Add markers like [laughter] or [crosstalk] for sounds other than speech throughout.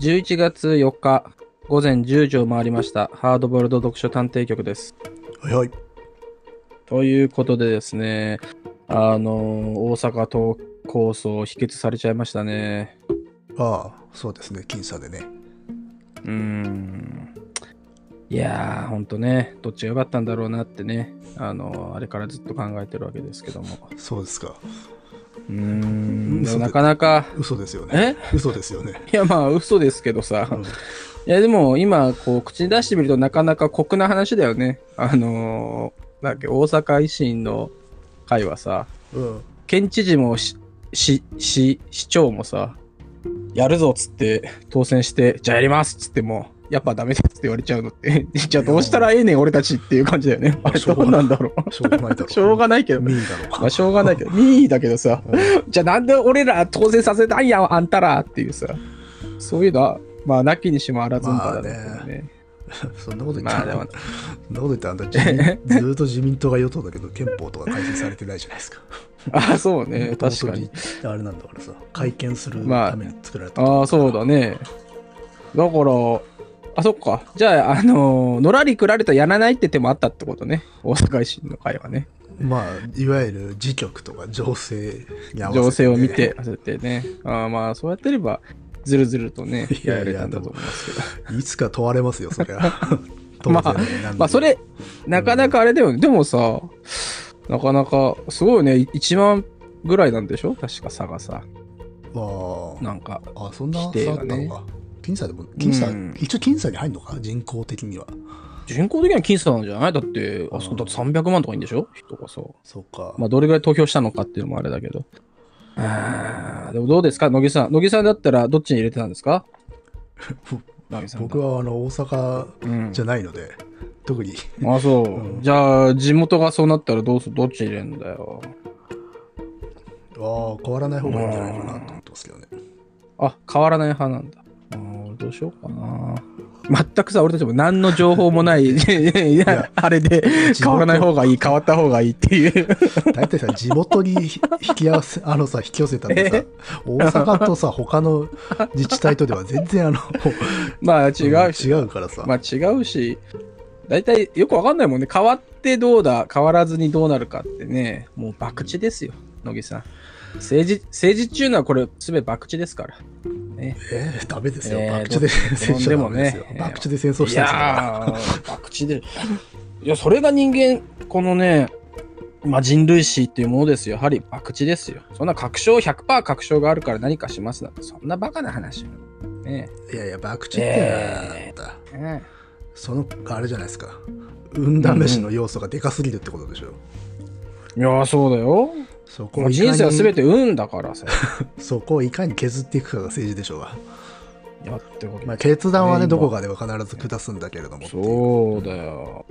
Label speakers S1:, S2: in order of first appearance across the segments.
S1: 11月4日午前10時を回りましたハードボイルド読書探偵局です。
S2: はいはい。
S1: ということでですね、あの大阪都構想否決されちゃいましたね。
S2: ああ、そうですね。僅差でね。
S1: うーん。いやー、ほんとね、どっちが良かったんだろうなってね、あのあれからずっと考えてるわけですけども。
S2: そうですか。
S1: うーん、
S2: 嘘だ
S1: なかなか、
S2: 嘘ですよね。
S1: え
S2: 嘘ですよ
S1: [laughs]
S2: ね。
S1: いやまあ嘘ですけどさ、
S2: うん
S1: いやでも今こう口に出してみるとなかなか酷な話だよねあのー、なんだっけ大阪維新の会はさ
S2: うん。
S1: 県知事もししし市長もさやるぞっつって当選してじゃあやりますっつってもやっぱダメだっつって言われちゃうのって [laughs] じゃあどうしたらええねん俺たちっていう感じだよね
S2: ま
S1: あ
S2: あ
S1: れ
S2: しょ
S1: ど
S2: うが
S1: うな
S2: ない
S1: んだろ
S2: しょうがないだろう。
S1: うしょうがないけど
S2: 民意だろう。
S1: まあしょうがない
S2: [laughs]
S1: けどいいだけどさ
S2: うん
S1: じゃあなんで俺ら当選させたんやあんたらっていうさそういうのはまあなきにしもあらずんだろうけど
S2: まあ
S1: ね,、
S2: そんなこと言っ
S1: まあ
S2: た
S1: で
S2: ら、
S1: も
S2: そんなこと言ったらあんた自民、ずーっと自民党が与党だけど、憲法とか改正されてないじゃな
S1: [laughs]
S2: いですか。
S1: あ、あそうね
S2: 元々
S1: 確かに。
S2: あれなんだからさ、会見する
S1: まあ
S2: ために作られた。
S1: ああそうだねだからあそっかじゃああのーのらりくらりとやらないって手もあったってことね大阪維新の会はね
S2: まあ、いわゆる自局とか情勢に合わせて、
S1: 情勢を見て。焦ってねあーまあそうやってればずるずるとね
S2: い
S1: や
S2: やい
S1: ら
S2: や
S1: れたんだと思いますけど
S2: いつか問われますよ、そ
S1: [laughs]
S2: りゃ。当
S1: ま
S2: 然
S1: あ
S2: なんで
S1: まあそれ、なかなかあれだよね。でもさ、なかなか、すごいね。1万ぐらいなんでしょ確か差がさ。
S2: まあ
S1: なんか、
S2: あ、そんな
S1: 規定
S2: 差あ
S1: が
S2: った
S1: ね
S2: のか。僅差でも、僅差、
S1: うん
S2: 一応僅差に入るのか、人口的には。
S1: 人口的には僅差なんじゃないだって、あそこだって300万とかいいんでしょ人がさ。
S2: そうか。
S1: まあ、どれぐらい投票したのかっていうのもあれだけど。あーでもどうですか乃木さん。乃木さんだったらどっちに入れてたんです [laughs] か乃木さんだ。
S2: 僕はあの大阪
S1: うん
S2: じゃないので、特に。
S1: あ、そう。
S2: うん
S1: じゃあ、地元がそうなったらどうすどっちに入れんだよ。
S2: ああ、変わらない方がいいんじゃないかなと思ってますけどね。
S1: あ、変わらない派なんだ。あー俺どうしようかな。全くさ、俺たちも何の情報もない、いやいやあれで、変わらない方がいい、変わった方がいいっていう。
S2: 大体さ、地元に引き合わせ、 [laughs] あのさ、引き寄せたんでさ、大阪とさ、他の自治体とでは全然あの、
S1: まあ違うし、
S2: 違うからさ、
S1: まあ違うし、大体よくわかんないもんね。変わってどうだ、変わらずにどうなるかってね、もう博打ですよ、乃木さん。政治、政治中のはこれ、すべて博打ですから。
S2: えー、ダメですよ。
S1: えー
S2: 博打で戦争
S1: ど
S2: で
S1: んでも
S2: も
S1: ね
S2: ね。博打で戦争
S1: い
S2: したんですから。
S1: やー、博打で。いや、それが人間、このね、まあ、人類史っていうものですよ。やはり博打ですよ。そんな確証、100%確証があるから何かしますなんて、そんなバカな話よ。ね
S2: いやいや、博打って、
S1: ええ。ね
S2: その、あれじゃないですか。運試しの要素がでかすぎるってことでしょ。
S1: えいやー、そうだよ。
S2: そこ
S1: も
S2: を
S1: う
S2: いか
S1: 人
S2: に
S1: 生は全て運だからさ。
S2: そこをいかに削っていくかが政治でしょうが。
S1: い [laughs] やってこと
S2: まあ、決断は
S1: ね
S2: ね、
S1: 今
S2: どこかでは必ず下すんだけれどもっていう
S1: そうだよ。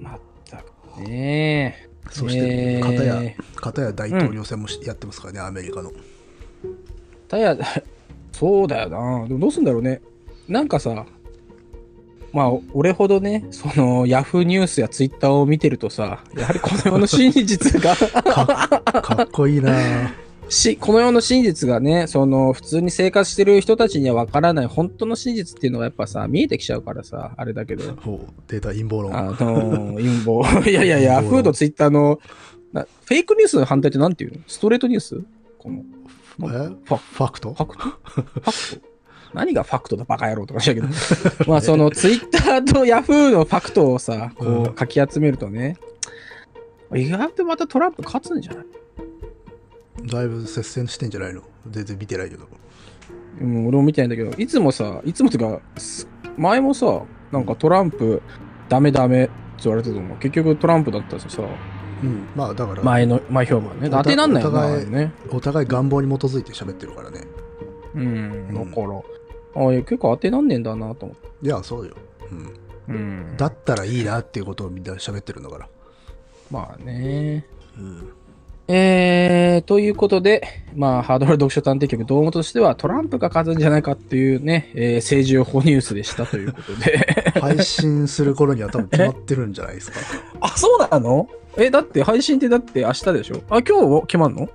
S1: まったくね
S2: そして、
S1: えー
S2: 片や、片や大統領選もしやってますからね、アメリカの。
S1: たや、 [laughs] そうだよな。でもどうすんだろうね。なんかさ、まあ、俺ほどね、その、ヤフーニュースやツイッターを見てるとさ、やはりこの世の真実が、 [laughs]
S2: かっ [laughs] こいいなぁ
S1: し、この世の真実がね、その、普通に生活してる人たちにはわからない本当の真実っていうのがやっぱさ、見えてきちゃうからさ、あれだけど。
S2: おデータ陰謀論。
S1: あのー、陰謀。いやいやいや、ヤ
S2: 陰謀
S1: フーとツイッターの、なフェイクニュースの反対ってなんていうのストレートニュースこの、
S2: えファ
S1: ファ
S2: ファクト
S1: ファクトファクト何がファクトだバカ野郎とか [laughs] したけど。まあそのツイッターとヤフーのファクトをさ、こ
S2: うん
S1: うかき集めるとね、意外とまたトランプ勝つんじゃない、
S2: だいぶ接戦してんじゃないの全然見てないけど。
S1: うん、俺も見てないんだけど、いつもさ、いつもっていうか、す前もさ、なんかトランプダメダメって言われてたの。結局トランプだったしさ、
S2: うん、まあだから、
S1: 前の、前評判ね。当てなんないよ
S2: お
S1: な、あ
S2: 互い
S1: れね。
S2: お互い願望に基づいて喋ってるからね。
S1: うん、
S2: うん
S1: だから、あいや結構当てなんねえんだなと思って。
S2: いや、そうよ。うん、
S1: うん
S2: だったらいいなっていうことをみんな喋ってるんだから。
S1: まあね。
S2: うん、
S1: えー、ということで、まあ、ハードル読書探偵局、堂本としてはトランプが勝つんじゃないかっていうね、えー政治予報ニュースでしたということで。
S2: 配信する頃には多分決まってるんじゃないですか。
S1: [laughs] あ、そうなのえ、だって配信ってだって明日でしょあ、今日決まんの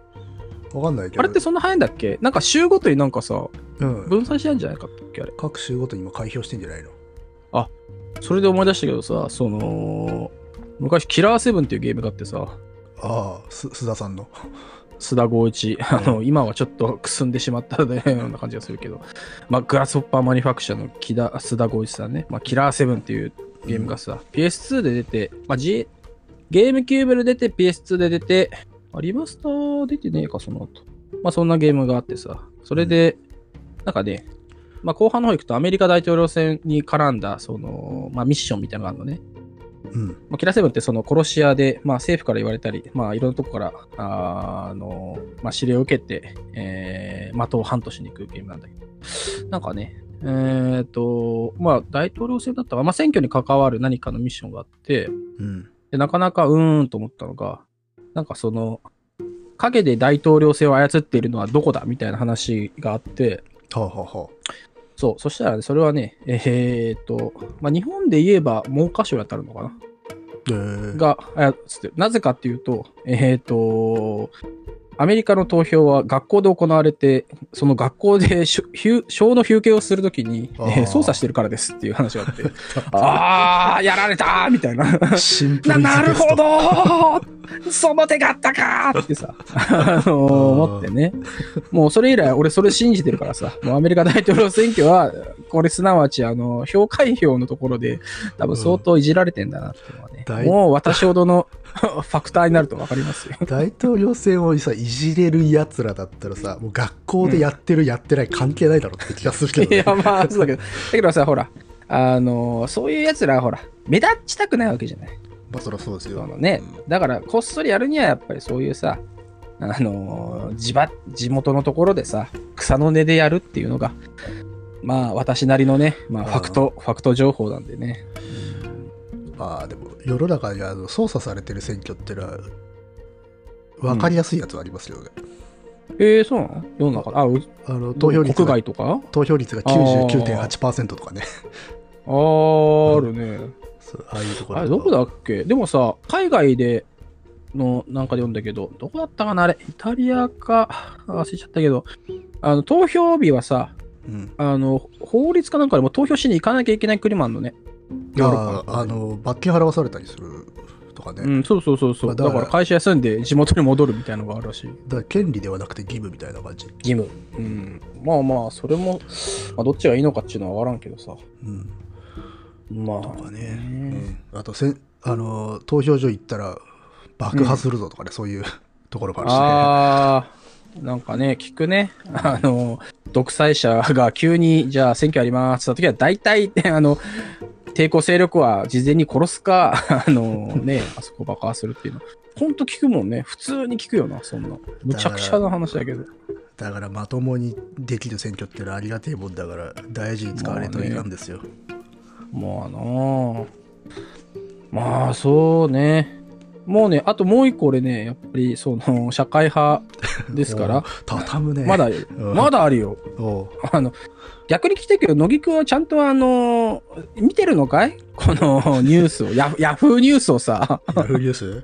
S2: わかんないけど。
S1: あれってそんな早いんだっけなんか週ごとになんかさ、
S2: うん、
S1: 分散してあるんじゃないかったっけあれ
S2: 各州ごとに今開票してんじゃないの
S1: それで思い出したけどさその昔キラーセブンっていうゲームがあってさ
S2: ああす須田さんの
S1: 須田剛一、あの今はちょっとくすんでしまったねような感じがするけど、まあ、グラスホッパーマニファクチャーの木田須田剛一さんね、まあ、キラーセブンっていうゲームがさ、PS2 で出て、まあ G、ゲームキューブで出て PS2 で出て、あリマスター出てねえか、その後。まあそんなゲームがあってさ、それで、なんかね、まあ後半の方行くとアメリカ大統領選に絡んだ、その、まあミッションみたいなのがあるのね。
S2: うん
S1: まあ、キラセブンってその殺し屋で、まあ、政府から言われたり、まあ、いろんなとこからあーあの、まあ、指令を受けて、えー、的をハントしに行くゲームなんだけど、なんかね、えーとまあ、大統領選だったか、まあ、選挙に関わる何かのミッションがあって、
S2: うん
S1: でなかなかうーんと思ったのが、なんかその、影で大統領選を操っているのはどこだみたいな話があって、
S2: はあはあは
S1: そう、そしたらね、それはね、えーっと、まあ、日本で言えば文科省やったるのかな、
S2: あへえ
S1: が操ってるなぜかっていうと、えっ、と、アメリカの投票は学校で行われて、その学校でしょひゅ票の集計をするときに、
S2: あー
S1: えー操作してるからですっていう話があ
S2: [laughs]
S1: って、ああ、やられたーみたいな。
S2: シンプ
S1: な
S2: ルイズ
S1: なる
S2: ベスト
S1: ほど [laughs] ーその手があったかーってさ、あのー思ってね。もうそれ以来俺それ信じてるからさ、もうアメリカ大統領選挙は、これすなわちあの、票開票のところで多分相当いじられてんだなっていうのはね。
S2: うん
S1: もう私ほどの [laughs] ファクターになるとわかりますよ。
S2: 大統領選をさいじれるやつらだったらさもう学校でやってる、やってない関係 [laughs] ないだろって気がするけど、
S1: い
S2: ね、
S1: や、まあ、そうだ
S2: [laughs]
S1: けど。だけどさ、ほら、あのーそういう奴らはほら、目立ちたくないわけじゃない。
S2: まあそりゃそうですよ
S1: そのね、だからこっそりやるにはやっぱりそういうさ、あのー地場地元のところでさ草の根でやるっていうのがまあ私なりのね、まあ、ファクトファクト情報なんでね
S2: まあでも世の中にあの操作されてる選挙ってのは分かりやすいやつはありますよね、
S1: えー、そうなの世の中あう
S2: あの投票率
S1: 国
S2: が
S1: 外とか
S2: 投票率が99.8%とかね [laughs]
S1: あーあるね
S2: そうああいうところ
S1: あれどこだっけでもさ海外でのなんかで読んだけどどこだったかなあれイタリアかあ忘れちゃったけどあの投票日はさ
S2: うん
S1: あの法律かなんかでも投票しに行かなきゃいけない国もあるのねヨーロッパの
S2: ああの罰金払わされたりするとかね、
S1: うん、そうそうそうそう、
S2: まあだ
S1: だ
S2: から
S1: から会社休んで地元に戻るみたいなのがあるらしい
S2: だから権利ではなくて義務みたいな感じ、
S1: 義務うんまあまあそれも、まあ、どっちがいいのかっていうのは分からんけどさ
S2: うん、
S1: まあ
S2: とかね、うんあとせんあの投票所行ったら爆破するぞとかね、そういう [laughs] ところも
S1: あ
S2: あ
S1: あなんかね聞くね [laughs] あの独裁者が急にじゃあ選挙ありますって言った時は大体 [laughs] ねあの抵抗勢力は事前に殺すか [laughs] あのねあそこ爆破するっていうのほんと聞くもんね普通に聞くよなそんなむちゃくちゃな話だけど
S2: るしねだからまともにできる選挙ってのはありがてえもんだから大事に使われるといかんですよ、
S1: まあなあまあそうねもうねあともう一個俺ねやっぱりその社会派ですか
S2: [laughs] おう
S1: ら
S2: 畳むね
S1: まだ
S2: ん
S1: まだあるよ
S2: おう
S1: [laughs] あの逆に聞いてるけど乃木くんはちゃんとあの見てるのかい [laughs] このニュースをヤフヤフーニュースをさ
S2: ヤフーニュ
S1: [laughs]
S2: ース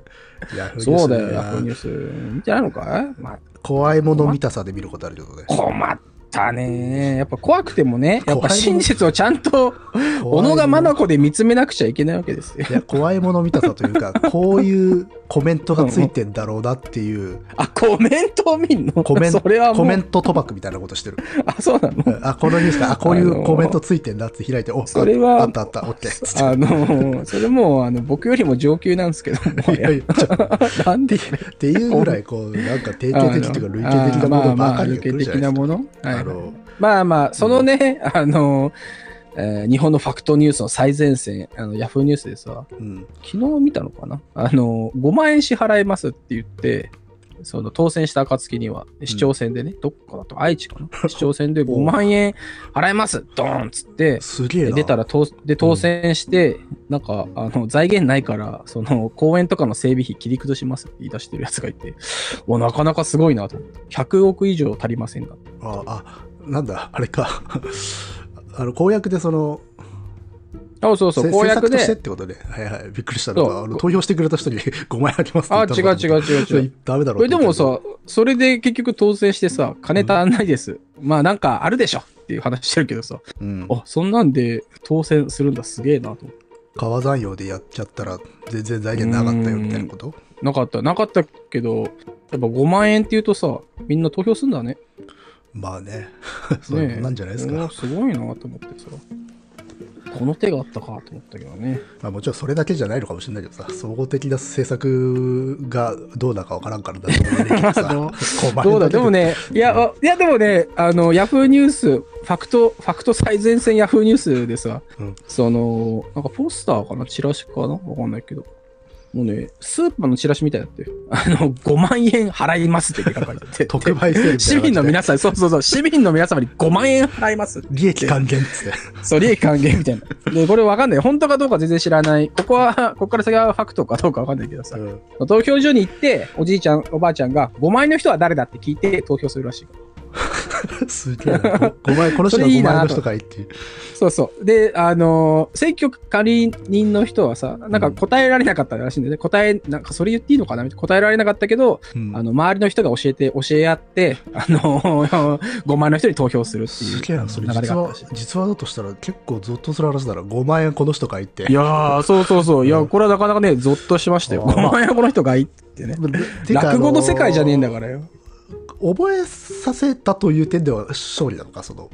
S2: ヤフーニュース
S1: そうだよヤフーニュース見てないのかい、まあ、
S2: 怖いもの見たさで見ることあるけどね
S1: 困ったねやっぱ怖くてもねやっぱ
S2: 怖い
S1: 真実をちゃんと小野
S2: 怖いもの
S1: が眼で見つめなくちゃいけないわけですよ
S2: いや怖いもの見たさというかこういうコメントがついてんだろうなっていう
S1: あ、コメントを見んの
S2: コメント
S1: それはもう
S2: コメント賭博みたいなことしてる
S1: あ、そう
S2: [laughs]
S1: なの
S2: うんあ、このニュースか。あ、こうい
S1: あの
S2: う
S1: ー
S2: コメントついてんだって開いて、お、
S1: それは
S2: ああったあった、オッケーっつっ
S1: あの、それもう、あの、僕よりも上級なんですけど
S2: て。
S1: も。
S2: いやいやちょっ
S1: なんで
S2: とっていうぐらい、こう、なんか定型的というか、類型的なも
S1: あーま
S2: の
S1: あ
S2: ば
S1: まあ、
S2: かり
S1: 類
S2: が来
S1: 型
S2: るじゃ
S1: 的な
S2: な
S1: い
S2: で
S1: もの。
S2: す
S1: はい
S2: か。あ
S1: はい
S2: の、
S1: まあまあ、そのね、あの、えー日本のファクトニュースの最前線、あのヤフーニュースでさ、
S2: うん。
S1: 昨日見たのかなあの、5万円支払いますって言って、その当選した暁には、市長選でね、どっかだと愛知かな
S2: [laughs]
S1: 市長選で5万円払いますドーンっつって、
S2: すげえ
S1: で
S2: な。
S1: 出たら当で当選して、なんかあの財源ないからその公園とかの整備費切り崩しますって言い出してるやつがいておなかなかすごいなと思って100億以上足りませんが
S2: あ、あ、なんだ、あれか。あの、公約でその、
S1: あそうそう
S2: せ
S1: 公
S2: 政
S1: 約
S2: 策としてっ
S1: で
S2: てことね。はいはい。びっくりしたの
S1: そう
S2: が、あの投票してくれた人に5万円あります
S1: あ
S2: って
S1: 違う
S2: 言ったのかと思っ
S1: 違う違う
S2: て。
S1: 違う
S2: ダメだろ
S1: えでも、さそれで結局当選してさ金足んないです、まあなんかあるでしょっていう話してるけどさ、
S2: うん、
S1: あ、そんなんで当選するんだすげえなと思って。
S2: 川山用でやっちゃったら全然財源なかったよみたいなこと
S1: なかった、なかったけど、やっぱ5万円っていうとさ、みんな投票するんだね。
S2: まあね [laughs] そういうもんなんじゃないですか、
S1: ねえおーすごいなと思ってさ。この手があったかと思ったけどね。
S2: まあ、もちろんそれだけじゃないのかもしれないけどさ総合的な政策がどうだかわからんからだと思うねけ
S1: [laughs]
S2: どさ
S1: どう
S2: 困る
S1: どうだ、
S2: け
S1: でもね、いや、あいやでもね、あの、ヤフーニュース、ファクト、ファクト最前線ヤフーニュースでさ、
S2: うん
S1: その、なんかポスターかなチラシかなわかんないけど。もうね、スーパーのチラシみたいだって。あの、5万円払いますって書かれてて
S2: [laughs] 特売セールみたい
S1: 市
S2: な
S1: 民の
S2: 感じで
S1: 皆さん、そう
S2: [laughs]
S1: そうそう、市民の皆様に5万円払います。
S2: 利益還元っつって
S1: そう、利益還元みたいな。で、これわかんない。本当かどうか全然知らない。ここは、ここから先はファクトかどうかわかんないけどさ。 [laughs]
S2: うん
S1: 投票所に行って、おじいちゃん、おばあちゃんが、5万円の人は誰だって聞いて投票するらしい。
S2: すげえな5枚この人が
S1: それい
S2: 5
S1: いな
S2: 枚
S1: と
S2: の人かいっていう
S1: そうそう。で、あのー選挙管理人の人はさ、なんか答えられなかったらしいんだよね。答え、なんかそれ言っていいのかなみたいな答えられなかったけど、
S2: うん
S1: あの、周りの人が教えて、教え合って、あのー、5万円の [laughs] 人に投票するってい
S2: す
S1: う
S2: げえなそれ
S1: 流れ
S2: 実
S1: があった
S2: は
S1: らしい。
S2: 実はだとしたら結構ゾッとする話だな5万円この人かいって
S1: いやー、そうそうそう。いや、
S2: うん
S1: これはなかなかね、ゾッとしましたよ。
S2: あー
S1: 5万円この人がいいってね。
S2: てか
S1: 落語の世界じゃねえんだ
S2: ら
S1: からよ。
S2: 覚えさせたという点では勝利なのかその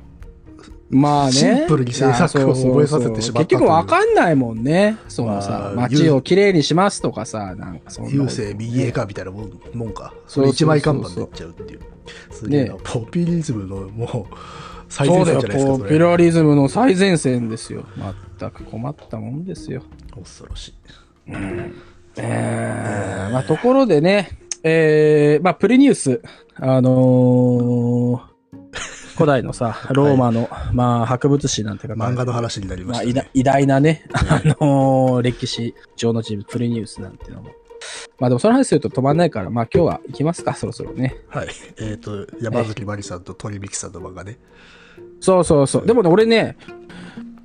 S1: まあね。
S2: シンプルに制作を覚えさせてしまったという
S1: 結局わかんないもんね。その
S2: ま
S1: さ
S2: あ、
S1: 街をきれいにしますとかさ、なんかそんなこと
S2: 郵政民営化みたいなもんもんかそ
S1: そうそうそう
S2: れ
S1: そう
S2: 一枚看板でいっちゃうっていうすげえな、
S1: ね
S2: ポピュリズムのもう最
S1: そ
S2: 前
S1: うだよ、
S2: 線じゃないですか
S1: ポ
S2: そ
S1: ピュラ
S2: れ
S1: リズムの最前線ですよ。まったく困ったもんですよ。
S2: 恐ろしい
S1: えーまあ、ところでね、えーまあ、プリニウス、あの [laughs] ー古代のさ、ローマの、まあ、博物史なんて書かれ
S2: 漫
S1: て
S2: 画の話になりま
S1: まあ、
S2: した
S1: 偉
S2: ね、
S1: 大偉大なね、あのー歴史上の人物、プリニウスなんてのも。まあでもその話すると止まんないから、まあ今日は行きますか、そろそろね。
S2: はいえっ、と山崎まりさんと鳥きさんの漫画ね
S1: そうそうそう。でもね、俺ね、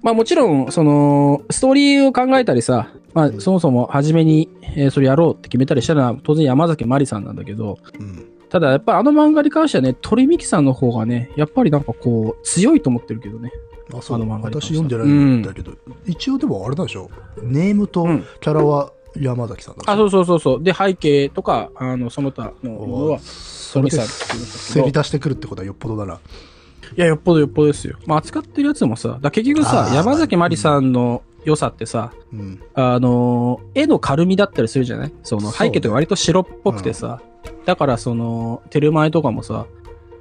S1: まあもちろん、その、ストーリーを考えたりさ、まあそもそも初めに、えーそれやろうって決めたりしたのは当然山崎まりさんなんだけど、
S2: うん
S1: ただやっぱりあの漫画に関してはね、鳥美紀さんの方がね、やっぱりなんかこう、強いと思ってるけどね。
S2: あそ
S1: あの
S2: う
S1: 漫画に関
S2: 私
S1: して
S2: 読んでないんだけど、一応でもあれなんでしょネームと
S1: うん
S2: キャラは山崎さんなんでしょ、
S1: あ、そうそうそうそう。で、背景とか、あの、その他のものは、
S2: それで
S1: 鳥さんっていうんですけ
S2: せ
S1: ど
S2: り出してくるってことはよっぽどだな。
S1: いや、よっぽどよっぽどですよ。まあ、扱ってるやつもさ、だから結局さ
S2: あ、ー
S1: 山崎まりさんの良さってさ、
S2: うん。
S1: あのー、絵の軽みだったりするじゃないその
S2: そうね
S1: 背景とか割と白っぽくてさ、だからその、テルマエとかもさ、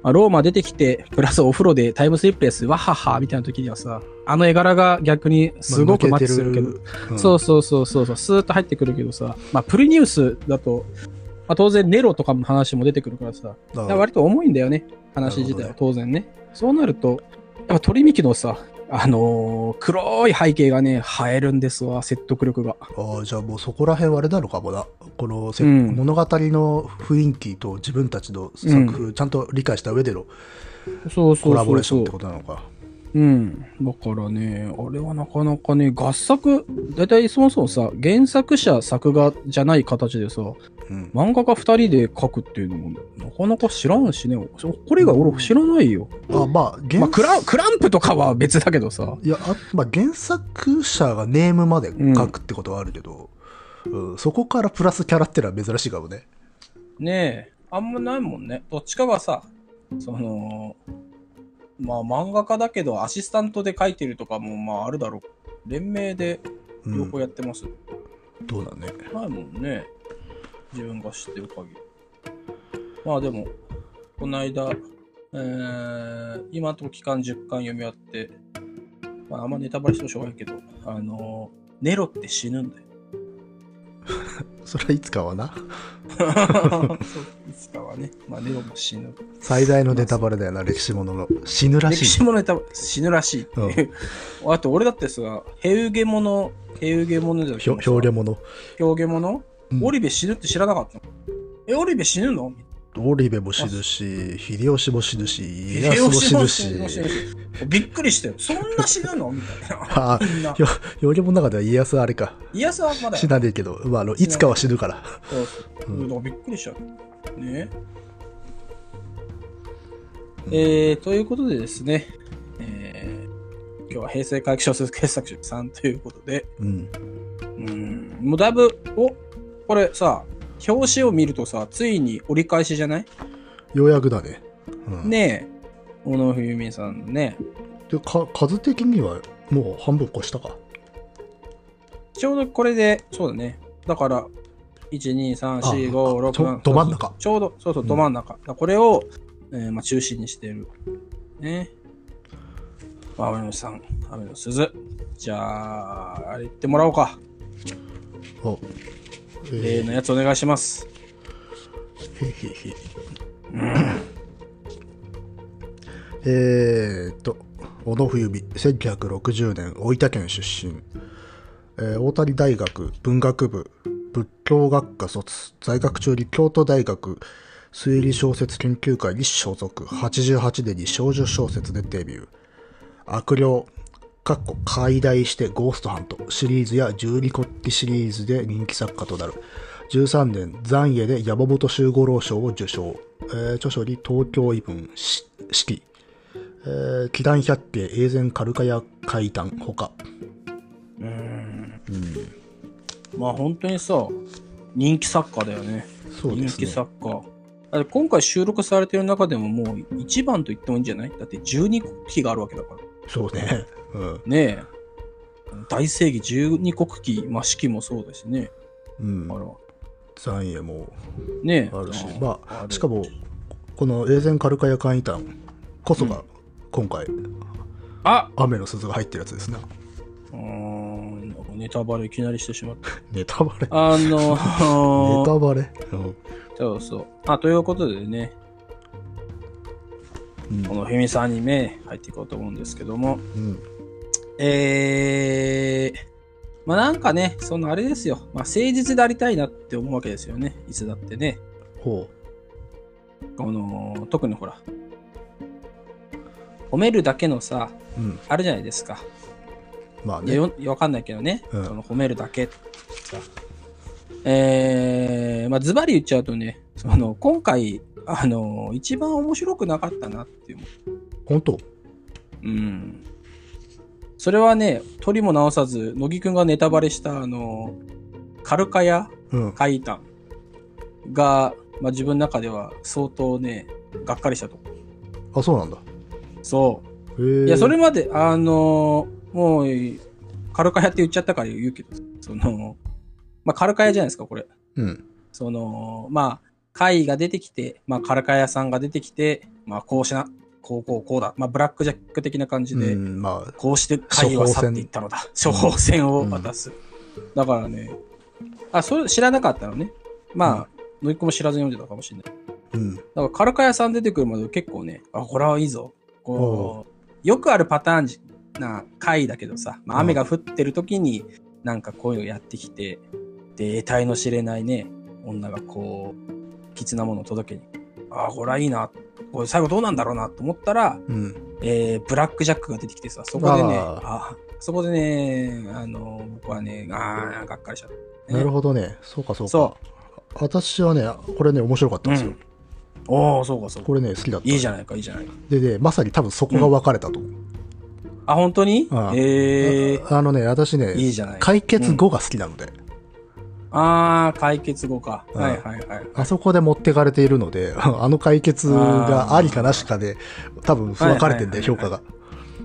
S1: まあローマ出てきて、プラスお風呂でタイムスリップです、わはは、みたいな時にはさ、あの絵柄が逆にすごくマッチするけど、
S2: うん
S1: そうそうそうそうそう、スーッと入ってくるけどさ、まあ、プリニウスだと、まあ、当然ネロとかの話も出てくるからさ、だ
S2: だ
S1: から
S2: か
S1: ら割と重いんだよね、話自体
S2: な
S1: は
S2: る
S1: 当然ね。そうなると、やっぱ鳥幹のさ、あのー黒い背景がね、映えるんですわ、説得力が。
S2: ああじゃあもうそこら辺はあれなのかもなこのせ、
S1: うん
S2: 物語の雰囲気と自分たちの作風、ちゃんと理解した上での
S1: そうそ
S2: コ
S1: う
S2: ラボ
S1: そ
S2: レー
S1: う
S2: シ
S1: そ
S2: ョン
S1: う
S2: って。ことなのか
S1: うん。だからね、あれはなかなかね、合作、だいたいそもそもさ、原作者作画じゃない形でさ、
S2: うん
S1: 漫画家二人で描くっていうのも、なかなか知らんしね、これが俺知らないよ。
S2: あまあ原
S1: まあ、クラクランプとかは別だけどさ。
S2: いやあ、まあ、原作者がネームまで書くってことはあるけど、うんそこからプラスキャラってのは珍しいかもね
S1: ねえ、あんまないもんね。どっちかがさ、その、まあ漫画家だけどアシスタントで書いてるとかもまああるだろう。連名で
S2: う
S1: 両
S2: ん
S1: 方やってます。
S2: どうだね
S1: ないもんね。自分が知ってる限り。まあでも、この間、えー、今のとこ期間10巻読み終わって、まああんまネタバレしてもしょうがないけど、あのネロって死ぬんだ
S2: [laughs]
S1: よ。 [laughs]
S2: それはいつかはな
S1: そういつかはね、まあネロも死ぬ。
S2: 最大のネタバレだよな歴史ものの死ぬら
S1: 歴
S2: し
S1: 史
S2: い
S1: もネタ死ぬらしいっていう、あと俺だってさヘウゲモノヘウゲモノじゃなく
S2: ひ
S1: て
S2: ょ表現もの
S1: 表現モノ、
S2: うん
S1: オリベ死ぬって知らなかったのえオリベ死ぬの
S2: オリベも死ぬし秀吉も死ぬし家
S1: 秀
S2: 康も
S1: 吉
S2: 死
S1: も
S2: ぬ
S1: 死ぬ
S2: し
S1: しびっくりしたよそんな死ぬのみたいな
S2: ああ
S1: みんな
S2: よ、よりも中では家康はあれか。
S1: いやさまだ
S2: 死
S1: よ
S2: なねえけど、まあ、あの、いつかは死ぬから。
S1: そうそうだからびっくりしちゃうねえー、ということでですね、えー今日は平成回帰小説傑作集3ということで、
S2: うん。
S1: うん、もうだいぶ、おこれさ、表紙を見るとさ、ついに折り返しじゃない
S2: ようやくだね。うん、
S1: ねえ、小野冬美さんのね、
S2: でか数的にはもう半分越したか。
S1: ちょうどこれで、そうだね、だから、1、2、3、4、5、6、
S2: ちょ
S1: 7
S2: ど真ん中
S1: ちょうど、そうそう、
S2: うん
S1: ど真ん中。だからこれを、えーまあ、中心にしている。ね。まあ、雨のさん、雨の鈴。じゃあ、あれ行ってもらおうか。
S2: お
S1: 例
S2: え
S1: のやつお願いします。
S2: ー、へへへ [laughs] えーっと、小野冬美、1960年、大分県出身、えー大谷大学文学部仏教学科卒、在学中に京都大学推理小説研究会に所属、88年に少女小説でデビュー。悪霊、かっこ解体してゴーストハントシリーズや十二国旗シリーズで人気作家となる。13年、残影で山本周五郎賞を受賞。えー著書に東京異文、し四季、えー、祈願百景、永前カルカヤ階段、ほか。
S1: まあ、本当にさ、人気作家だよね。
S2: そうで
S1: 人
S2: す
S1: 気
S2: ね。
S1: 作家。あれ今回収録されてる中でももう一番と言ってもいいんじゃないだって12国旗があるわけだから。
S2: そうね。うん。
S1: ねえ。大正義12国旗、まあ、四季もそうだしね。
S2: うん
S1: あ。ら。
S2: 残影も
S1: ねえ。
S2: あるし。
S1: うん
S2: ま
S1: あ
S2: あ、
S1: る
S2: しかも、この永前カルカヤ階段こそが、今回、
S1: あ
S2: 雨の鈴が入ってるやつですね。
S1: うーん、なんかネタバレいきなりしてしまった。
S2: ネタバレ。
S1: あの
S2: ネ
S1: ー、
S2: タバレ。うん
S1: そうそう。あ、ということでね、
S2: うん
S1: このフェミさんに目入っていこうと思うんですけども、
S2: うん。
S1: えー、まあなんかね、そのあれですよ、まあ誠実でありたいなって思うわけですよね、いつだってね。
S2: ほ
S1: この、特にほら、褒めるだけのさ、
S2: う。うん。
S1: あるじゃないですか。
S2: まあ
S1: いや
S2: ね。
S1: よわかんないけどね、
S2: うん
S1: その褒めるだけえー、まあズバリ言っちゃうとねその今回あの一番面白くなかったなっていう
S2: 本当
S1: うんそれはね取りも直さず乃木くんがネタバレしたあのカルカヤ
S2: うん。
S1: 怪談が、まあ、自分の中では相当ねがっかりしたと
S2: あ、そうなんだ。
S1: そう
S2: へえ。
S1: いや、それまで、あのーもう、カルカヤって言っちゃったから言うけど、その、まあ、カルカヤじゃないですか、これ。
S2: うん。
S1: その、まあ、会が出てきて、まあ、カルカヤさんが出てきて、まあ、こうしな、こうこうこうだ。まあ、ブラックジャック的な感じで、
S2: うん、まあ、
S1: こうして会は去っていったのだ。処
S2: 処方箋
S1: 方箋を渡す。だからね、あ、それ知らなかったのね。まあ、のいっこも知らずに読んでたかもしれない。
S2: うん。
S1: だからカルカヤさん出てくるまで結構ね、あ、これはいいぞ。こう、よくあるパターンじな回だけどさ、まあ、
S2: うん
S1: 雨が降ってる時になんかこういうのやってきて、で、得体の知れないね、女がこう、きつなものを届けに、あ、これはいいな。これ最後どうなんだろうなと思ったら、
S2: うん。
S1: えーブラックジャックが出てきてさ、そこでね、
S2: あ
S1: あそこでね、あの、僕はね、あー、がっかりしちゃった。
S2: なる
S1: ほ
S2: ほどね。そうか、そうか。
S1: そ
S2: 私はね、これね、面白かったんです
S1: う
S2: よ。
S1: んう。おお、そうか、そうか。
S2: これね、好きだった。
S1: いいじゃないか、いいじゃないか。
S2: でね、まさに多分そこが分かれたと思う。
S1: あ、本当に
S2: ああ
S1: えー。
S2: ああのね、私ね、
S1: いいじゃない。
S2: 解決後が好きなので、
S1: ああ、解決後か。
S2: うん
S1: はいはいはい。
S2: あそこで持ってかれているので、 [laughs] あの解決がありかなしかで、多分分かれてんだよ、
S1: はいはいは
S2: 評
S1: い
S2: 価
S1: は
S2: が。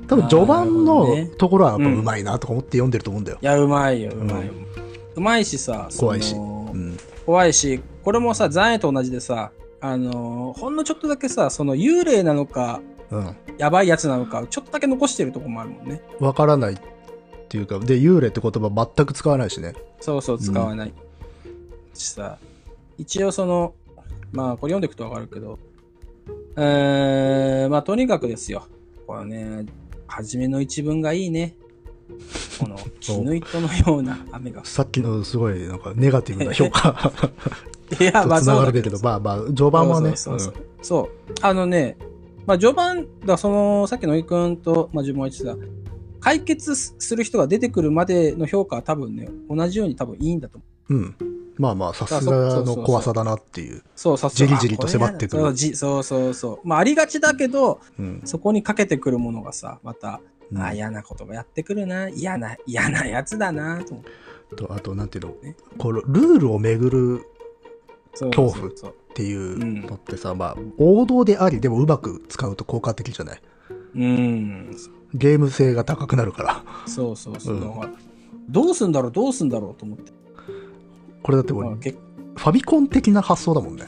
S2: 多分序盤
S1: あーなるほど
S2: の
S1: ね
S2: ところはやっぱうまいなとか思って読んでると思うんだよ。
S1: いや、うまいよ、うんまいよ。うまいしさ、その
S2: 怖いしうん。
S1: 怖いし、これもさ、残影と同じでさ、あのーほんのちょっとだけさ、その幽霊なのか、
S2: うん。
S1: やばいやつなのか、ちょっとだけ残してるとこもあるもんね。
S2: 分からないっていうか、で、幽霊って言葉全く使わないしね。
S1: そうそう、使わない。しさ、一応その、まあ、これ読んでいくとわかるけど、えー、まあ、とにかくですよ。これね、初めの一文がいいね。こ
S2: [laughs]
S1: の、絹糸のような雨が。
S2: さっきのすごい、なんか、ネガティブな評価
S1: いや、
S2: [laughs]
S1: [laughs]
S2: と
S1: まあ、
S2: つ
S1: そ
S2: な
S1: う
S2: が
S1: だ
S2: るけ
S1: け
S2: れ
S1: ど
S2: ど、まあまあ、序盤はね、
S1: そうそうそうそうそうあのね、まあ、序盤だそのさっきの井君と、まあ、自分は言ってた解決する人が出てくるまでの評価は多分ね同じように多分いいんだと思
S2: うん。うんまあまあ、さすがの怖さだなっていう。
S1: そうそうそう。
S2: じりじりと迫ってくる
S1: あこれやなそうじそうそうそう。まあ、ありがちだけど、
S2: うん。
S1: そこにかけてくるものがさ、また、
S2: うん
S1: あ嫌なこともやってくるな、嫌な、嫌なやつだな、と思って。
S2: とあと、なんていうの
S1: ね、
S2: このルールをめぐる
S1: そう
S2: 恐怖
S1: そうそう
S2: っていううんのってさ、まあ、王道であり、でもうまく使うと効果的じゃない。
S1: うん。
S2: ゲーム性が高くなるから。
S1: そうそうそう。
S2: うん
S1: なんかどうすんだろう、どうすんだろうと思って。
S2: これだっても
S1: まあ
S2: う、
S1: 結
S2: ファミコン的な発想だもんね。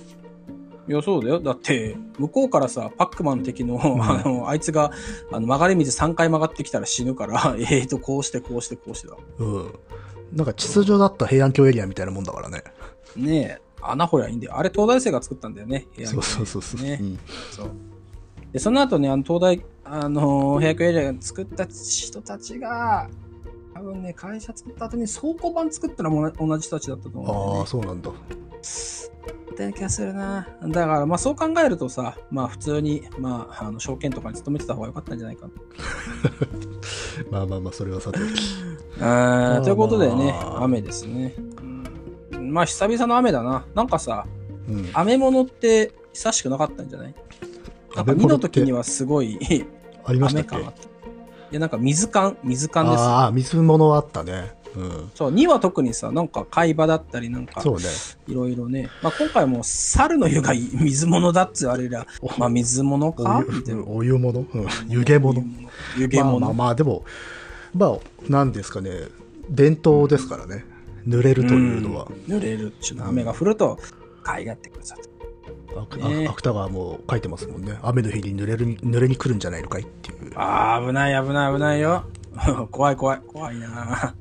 S1: いや、そうだよ。だって、向こうからさ、パックマン的の、
S2: ん
S1: あの、あいつが、あの、曲がり道3回曲がってきたら死ぬから、 [laughs] えーと、こうして、こうして、こうしてだ。
S2: うん。なんか、秩序だった平安京エリアみたいなもんだからね。
S1: ねえ、穴掘りゃいいんだよ。あれ、東大生が作ったんだよね。部屋に
S2: そうそうそうそう。
S1: ね
S2: うん
S1: そう。で、その後ね、あの、東大、あのー、ヘアクエリアが作った人たちが、多分ね、会社作った後に倉庫版作ったのも同じ人たちだったと
S2: あ
S1: 思
S2: あ、そうなんだ。
S1: うんだよね。って気がするな。だから、まあそう考えるとさ、まあ普通に、まあ、あの証券とかに勤めてた方が良かったんじゃないか
S2: まあまあまあ、それはさておき。
S1: な。うーんということでね、
S2: まあ
S1: 雨ですね。うんまあ久々の雨だな。なんかさ、
S2: うん。
S1: 雨物って久しくなかったんじゃないなんか
S2: 雨
S1: 2
S2: 物
S1: の
S2: って
S1: 時にはすごい
S2: ありまし
S1: 雨
S2: たっけ
S1: 感あった。いや、なんか水感、水感です。
S2: ああ、水物はあったね。うん。
S1: そう2は特にさなんか海馬だったりなんか
S2: そうね。
S1: いろいろね、まあ、今回も猿の湯が [laughs] 水物だっつうあれらまあ水物
S2: お
S1: かみたい
S2: 湯
S1: な
S2: お湯物、うん、湯気物。
S1: 湯気物、
S2: まあまあまあ、でも、まあ、なんですかね、伝統ですからね、濡れるというのは、
S1: うん濡れるっちゅうの雨が降ると海がってくるさ
S2: あく
S1: ね
S2: あ芥川も書いてますもんね、雨の日に濡れる濡れに来るんじゃないのかいっていう。
S1: あー危ない危ない危ないよ [laughs] 怖い怖い怖いな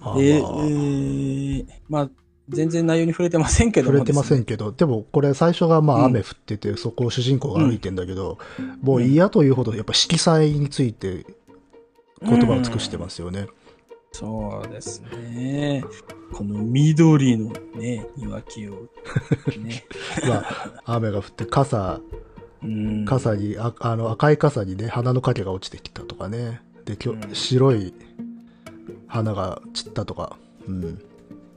S2: まあ
S1: えー、え
S2: まあ
S1: ーまあ全然内容に触れてませんけど
S2: 触れてませ
S1: ん
S2: んけど、でもこれ最初がま
S1: うん
S2: あ雨降ってて、そこを主人公が歩いてんだけど、もう嫌というほどやっぱ色彩について言葉を尽くしてますよね。
S1: そうですねこの緑のね庭木を
S2: [laughs]
S1: ね
S2: まあ、雨が降って傘、
S1: うん
S2: 傘に、ああの赤い傘にね、花の影が落ちてきたとかね。で、きょ
S1: うん
S2: 白い花が散ったとか。うん。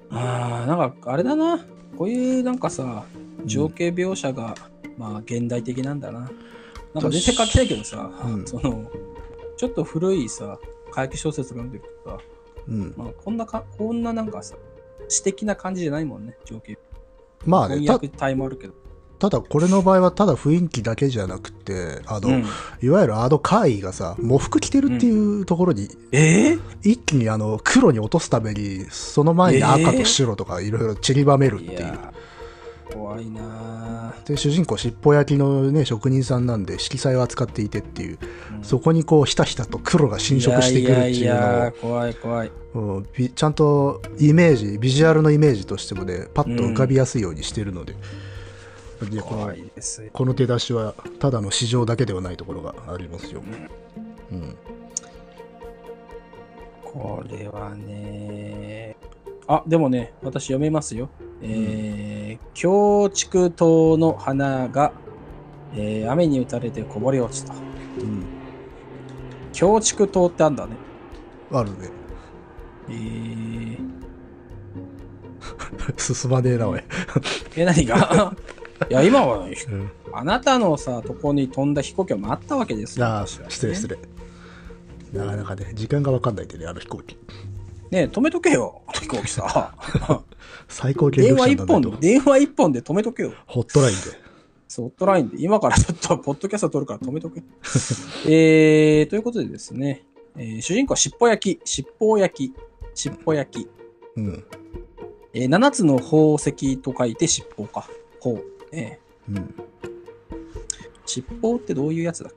S1: あーなんかあれだなこういうなんかさ情景描写が、まあ現代的なんだななんか全然書きたいけどさ、
S2: う
S1: [laughs]
S2: ん
S1: そのちょっと古いさ怪奇小説とか読んでるとさ、
S2: うん、
S1: まあ、こんなかこんななんかさ詩的な感じじゃないもんね情景
S2: まあね
S1: 翻
S2: た
S1: 訳タイもあるけど、
S2: ただこれの場合はただ雰囲気だけじゃなくてあの、
S1: うん
S2: いわゆるあの怪異がさ喪服着てるっていうところに、
S1: えー
S2: 一気にあの黒に落とすためにその前に赤と白とかいろいろ散りばめるってい、
S1: いうやー怖いな
S2: で主人公尻尾焼きのね職人さんなんで色彩を扱っていてっていう
S1: ー、うん
S2: そこにこうひたひたと黒が侵食してくるって
S1: い
S2: いう
S1: やいやい
S2: の
S1: や怖い怖い
S2: を、うんびちゃんとイメージビジュアルのイメージとしてもねパッと浮かびやすいようにしてるので,で、この
S1: 怖いですよ
S2: この出だしはただの市場だけではないところがありますよ、うん、
S1: これはね。あ、でもね、私読めますよ。えー、京畜島の花が、えー雨に打たれてこぼれ落ちた。
S2: うん
S1: 京畜島ってあんだね。
S2: あるね [laughs]
S1: えー、
S2: 進まねえなおい、
S1: え、何が [laughs] いや、今は、
S2: うん、
S1: あなたのさ、とこに飛んだ飛行機は待ったわけですよ。
S2: ああ
S1: 私はね
S2: 失礼失礼なかなかね時間が分かんないんでねあの飛行機
S1: ねえ止めとけよ、飛行機 [laughs] さ。
S2: 最高権
S1: 電
S2: 力
S1: 話
S2: 者
S1: 一
S2: なんだ
S1: 本
S2: けど、
S1: 電話一本で止めとけよ。
S2: ホットラインで
S1: そう、ホットラインで、今からちょっと、ポッドキャスト撮るから止めとけ。 [laughs] えー、ということでですね、えー主人公は尻尾焼き、尻尾焼き、尻尾焼き、
S2: うん
S1: えー、7つの宝石と書いて尻尾か。ほう。え
S2: うん
S1: ー、尻尾ってどういうやつだ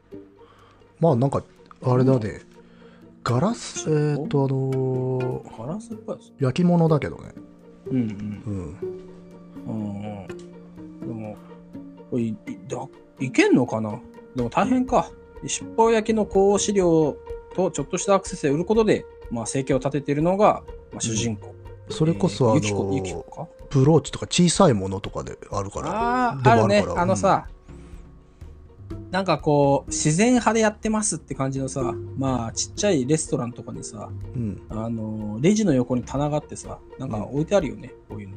S2: まあなんかあれだねガラスえ
S1: う
S2: ーっとあのー
S1: ガラスっぽいです。
S2: 焼き物だけどね
S1: うん
S2: うん
S1: うん。うんうん。でも、これいだいけんのかなでも大変か。尻尾焼きの香資料とちょっとしたアクセスで売ることで、まあ、生計を立てているのが、まあ、主人公。
S2: それこそあの
S1: えーゆきこゆき
S2: ー
S1: こか
S2: ブローチとか小さいものとかであるから
S1: あ
S2: で
S1: あ、あ
S2: も
S1: るね
S2: か。ら
S1: あのさ、なんかこう、自然派でやってますって感じのさ、まあ、ちっちゃいレストランとかにさ、
S2: うん [laughs]
S1: あのーレジの横に棚があってさ、なんか置いてあるよね、こういうの。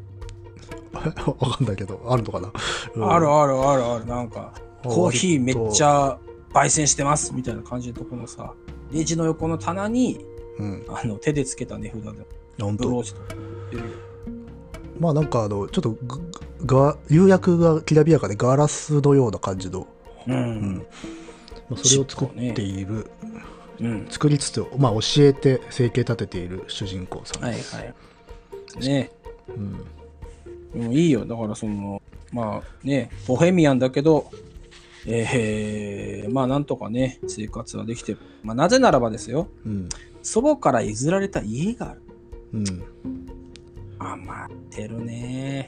S2: わかんないけど、あるのかな。うん
S1: あるあるあるある、なんか、
S2: あ
S1: コーヒーめっちゃ焙煎してますみたいな感じのとこのさ、レジの横の棚に、
S2: うん。
S1: あの、手でつけた値札で、
S2: 本
S1: ブロ
S2: 当
S1: ーチとか売ってるよ
S2: まあなんかあの、ちょっとぐが、釉薬がきらびやかでガラスのような感じの、
S1: う。
S2: うんん。まあそれを作っている、
S1: うん。
S2: 作りつつ、まあ教えて生計立てている主人公さん
S1: は
S2: で
S1: い
S2: す。
S1: はい。ね
S2: うん。
S1: でもいいよ。だからその、まあね、ボヘミアンだけど、えー、まあなんとかね、生活はできてる。まあなぜならばですよ、
S2: うん。
S1: 祖母から譲られた家がある。
S2: うん。
S1: 余ってるね。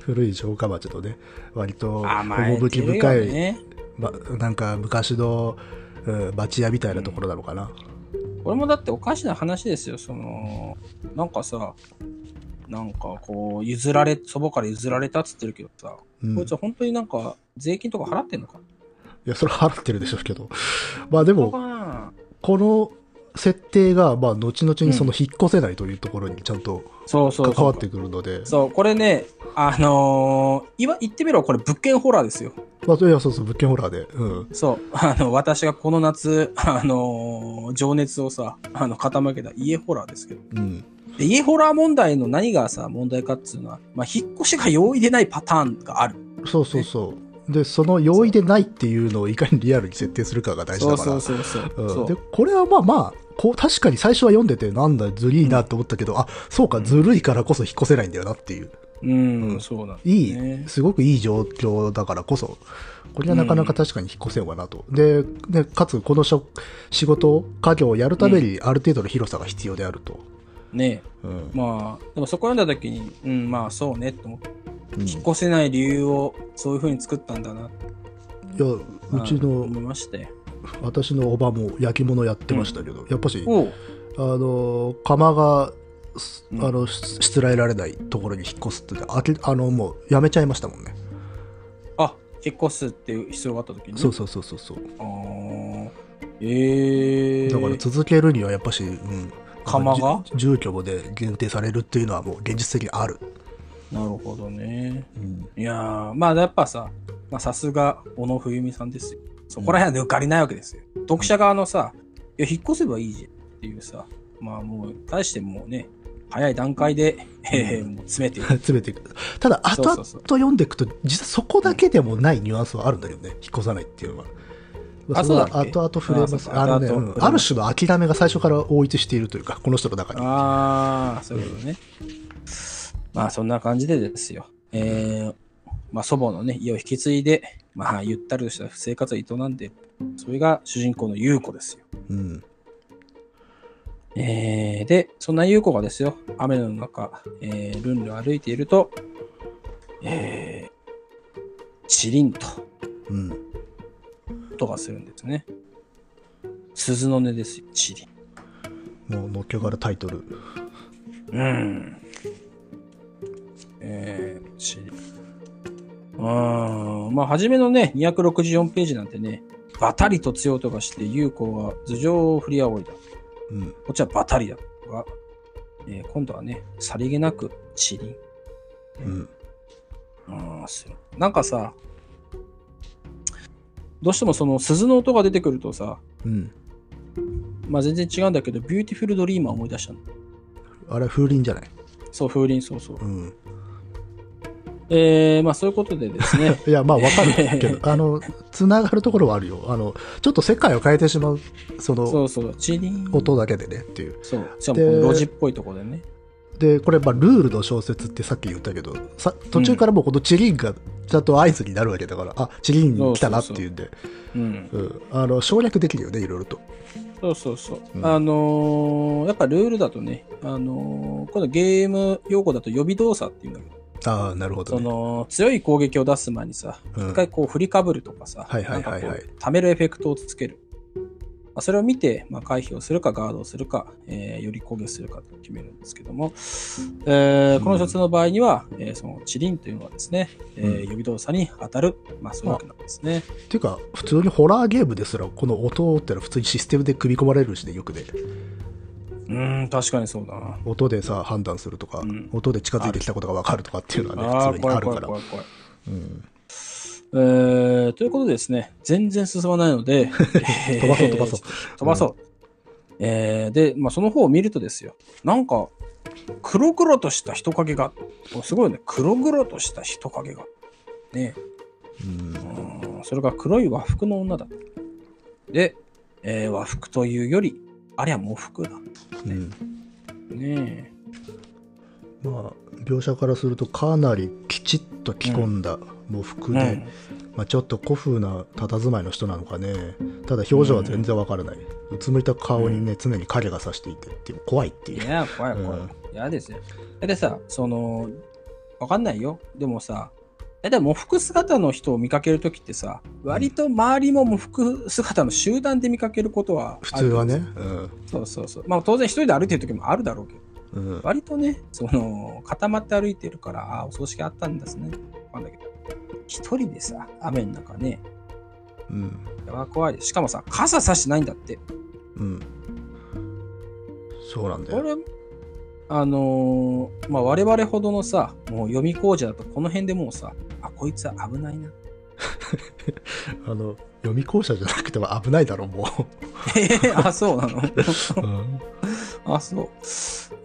S2: 古い城下町のね割と
S1: 甘えて
S2: 趣
S1: るよ
S2: 深い、
S1: ね。
S2: ま、なんか昔の、うん、町屋みたいなところなのかな、
S1: これもだっておかしな話ですよ。その、なんかさ、なんかこう、譲られ、祖母から譲られたっつってるけどさ、
S2: うん
S1: こい
S2: い
S1: つは本当になんか税金とか払ってんのか
S2: やそれは払ってるでしょうけど [laughs] まあで
S1: そうか
S2: も
S1: な
S2: この設定がまあ後々にその引っ越せないというところにちゃんと
S1: そうそうそう。
S2: 関わってくるので、
S1: そう、これね、あのーいわ言ってみればこれ物件ホラーですよ。
S2: まあ、いやそうそう物件ホラーで、うん、
S1: そう、 [laughs] あの、私がこの夏、あのー情熱をさ、あの、傾けた家ホラーですけど。
S2: うん、
S1: で、家ホラー問題の何がさ、問題かっつうのは、まあ、引っ越しが容易でないパターンがある。
S2: そうそうそうでその容易でないっていうのをいかにリアルに設定するかが大事
S1: そ
S2: だ
S1: う
S2: から
S1: そうそうそう。
S2: うん
S1: そう
S2: でこれはまあまあこう確かに最初は読んでてなんだずるいなと思ったけど、あそうかずるいからこそ引っ越せないんだよなっていう
S1: うん、
S2: うん
S1: そうなんだ、ね。
S2: いい、すごくいい状況だからこそこれはなかなか確かに引っ越せんわなと、ででかつこのしょ仕事家業をやるためにある程度の広さが必要であると、
S1: ね
S2: うん
S1: まあ、でもそこ読んだ時に、うん、まあそうねって思って、
S2: うんい
S1: 引っ越せない理由をそういう風に作ったんだな、
S2: やうち
S1: あ
S2: の
S1: 思いまして。
S2: 私のおばも焼き物やってましたけど、やっぱし
S1: おう
S2: あの釜がす
S1: うん
S2: あのししつらえられないところに引っ越すってあけあのもうやめちゃいましたもんね
S1: あ、引っ越すっていう必要があった時に。
S2: そうそうそうそうそう。
S1: あーえー、
S2: だから続けるにはやっぱし、うん、
S1: 釜が
S2: じ住居もで限定されるっていうのはもう現実的にある。
S1: なるほどね。
S2: うん、 [laughs]
S1: いやー、まあやっぱさ、まあさすが小野冬美さんですよ。そこら辺は抜かりないわけですよ。読者側のさ、いや、引っ越せばいいじゃんっていうさ、まあもう、対してもうね、早い段階で、えーもう詰め
S2: [laughs]
S1: ていく。
S2: 詰めていく。ただ
S1: そ
S2: 後
S1: うそ
S2: 々
S1: うそう
S2: 読んでいくと実はそこだけでもないニュアンスはあるんだよね、引っ越さないっていうのは。ま
S1: あそうだっけ
S2: れは後々触れます。
S1: あ
S2: あ
S1: そうか
S2: のね、
S1: 後々
S2: うんある種の諦めが最初から応一しているというか、この人の中に。
S1: ああ、そういうことね。まあそんな感じでですよ。えー、まあ祖母のね、家を引き継いで、まあゆったりとした生活を営んで、それが主人公の優子ですよ。
S2: うん。
S1: えー、で、そんな優子がですよ、雨の中、えー、ルンルン歩いていると、えー、チリンと
S2: うん。
S1: 音がするんですね。鈴の音ですよ、チリン。
S2: もうのっけからタイトル。
S1: うん。えー、チリン。うーん、まあ、初めのね、264ページなんてね、バタリと強い音がして、優子は頭上を振り仰いだ。
S2: うん。
S1: こっちはバタリだが、えー今度はね、さりげなくチリン。
S2: うん。
S1: ああ、するなんかさ、どうしてもその鈴の音が出てくるとさ、
S2: うん。
S1: まあ全然違うんだけど、ビューティフルドリーマー思い出したの。
S2: あれは風鈴じゃない。
S1: そう、風鈴、そうそう。
S2: うん。。
S1: えー、まあそういうことでですね
S2: いや、まあわかるけ
S1: [laughs]
S2: ど、あの、つながるところはあるよ。あの、ちょっと世界を変えてしまう、 [laughs]
S1: そ
S2: その、
S1: うそう、チリン。
S2: 音だけでねっていう。
S1: そう、しかも
S2: で
S1: この路地っぽいとこでね。
S2: で、これ、まあ、ルールの小説ってさっき言ったけど、さ途中からもうこのチリンがちゃんと合図になるわけだから、あ、チリン来たなっていうんで、
S1: うん。
S2: うんあの、省略できるよね、いろいろと。
S1: そうそうそう。
S2: うん
S1: あのーやっぱルールだとね、あのーこのゲーム用語だと予備動作っていうんだけど、
S2: ああ、なるほど
S1: そ
S2: ね。
S1: の強い攻撃を出す前にさ、
S2: うん
S1: 一回こう振りかぶるとかさ、
S2: はいはいはいはい
S1: なんかこう溜めるエフェクトをつける。まあそれを見て、まあ、回避をするかガードをするか、えーより攻撃するかと決めるんですけども、えーこの小説の場合には、えーそのチリンというのはですね、えー
S2: うん
S1: 予備動作に当たる、まあ、そういうわけなんですね。
S2: っていうか、普通にホラーゲームですら、この音ってのは普通にシステムで組み込まれるしね、よくね。
S1: うーん、確かにそうだな。
S2: 音でさ判断するとか、
S1: ん
S2: 音で近づいてきたことが分かるとかっていうのは
S1: あー
S2: ね普通に
S1: 怖い
S2: あるから
S1: 怖い怖い怖いえーということでですね、全然進まないので、 [laughs] 飛
S2: [laughs] 飛ばそう飛ばそう。
S1: 飛ばそう。えーで、まあ、その方を見るとですよ、なんか、黒々とした人影が、おすごいよね、黒々とした人影が。ね
S2: うん
S1: うんそれが黒い和服の女だ。で、えー和服というより、あれは喪服だ。
S2: うん
S1: ね
S2: まあ描写からするとかなりきちっと着込んだ喪服で、
S1: うん
S2: まあ、ちょっと古風な佇まいの人なのかねただ表情は全然わからない、うつむいた顔にね、常に影がさしていてっていう怖いって
S1: い
S2: いう、
S1: や、怖い怖い
S2: うん。
S1: 嫌、ですよ。でさ、その、わかんないよ。でもさ、大体喪服姿の人を見かけるときってさ、割と周りも喪服姿の集団で見かけることは
S2: 普
S1: あ
S2: 通
S1: る
S2: はねうん
S1: そうそうそう。まあ当然一人で歩いてるときもあるだろうけど、
S2: うん
S1: 割とね、その、固まって歩いてるから、ああー、お葬式あったんですね。わかんないけど。一人でさ、雨の中ね、
S2: うん
S1: やば怖いです。しかもさ、傘さしてないんだって。
S2: うんそうなんだ
S1: こ
S2: よ
S1: れあのーまあ我々ほどのさもう読み工事だとこの辺でもうさあこいつは危ない [laughs] な
S2: あの読み校舎じゃなくては危ないだろうも
S1: えあそうなの
S2: う、うん
S1: あそう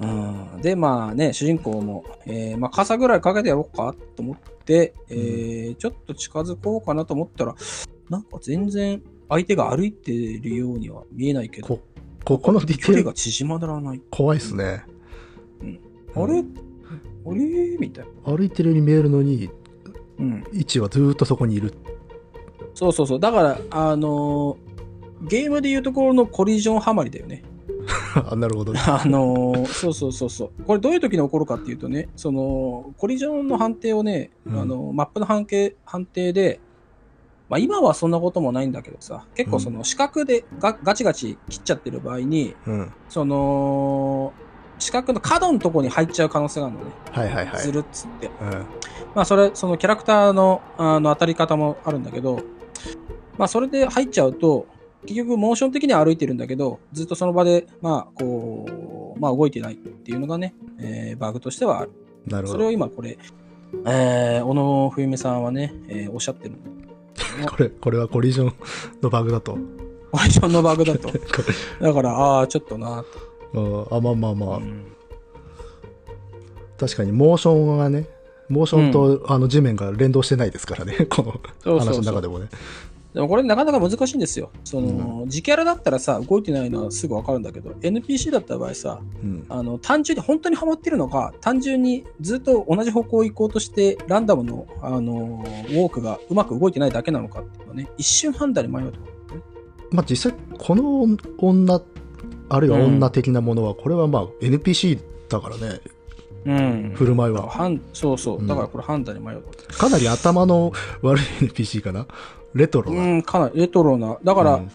S1: うんでまあね主人公も、えーまあ、傘ぐらいかけてやろうかと思って、えーちょっと近づこうかなと思ったらなんか全然相手が歩いてるようには見えないけど
S2: [laughs] こここのディ
S1: 距
S2: テ
S1: 離
S2: ー
S1: が
S2: ル
S1: 縮まらない、
S2: 怖いっすね、
S1: うん
S2: うん
S1: あれあれみたいな、
S2: 歩いてるように見えるのに
S1: うん、
S2: 位置はずーっとそこにい [laughs] る
S1: そうそうそう。だから、あのーゲームでいうところのコリジョンハマりだよね。 [laughs]
S2: あなるほど、
S1: あのーそうそうそうそう。これどういう時に起こるかっていうとね、その、コリジョンの判定をね、
S2: うん
S1: あのマップの判定判定で、まあ今はそんなこともないんだけどさ、結構その視覚でガガチガチ切っちゃってる場合に、
S2: うん、はい
S1: その、視覚の角のとこに入っちゃう可能性があるのね。
S2: はいはい
S1: ずるっつって。
S2: うん
S1: まあそれ、そのキャラクターのあの当たり方もあるんだけど、まあそれで入っちゃうと、結局モーション的には歩いてるんだけど、ずっとその場で、まあこう、まあ動いてないっていうのがね、えーバグとしてはある。
S2: なるほ
S1: それ
S2: ど
S1: を今これ、えー小野冬美さんはね、えーおっしゃってる。
S2: これこれはコリジョンのバグだと。
S1: モーションのバグだと
S2: [laughs] これ
S1: だから、ああ、ちょっとな
S2: うんあまあまあま
S1: と、う
S2: あ、
S1: ん
S2: 確かにモーションがねモーションと、あの地面が連動してないですからね [laughs] こ
S1: そうそ
S2: の
S1: う
S2: 話
S1: そう
S2: の中でもね
S1: でもこれなかなか難しいんですよ。その、自キャラだったらさ、動いてないのはすぐわかるんだけど、NPC だった場合さ、
S2: うん
S1: あの単純に本当にハマってるのか単純にずっと同じ方向を行こうとしてランダムの、あのーウォークがうまく動いてないだけなのかっていうのはね一瞬判断に迷うと
S2: まあ実際この女あるいは
S1: うん
S2: 女的なものは、これはまあ NPC だからね
S1: うん
S2: 振る舞いは
S1: はんそうそううんだからこれ判断に迷うと、
S2: かなり頭の悪い NPC かなレトロ
S1: う
S2: な、
S1: ん、かなりレトロなだから、
S2: うん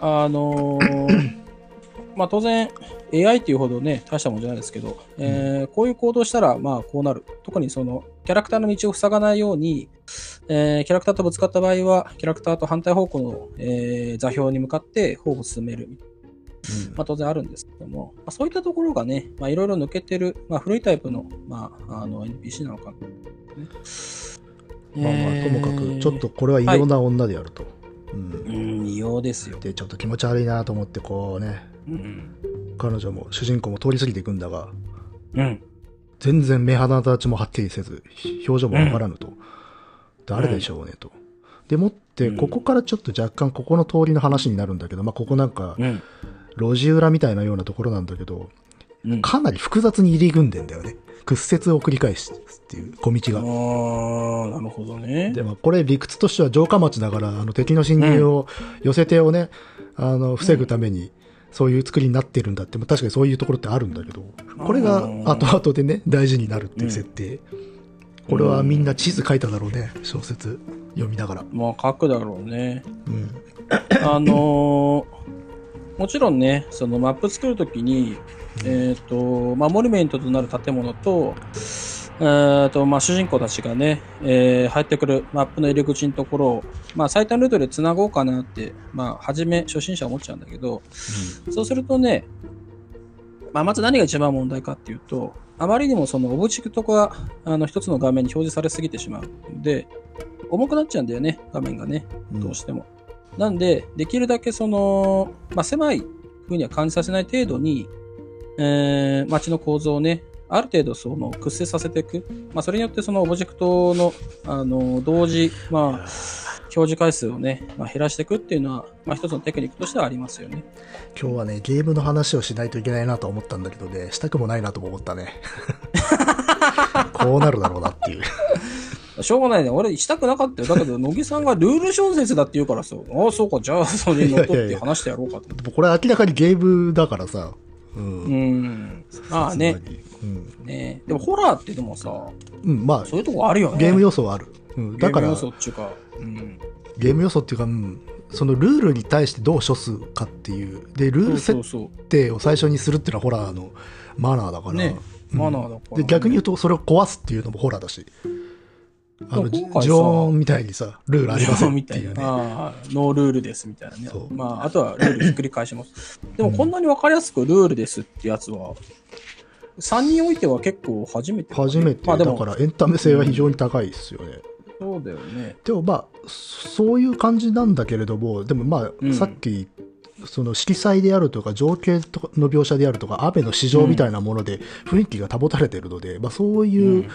S1: あの
S2: [clears throat]
S1: ーまあ当然 AI っていうほどね大したもんじゃないですけど、えーこういう行動したらまあこうなる特にそのキャラクターの道を塞がないように、えーキャラクターとぶつかった場合はキャラクターと反対方向の、えー座標に向かって歩を進める
S2: うん
S1: まあ、当然あるんですけども、まあ、そういったところがね、まあ、いろいろ抜けてる、まあ、古いタイプの,、まあ、あの NPC なのかな、
S2: まあまあともかくちょっとこれは異様な女であると、
S1: う
S2: うん
S1: ん異様ですよ、
S2: でちょっと気持ち悪いなと思ってこうね
S1: うん
S2: 彼女も主人公も通り過ぎていくんだが
S1: うん、
S2: 全然目鼻立ちもはっきりせず表情もわからぬと、誰でしょうねと、でもって
S1: うん
S2: ここからちょっと若干ここの通りの話になるんだけど、まあ、ここなんか
S1: うん
S2: 路地裏みたいなようなところなんだけど
S1: うん
S2: かなり複雑に入り組んでんだよね屈折を繰り返すっていう小道
S1: あ
S2: が。
S1: ーなるほどね
S2: でもこれ理屈としては城下町だからあの敵の侵入を寄せ手をね、あの防ぐためにそういう作りになってるんだって、まあ確かにそういうところってあるんだけどこれが
S1: うん
S2: 後々でね大事になるっていう設定、これはみんな地図書いただろうね小説読みながら、
S1: まあ書くだろうね
S2: うん
S1: あのーもちろんねそのマップ作るときにえっ、とまあモニュメントとなる建物とえーとまあ、主人公たちがね、えー入ってくるマップの入り口のところを、まあ、最短ルートでつなごうかなって、まあ、初め初心者は思っちゃうんだけどそうするとね、まあ、まず何が一番問題かっていうと、あまりにもそのオブジェクトがあの一つの画面に表示されすぎてしまうんで、重くなっちゃうんだよね、画面がね、
S2: うん
S1: どうしても。なんで、できるだけその、まあ、狭い風には感じさせない程度に、えー、街の構造をね、ある程度その屈折させていく。まあ、それによってそのオブジェクトの、あの、同時、まあ、表示回数をね、まあ、減らしていくっていうのは、まあ、一つのテクニックとしてはありますよね。
S2: 今日はね、ゲームの話をしないといけないなと思ったんだけどね、したくもないなとも思った [laughs] ね。こうなるだろうなっていう。
S1: しょうがないね。俺、したくなかったよ。だけど、乃木さんがルール小説だって言うからさ、ああ、そうか、じ
S2: [laughs]
S1: ゃあ、それにのっと
S2: いやいや
S1: っ
S2: い
S1: て
S2: や
S1: 話してやろうかと思って。
S2: でもこれ明らかにゲームだからさ。うん。
S1: うーん。まあ
S2: さ
S1: ね
S2: す。がにうん。
S1: ねでも、ホラーってでもさ、
S2: うん、ま
S1: そう
S2: あ、
S1: いうとこあるよね。
S2: ゲーム要素はある。うん、だか
S1: ゲーム要、
S2: ら
S1: 素っていうか、うん。
S2: ゲーム要素っていうか、うん、そのルールに対してどう処すかっていう。で、ルール
S1: そう
S2: 設
S1: そう
S2: 定を最初にするっていうのはホラーのマナーだから。
S1: ね
S2: うん
S1: マナーだからね
S2: で、逆に言うと、それを壊すっていうのもホラーだし。あの、
S1: でも今回さ
S2: ジョーンみたいにさ、ルールありませ
S1: そうん
S2: っ
S1: み
S2: て
S1: たい
S2: い
S1: な
S2: う
S1: ね。
S2: ね。
S1: ああノールールですみたいなね
S2: そ。う
S1: まあ、あとはルールひっくり返します。でも、こんなに分かりやすくルールですってやつは、3人おいては結構初めてだね。
S2: 初めて、
S1: まあ、で
S2: だ
S1: も
S2: か、らエンタメ性は非常に高いですよね。
S1: そうだよね。
S2: でもまあそういう感じなんだけれどもでもま
S1: う
S2: あ
S1: ん
S2: さっき、その色彩であるとか情景とかの描写であるとか雨の市場みたいなもので雰囲気が保たれているので、まあ、そういう、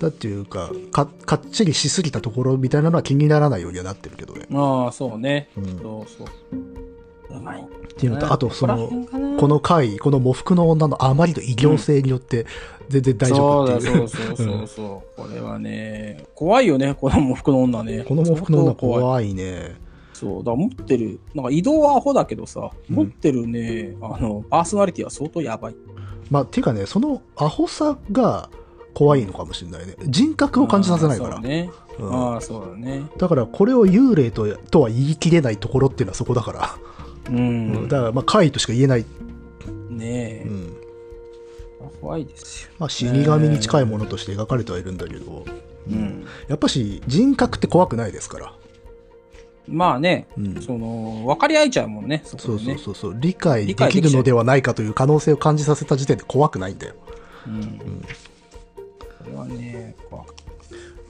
S2: なんていうかかかっちりしすぎたところみたいなのは気にならないようにはなってるけどね。
S1: ああ、そうね。
S2: うん
S1: そうそう。うまい。
S2: っていうのとあとその
S1: ここら辺かな
S2: この回この喪服の女のあまりの異形性によって全然大丈夫っていう、
S1: そうだ、そうそうそうそう。これはね、怖いよね、この喪服の女
S2: [laughs]
S1: ね。
S2: この喪服の女
S1: 相当い
S2: 怖いね。
S1: そう、だから持ってる、なんか移動はアホだけどさ、
S2: うん
S1: 持ってるね、あの、パーソナリティは相当やばい。
S2: まあ、ていうかね、そのアホさが怖いのかもしれないね。人格を感じさせないか
S1: あ
S2: ら。
S1: ーそうね。
S2: うん
S1: ああ、そうだね。
S2: だから、これを幽霊ととは言い切れないところっていうのはそこだから。
S1: うん。
S2: だから、まあ、怪異としか言えない。
S1: ねえ、
S2: うん
S1: 怖いですよ。
S2: まあ、死神に近いものとして描かれてはいるんだけど、
S1: うん。
S2: やっぱし人格って怖くないですから。
S1: まあね、
S2: うん
S1: その、分かり合えちゃうもんね、そ
S2: そ
S1: こ
S2: う
S1: で
S2: そう
S1: ね。
S2: そうそう、理解で
S1: 理解で
S2: き
S1: きちゃ
S2: る
S1: う
S2: のではないかという可能性を感じさせた時点で怖くないんだよ。
S1: うん。これはね、怖かっ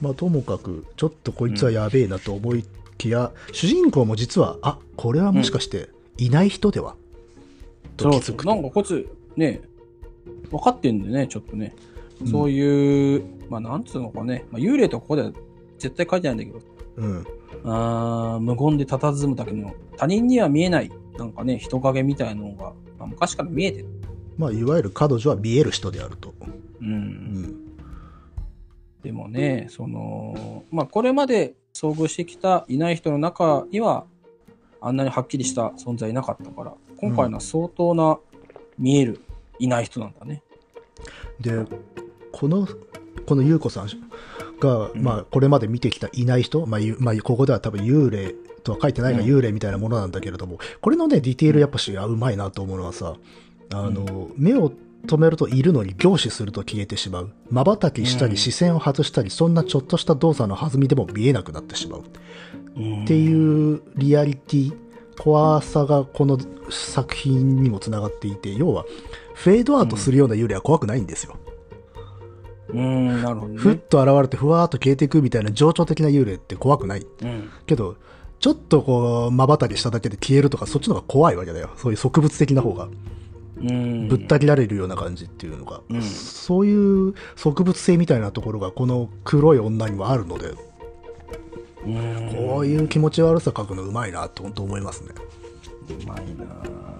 S2: まあ、ともかくちょっとこいつはやべえなと思いきや、主人公も実はあこれはもしかしていない人では、
S1: た
S2: と気づく
S1: そうそうなんかこいつ、ね分かってんだよね、ちょっとね。そういう、まあなんつうのかね、まあ、幽霊とかここでは絶対書いてないんだけど、
S2: うん、
S1: あー無言で佇むだけの他人には見えないなんかね人影みたいなのが、まあ、昔から見えてる、
S2: まあいわゆる彼女は見える人であると、
S1: う、
S2: うんん
S1: でもねそのまあこれまで遭遇してきたいない人の中にはあんなにはっきりした存在いなかったから今回のは相当な見える、いない人なんだね
S2: でこのこの優子さんが、
S1: うん
S2: まあ、これまで見てきたいない人、まあゆまあ、ここでは多分幽霊とは書いてないが
S1: うん
S2: 幽霊みたいなものなんだけれども、これのねディテールやっぱしあうまいなと思うのはさあの、目を止めるといるのに凝視すると消えてしまうまばたきした
S1: う
S2: り
S1: ん
S2: 視線を外したり、そんなちょっとした動作の弾みでも見えなくなってしまうっていうリアリティ怖さがこの作品にもつながっていて要はフェードアウトするような幽霊は怖くないんですよ、
S1: うんなるほど
S2: ふっ
S1: ね、
S2: と現れてふわーっと消えていくみたいな情緒的な幽霊って怖くない
S1: うん、
S2: けどちょっとこうまばたきしただけで消えるとかそっちの方が怖いわけだよそういう植物的な方が
S1: うん
S2: ぶった切られるような感じっていうのが、
S1: うん
S2: そういう植物性みたいなところがこの黒い女にはあるので、
S1: うん
S2: こういう気持ち悪さ描くのうまいなと本当思いますね
S1: うまいな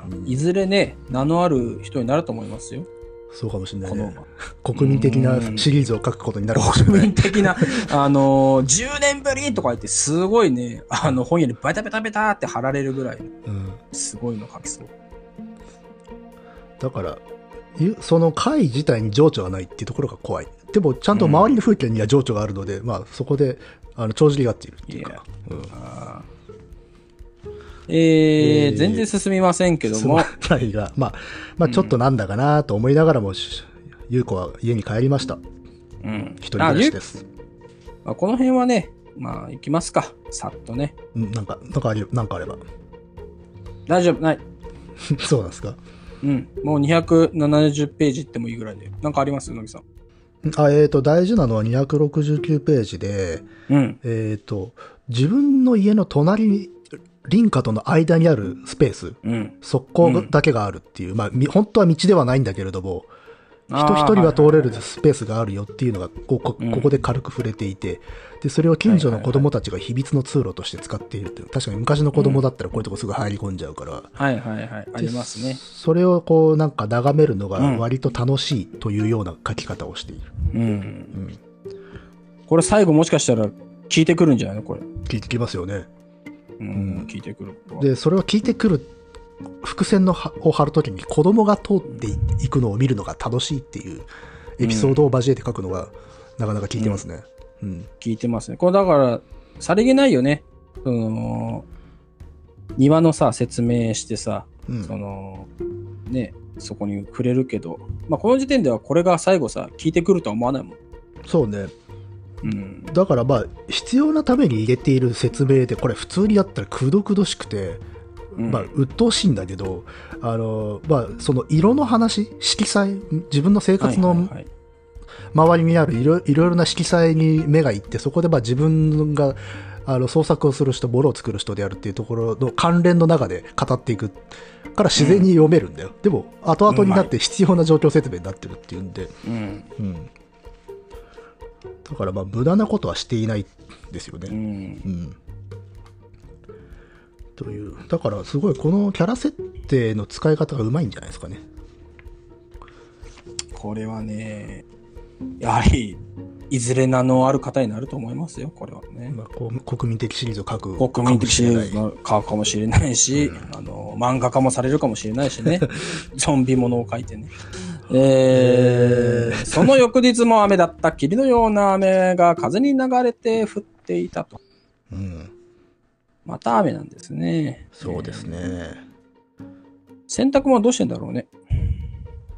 S1: あいずれね名のある人になると思います
S2: [laughs]
S1: よ
S2: そうかもしれない
S1: この
S2: ね国民的なシリーズを書くことになるかもしれ
S1: 国 [laughs]
S2: ない
S1: 民的な、あのー10年ぶりとか言って、すごいね、あの、本屋にバタバタバタって貼られるぐらい、
S2: うん
S1: すごいの書きそう。
S2: だからゆその会自体に情緒がないっていうところが怖いでもちゃんと周りの風景には情緒があるので、まあそこであの帳尻が合っているっていうか、うん
S1: あーえー
S2: えー
S1: 全然進みませんけど
S2: す
S1: も
S2: ま、ないが、まあ、まあちょっとなんだかなと思いながらも、しゆう子は家に帰りました
S1: うん
S2: 一人暮らしです、
S1: まあこの辺はね、まあ、行きますか、さっとね。
S2: うん、なんかなんかあれなんかあれば
S1: 大丈夫、ない。
S2: [laughs] そうなんですか
S1: うん。もう270ページいってもいいぐらいで。なんかあります野木さん。
S2: あ、えっ、と、大事なのは269ページで、
S1: うん。
S2: えっ、と、自分の家の隣に、林家との間にあるスペース、
S1: うん。
S2: 側溝だけがあるっていう、まあ、み本当は道ではないんだけれども、人一人は通れるスペースがあるよっていうのがここ
S1: うん
S2: ここで軽く触れていてでそれを近所の子供たちが秘密の通路として使っているっていう確かに昔の子供だったらこういうとこすぐ入り込んじゃうから、
S1: はいはいはいはい。あります
S2: で
S1: ね。
S2: それをこうなんか眺めるのが
S1: うん
S2: 割と楽しいというような書き方をしている、
S1: うん。
S2: うん、
S1: これ最後もしかしたら聞いてくるんじゃないのこれ。
S2: 聞いてきますよね
S1: うん。聞いてくる。
S2: でそれを聞いてくる伏線のはを張るときに子供が通っていくのを見るのが楽しいっていうエピソードを交えて書くのがなかなか聞いてますね、うん
S1: 聞いてますね。これだから、さりげないよね。その、庭のさ、説明してさ、
S2: うん
S1: その、ね、そこに触れるけど、まあ、この時点ではこれが最後さ、聞いてくるとは思わないもん。
S2: そうね
S1: うん。
S2: だからまあ必要なために入れている説明でこれ普通にやったらくどくどしくて、
S1: うん
S2: まあ鬱陶しいんだけどあの、まあ、その色の話色彩自分の生活
S1: はいは
S2: の
S1: いはい
S2: 周りにあるいろいろいろな色彩に目がいってそこでまあ自分があの創作をする人ものを作る人であるっていうところの関連の中で語っていくから自然に読めるんだよ、でも後々になって必要な状況説明になってるっていうんで、
S1: うん。
S2: うん、だからまあ無駄なことはしていないですよね。
S1: うん。
S2: うんというだからすごいこのキャラ設定の使い方がうまいんじゃないですかね
S1: これはね、やはり、いずれ名のある方になると思いますよ、これはね。
S2: まあ、こう国民的シリーズを書く
S1: 国民的シリーズ
S2: かもしれない
S1: の顔かもしれないし、あの、漫画化もされるかもしれないし [laughs] ね。ゾンビものを書いてね。えー、その翌日も雨だった霧のような雨が風に流れて降っていたと。
S2: うん
S1: また雨なんですね。
S2: そうですね、
S1: 洗濯物はどうしてんだろうね。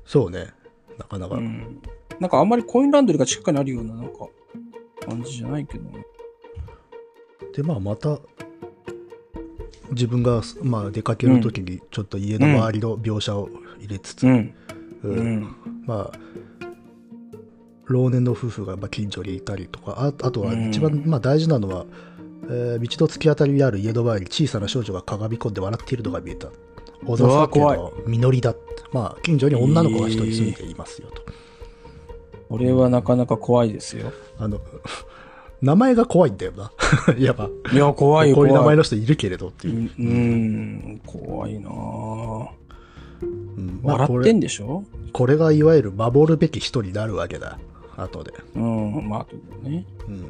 S2: そうねなかなか、
S1: うん。なんかあんまりコインランドリーが近くにあるような、なんか、感じじゃないけどね。
S2: でまあまた自分が、まあ、出かける時にちょっと家の周りの描写を入れつつ、
S1: うん。
S2: うん
S1: うん。
S2: まあ老年の夫婦がまあ近所にいたりとかああとは
S1: うん
S2: 一番まあ大事なのは、えー道の突き当たりにある家の前に小さな少女がかがみ込んで笑っているのが見えた小
S1: う
S2: 沢
S1: わ
S2: 家
S1: 怖い
S2: の実りだまあ近所に女の子が一人住んでいますよと、
S1: これはなかなか怖いですよ。
S2: あの [laughs] 名前が怖いんだよな [laughs] やっぱ
S1: [laughs] いや、怖いよ、
S2: こう
S1: 怖い。
S2: いう名前の人いるけれどっていう、
S1: うんうん、怖いなぁ。
S2: うんまあ
S1: 笑
S2: こ
S1: って
S2: れ
S1: んでしょ
S2: これがいわゆる守るべき人になるわけだ後で、
S1: うん、まあ、というね。
S2: うん、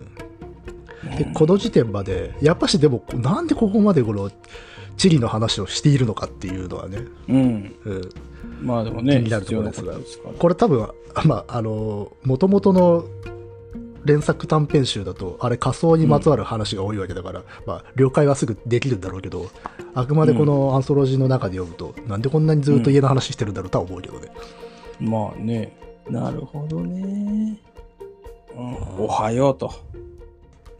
S2: でこの時点までやっぱしでもなんでここまでこの地理の話をしているのかっていうのはね、
S1: うん。
S2: うん、
S1: まあでも
S2: 気
S1: ね、
S2: になる
S1: 必
S2: と
S1: 要
S2: ころ
S1: な
S2: で
S1: こ
S2: す
S1: と
S2: が
S1: ですから。
S2: これ多分あまああの元々の連作短編集だとあれ仮想にまつわる話が多いわけだから、まあ、了解はすぐできるんだろうけどあくまでこのアンソロジーの中で読むと、なんでこんなにずっと家の話してるんだろうとは思うけどね、
S1: まあね、なるほどね。うん、おはようと。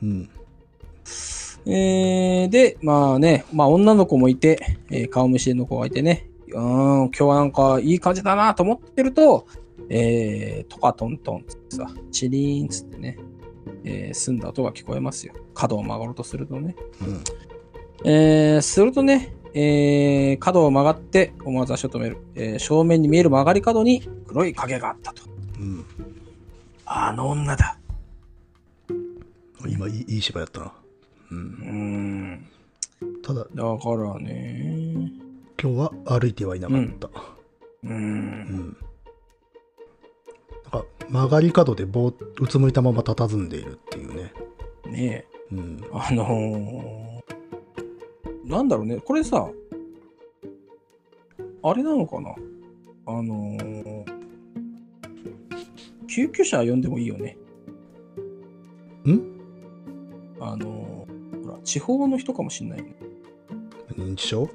S2: うん、
S1: えー、で、まあね、まあ女の子もいて、えー顔見知りの子がいてね、うーん、今日はなんかいい感じだなと思ってると、えー、トカトントンっつってさ、チリーンっつってね、えー、澄んだ音が聞こえますよ。角を曲がろうとするとね。
S2: うん、
S1: えー、するとね、えー角を曲がって思わず足を止める、えー正面に見える曲がり角に黒い影があったと
S2: うん
S1: あの女だ
S2: 今いいいい芝居やったな、
S1: う
S2: う、
S1: んん
S2: ただ
S1: だからね
S2: 今日は歩いてはいなかった、
S1: う
S2: うんんなんか曲がり角で棒うつむいたまま佇んでいるっていうね、
S1: ねえ
S2: うん、
S1: あのー、なんだろうねこれさあれなのかなあのー、救急車呼んでもいいよね
S2: ん
S1: あのー、ほら地方の人かもしんないね
S2: 認知症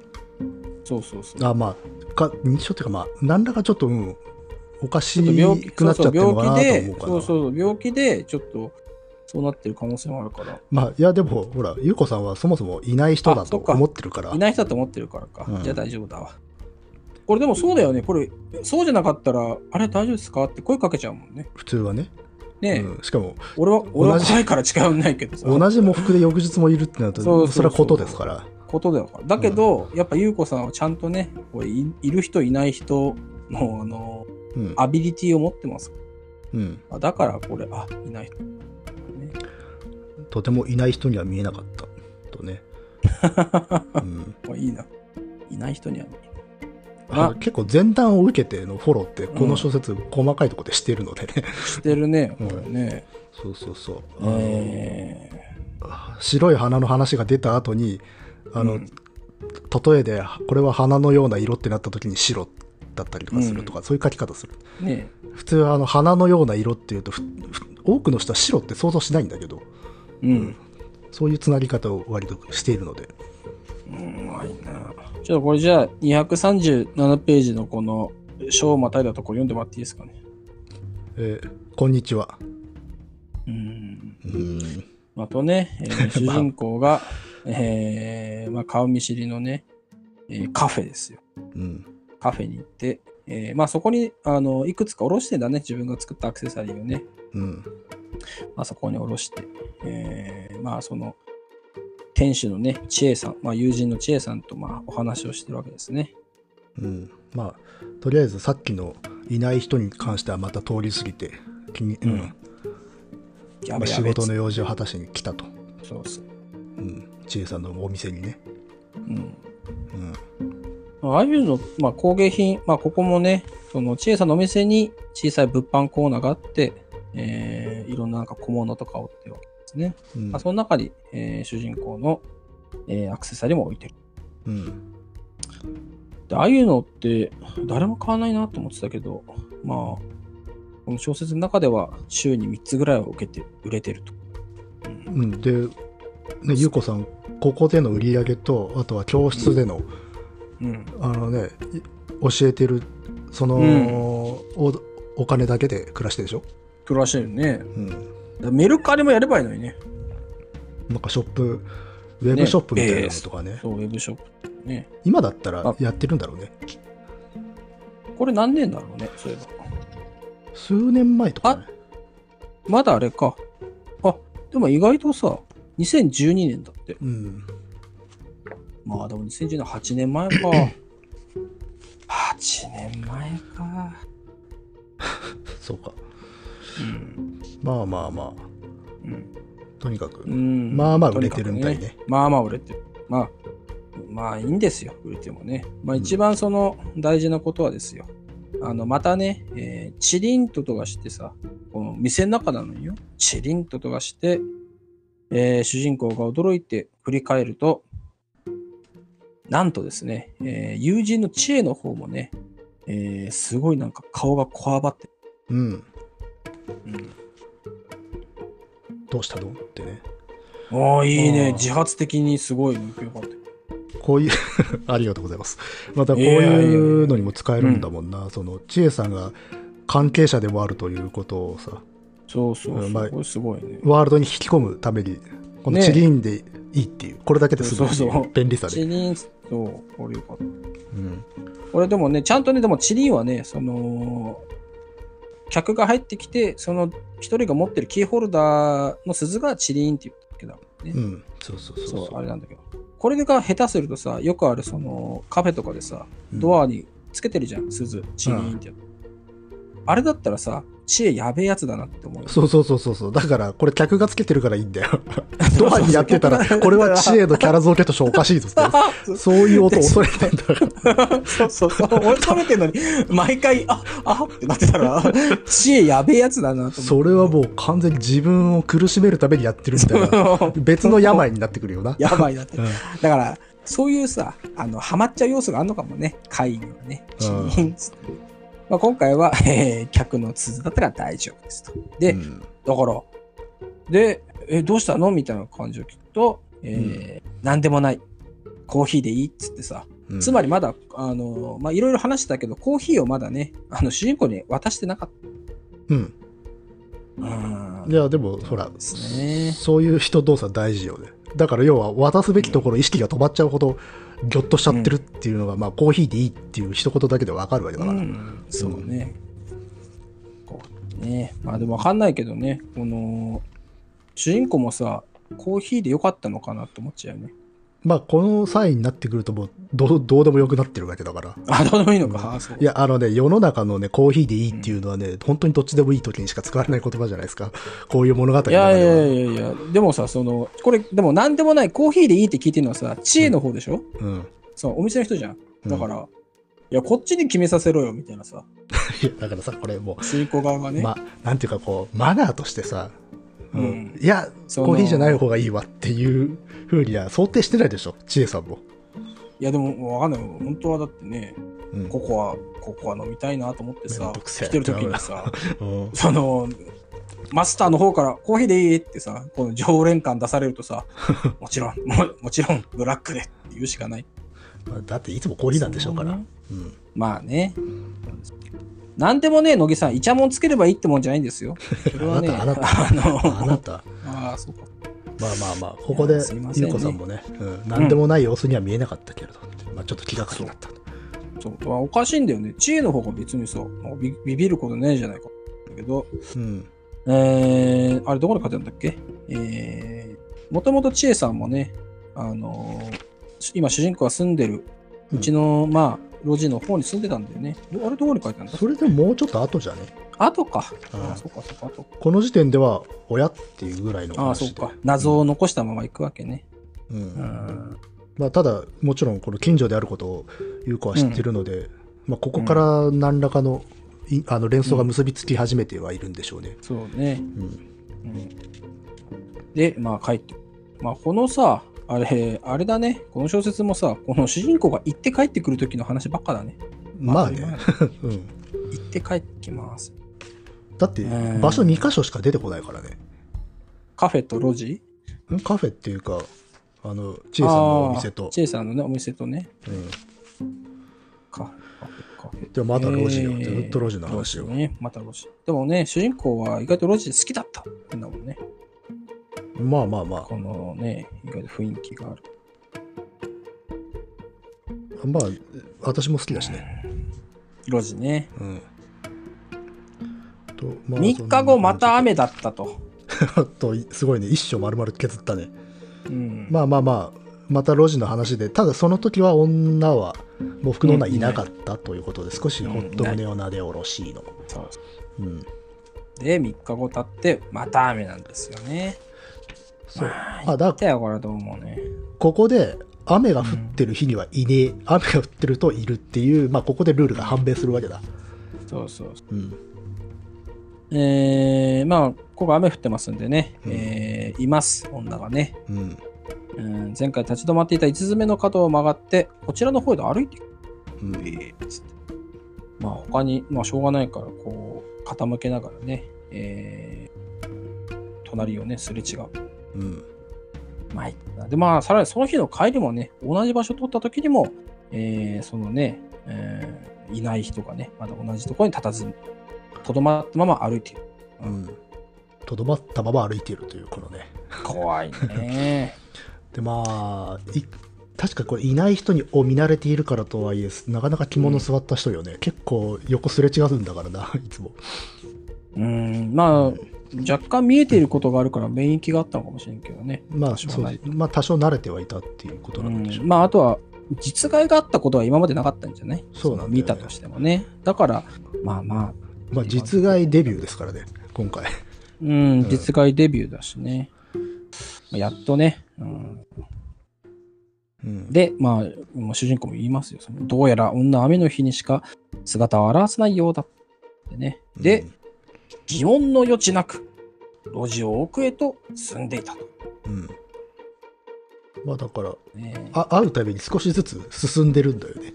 S1: そうそうそう
S2: あまあか認知症っていうかまあ何らかちょっと、うん、おかし
S1: ちょっと病気
S2: くなっちゃってるのかなと思うかな
S1: そうそう病気でそうそう病気でちょっとそうなってる可能性もあるから
S2: まあいやでもほら優子さんはそもそもいない人だ
S1: あ
S2: と
S1: そっか
S2: 思ってるから
S1: いない人だと思ってるからか、
S2: うん
S1: じゃあ大丈夫だわこれでもそうだよね。これ、そうじゃなかったら、あれ大丈夫ですかって声かけちゃうもんね。
S2: 普通はね、
S1: ねえ、
S2: うん、しかも
S1: 俺は、俺は
S2: 同じ
S1: 怖いから近寄んないけどさ。
S2: 同じ喪服で翌日もいるってなると
S1: そうそうそう
S2: れはことですから
S1: ことだから。だけど、やっぱ優子さんはちゃんとね、これいいる人いない人の、あの、
S2: うん、
S1: アビリティを持ってますか
S2: うん、
S1: ら。だから、これ、あ、いない人。ね
S2: とてもいない人には見えなかったと [laughs] ね、うん、
S1: まあいいな。いない人には見えない
S2: あ
S1: あ
S2: 結構前段を受けてのフォローってこの小説細かいところでしてるのでね、
S1: してるね、こ
S2: うん
S1: れね。
S2: [laughs] そうそうそうあの、
S1: ええ
S2: 白い花の話が出た後にあの、
S1: うん
S2: 例えでこれは花のような色ってなった時に白だったりとかするとか、そういう書き方する
S1: ね
S2: 普通はあの花のような色っていうとふふ多くの人は白って想像しないんだけど
S1: え。うん。
S2: そういうつなぎ方を割としているので
S1: うん、まいな。ちょっとこれじゃあ、237ページのこの、章をまたいだところ読んでもらっていいですかね。
S2: えーこんにちは。
S1: うん。
S2: うん。
S1: [laughs] まとね、えー主人公が、えーまあ、顔見知りのね、えーカフェですよ。
S2: うん。
S1: カフェに行って、えーまあ、そこにあのいくつかおろしてんだね、自分が作ったアクセサリーをね、
S2: うん。
S1: まあ、そこにおろして、えーまあ、その、店主のね、千恵さん、まあ、友人の千恵さんと、まあ、お話をしてるわけですね。
S2: うん。まあ、とりあえずさっきのいない人に関してはまた通り過ぎて、君、うん
S1: うんや
S2: まあ
S1: べや
S2: 仕
S1: べ
S2: 事の用事を果たしに来たと。
S1: そうそう。
S2: うん。知恵さんのお店にね。
S1: うん。
S2: うん。
S1: ああいうの、まあ、工芸品、まあ、ここもね、その、千恵さんのお店に小さい物販コーナーがあって、えーいろんななんか小物とかを売ってるわけですね。
S2: うん
S1: まあ、その中に、えー主人公の、えーアクセサリーも置いてる。
S2: うん。
S1: で、ああいうのって誰も買わないなと思ってたけど、まあ、この小説の中では週に3つぐらいは受けて売れてると。
S2: うん、で、ね、ゆうこさん、ここでの売り上げと、あとは教室での、
S1: うん。
S2: あのね、い教えてる、その、
S1: うん
S2: お、お金だけで暮らしてるでしょ。
S1: 暮らしてるね。
S2: うん。
S1: だメルカリもやればいいのにね。
S2: なんかショップ、ウェブショップみたいなのとかね
S1: そう、ウェブショップ。ね。
S2: 今だったらやってるんだろうね。
S1: これ何年だろうね、そういえば。
S2: 数年前とか、ね。
S1: まだあれか。あ、でも意外とさ、2012年だって。
S2: うん。
S1: まあでも2010年8年前か。8年前か。
S2: そうか。
S1: うん。
S2: まあまあま
S1: うん
S2: あ、とにかく、
S1: うん
S2: まあまあ売れてるみたいね
S1: とにかくまあまあ売れてる。まあ、まあいいんですよ、売れてもね。まあ一番その大事なことはですよ。あの、またね、えーチリンと音がしてさ、この店の中なのによ。チリンと音がして、えー主人公が驚いて振り返ると、なんとですね、えー友人の知恵の方もね、えーすごいなんか顔がこわばって、
S2: うん、
S1: うん、
S2: どうしたのってね。
S1: おーいい
S2: あ
S1: ね
S2: ー
S1: 自発的にすごい向きよかった
S2: こういう、 [laughs] ありがとうございます。またこう
S1: いやいやいや
S2: いうのにも使えるんだもんな。その、千恵さんが関係者でもあるということをさ、
S1: そうそう
S2: う
S1: そう、
S2: んまあ
S1: これすごいね。
S2: ワールドに引き込むために、この
S1: ね
S2: チリンでいいっていう、これだけですごい
S1: そうそう
S2: 便利さで。
S1: チリン、そう、これよかった。
S2: うん。
S1: これでもね、ちゃんとね、でもチリンはね、その、客が入ってきて、その一人が持ってるキーホルダーの鈴がチリンって言っただけだもんね。
S2: うん。そうそうそう
S1: そう、
S2: そ
S1: あ
S2: う。
S1: れなんだけど。これが下手するとさ、よくあるそのカフェとかでさ、
S2: うん
S1: ドアにつけてるじゃん、鈴、チリンってやつ。あれだったらさ、知恵やべえやつだなって思うよ。
S2: そうそうそうそうそう。だから、これ客がつけてるからいいんだよ。ドアにやってた
S1: そうそ
S2: ら、
S1: う
S2: これ
S1: [laughs]
S2: は知恵のキャラ造形としておかしいぞって。そういう音を恐れてんだから。
S1: そうそう [laughs] そう。俺食べてんのに、毎回、あ、あってなってたら、 [laughs] 知恵やべえやつだなと思
S2: それはもう完全に自分を苦しめるためにやってるみたい [laughs] な。
S1: って。
S2: 別の病になってくるよな。
S1: [laughs] やばいなって。
S2: うん
S1: だから、そういうさ、あの、ハマっちゃう要素があるのかもね。会議はね。チ
S2: うん
S1: ーンっつってまあ、今回は、 [laughs] えー客の鈴だったら大丈夫ですと。で、
S2: うん
S1: だから、で、え、どうしたのみたいな感じを聞くと、えーなんでもない。コーヒーでいいっつってさ、
S2: うん
S1: つまりまだ、あの、まあ、いろいろ話してたけど、コーヒーをまだね、あの、主人公に渡してなかった。
S2: うん。
S1: うん
S2: いや、でも、ほら、
S1: ですね。
S2: そういう人動作大事よね。だから要は渡すべきところ意識が止まっちゃうほどぎょっとしちゃってるっていうのが、まあコーヒーでいいっていう一言だけでわかるわけだから、
S1: うん、そうね。こうねまあでもわかんないけどね、この、主人公もさ、コーヒーでよかったのかなって思っちゃうよね。
S2: まあこの際になってくるともうどうどうでもよくなってるわけだから
S1: あ、どうでもいいのか。あそう
S2: いやあのね世の中のねコーヒーでいいっていうのはね、本当にどっちでもいい時にしか使われない言葉じゃないですかこういう物語の中
S1: い
S2: では
S1: やいやいやいや、でもさ、その、これ、でもなんでもない、コーヒーでいいって聞いてるのはさ、知恵の方でしょ、
S2: うん
S1: そう、お店の人じゃん。だから、いや、こっちに決めさせろよ、みたいなさ、
S2: いや [laughs] だからさこれも
S1: 主人公側が
S2: う、
S1: ね。
S2: まあなんていうかこうマナーとしてさ、うん
S1: うん
S2: いや
S1: その
S2: コーヒーじゃない方がいいわっていうふうには想定してないでしょ千恵さんも、
S1: いや、でも、わかんないよ。本当はだってね、
S2: うん
S1: ココア、ココア飲みたいなと思って
S2: めん
S1: さ
S2: ど、くせえ
S1: 来てる時にさ、
S2: うん
S1: そのマスターの方からコーヒーでいいってさ、この常連感出されると
S2: [laughs]
S1: さ、もちろん、ももちろんブラックでって言うしかない。
S2: だっていつもコーヒーなんでしょうから
S1: そうね
S2: うん
S1: まあね。なんでもね、乃木さん、イチャモンつければいいってもんじゃないんです
S2: [laughs]
S1: よ。それはね、
S2: あなた
S1: [laughs] あ
S2: あな
S1: の、
S2: た
S1: ああ、そうか。
S2: まあまあまあここで
S1: いやすいません
S2: ゆ
S1: ね
S2: うこさんもね、うん、何でもない様子には見えなかったけれど、まあ、ちょっと気がかりだった
S1: そうまあおかしいんだよね。知恵の方が別にさ、もうビビビることないじゃないか。だけど、
S2: うん
S1: えー、あれどこで買ってんだっけえー、もともと千恵さんもね、あのーし今主人公が住んでる、
S2: うん
S1: うちの、まあ、路地の方に住んでたんだよね。どあれどこに書いてあるんだ
S2: それでももうちょっと後じゃね
S1: あとか。
S2: うん
S1: あそうか、そうか、あとか。
S2: この時点では親っていうぐらいの
S1: ああ、
S2: 話
S1: そう
S2: で
S1: か。謎を残したまま行くわけね。
S2: うん
S1: うん。
S2: まあ、ただもちろんこの近所であることを優子は知ってるので、まあ、ここから何らかの,い、あの連想が結びつき始めてはいるんでしょうね、
S1: そうね。
S2: うん
S1: うん。で、まあ、帰って。まあ、このさ、あれ、あれだね。この小説もさ、この主人公が行って帰ってくる時の話ばっかだね。
S2: まあね、
S1: 当たり前だ。
S2: うん、
S1: 行って帰ってきます。
S2: だって
S1: うん
S2: 場所2箇所しか出てこないからね、
S1: カフェと路地
S2: んカフェっていうかあの千恵さんのお店
S1: あ
S2: と
S1: ー、チェイさんのね、お店とね。
S2: うん、
S1: カフェ、カフェ、カフェ。
S2: でもまだ路地よ、
S1: えー
S2: ずっと路地の話を
S1: 路地ね、また路地。でもね、主人公は意外と路地好きだったんだもんね。
S2: まあまあま
S1: このね、意外と雰囲気がある。
S2: あまあ私も好きだしね、
S1: 路地ね。
S2: うんとまあ
S1: 3日後また雨だったと。
S2: そんな感じで [laughs] とすごいね一生丸々削ったね
S1: うん。
S2: まあまあまあまた路地の話でただその時は女はもう服の女はいなかったということで少しほっと胸をなでおろしいの、
S1: そう
S2: うん、
S1: で、3日後経って、また雨なんですよね。
S2: そう
S1: あ
S2: あだ
S1: だよ、これどうもね。
S2: ここで雨が降ってる日にはいねえ雨が降ってるといるっていう、まあ、ここでルールが判明するわけだ、
S1: そうそうそ
S2: うん、
S1: う。えー、まあ、ここ雨降ってますんでね、
S2: うん
S1: えーいます、女がね。
S2: うん
S1: うん前回立ち止まっていた5つ目の角を曲がってこちらの方へと歩いていく
S2: うん
S1: えーつってまあ他にまあしょうがないからこう傾けながらね、えー隣をねすれ違う
S2: うん
S1: まあいいなでまあさらにその日の帰りもね同じ場所を通った時にも、えーそのね、えーいない人がねまだ同じところに佇ずとどまったまま歩いている
S2: うんとどまったまま歩いているというこのね
S1: 怖いね
S2: でまあい確かこれいない人にを見慣れているからとはいえなかなか着物座った人よね、結構横すれ違うんだからな [laughs] いつも
S1: [laughs] うんまあ若干見えていることがあるから免疫があったのかもしれんけどね
S2: まあ
S1: しょう
S2: そう
S1: がな
S2: で
S1: い
S2: すまあ多少慣れてはいたっていうことなんでしょう、
S1: うんまああとは実害があったことは今までなかったんじゃない
S2: そうなんだよね
S1: 見たとしてもねだからまあまあ
S2: まあ実害デビューですからね今回
S1: うん、
S2: うん
S1: 実害デビューだしねまあやっとね、うん、
S2: うん
S1: でまあもう主人公も言いますよそのどうやら女は雨の日にしか姿を現さないようだってねで、疑問の余地なく路地を奥へと進んでいたと、
S2: うんうんまあだから
S1: ね、
S2: あ会うたびに少しずつ進んでるんだよね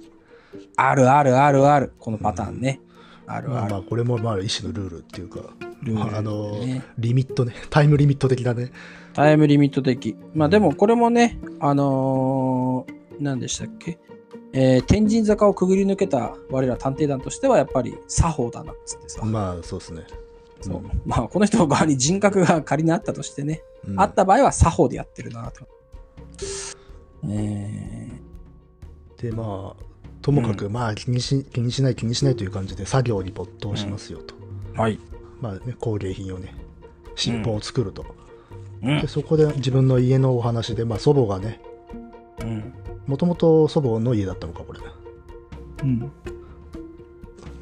S1: あるあるあるあるこのパターンね、ある
S2: ま
S1: あ
S2: あ
S1: る
S2: まあこれもまあ一種のルールっていうか、
S1: ルールだよね
S2: まああのリミットね [laughs] タイムリミット的だね
S1: タイムリミット的。まあでもこれもね、あのー、何でしたっけ、えー天神坂をくぐり抜けた我ら探偵団としてはやっぱり作法だなっつってさ、
S2: まあそうですね
S1: そう
S2: うん
S1: まあこの人側に人格が仮にあったとしてね、
S2: うん
S1: あった場合は作法でやってるなと。え
S2: でまあともかく、まあ気にし気にしない気にしないという感じで作業に没頭しますよと、
S1: ーはい。
S2: まあね、工芸品をね尻尾を作ると、
S1: う
S2: で
S1: ん。
S2: そこで自分の家のお話で、まあ、祖母がね
S1: うん。
S2: もともと祖母の家だったのかこれ
S1: うん。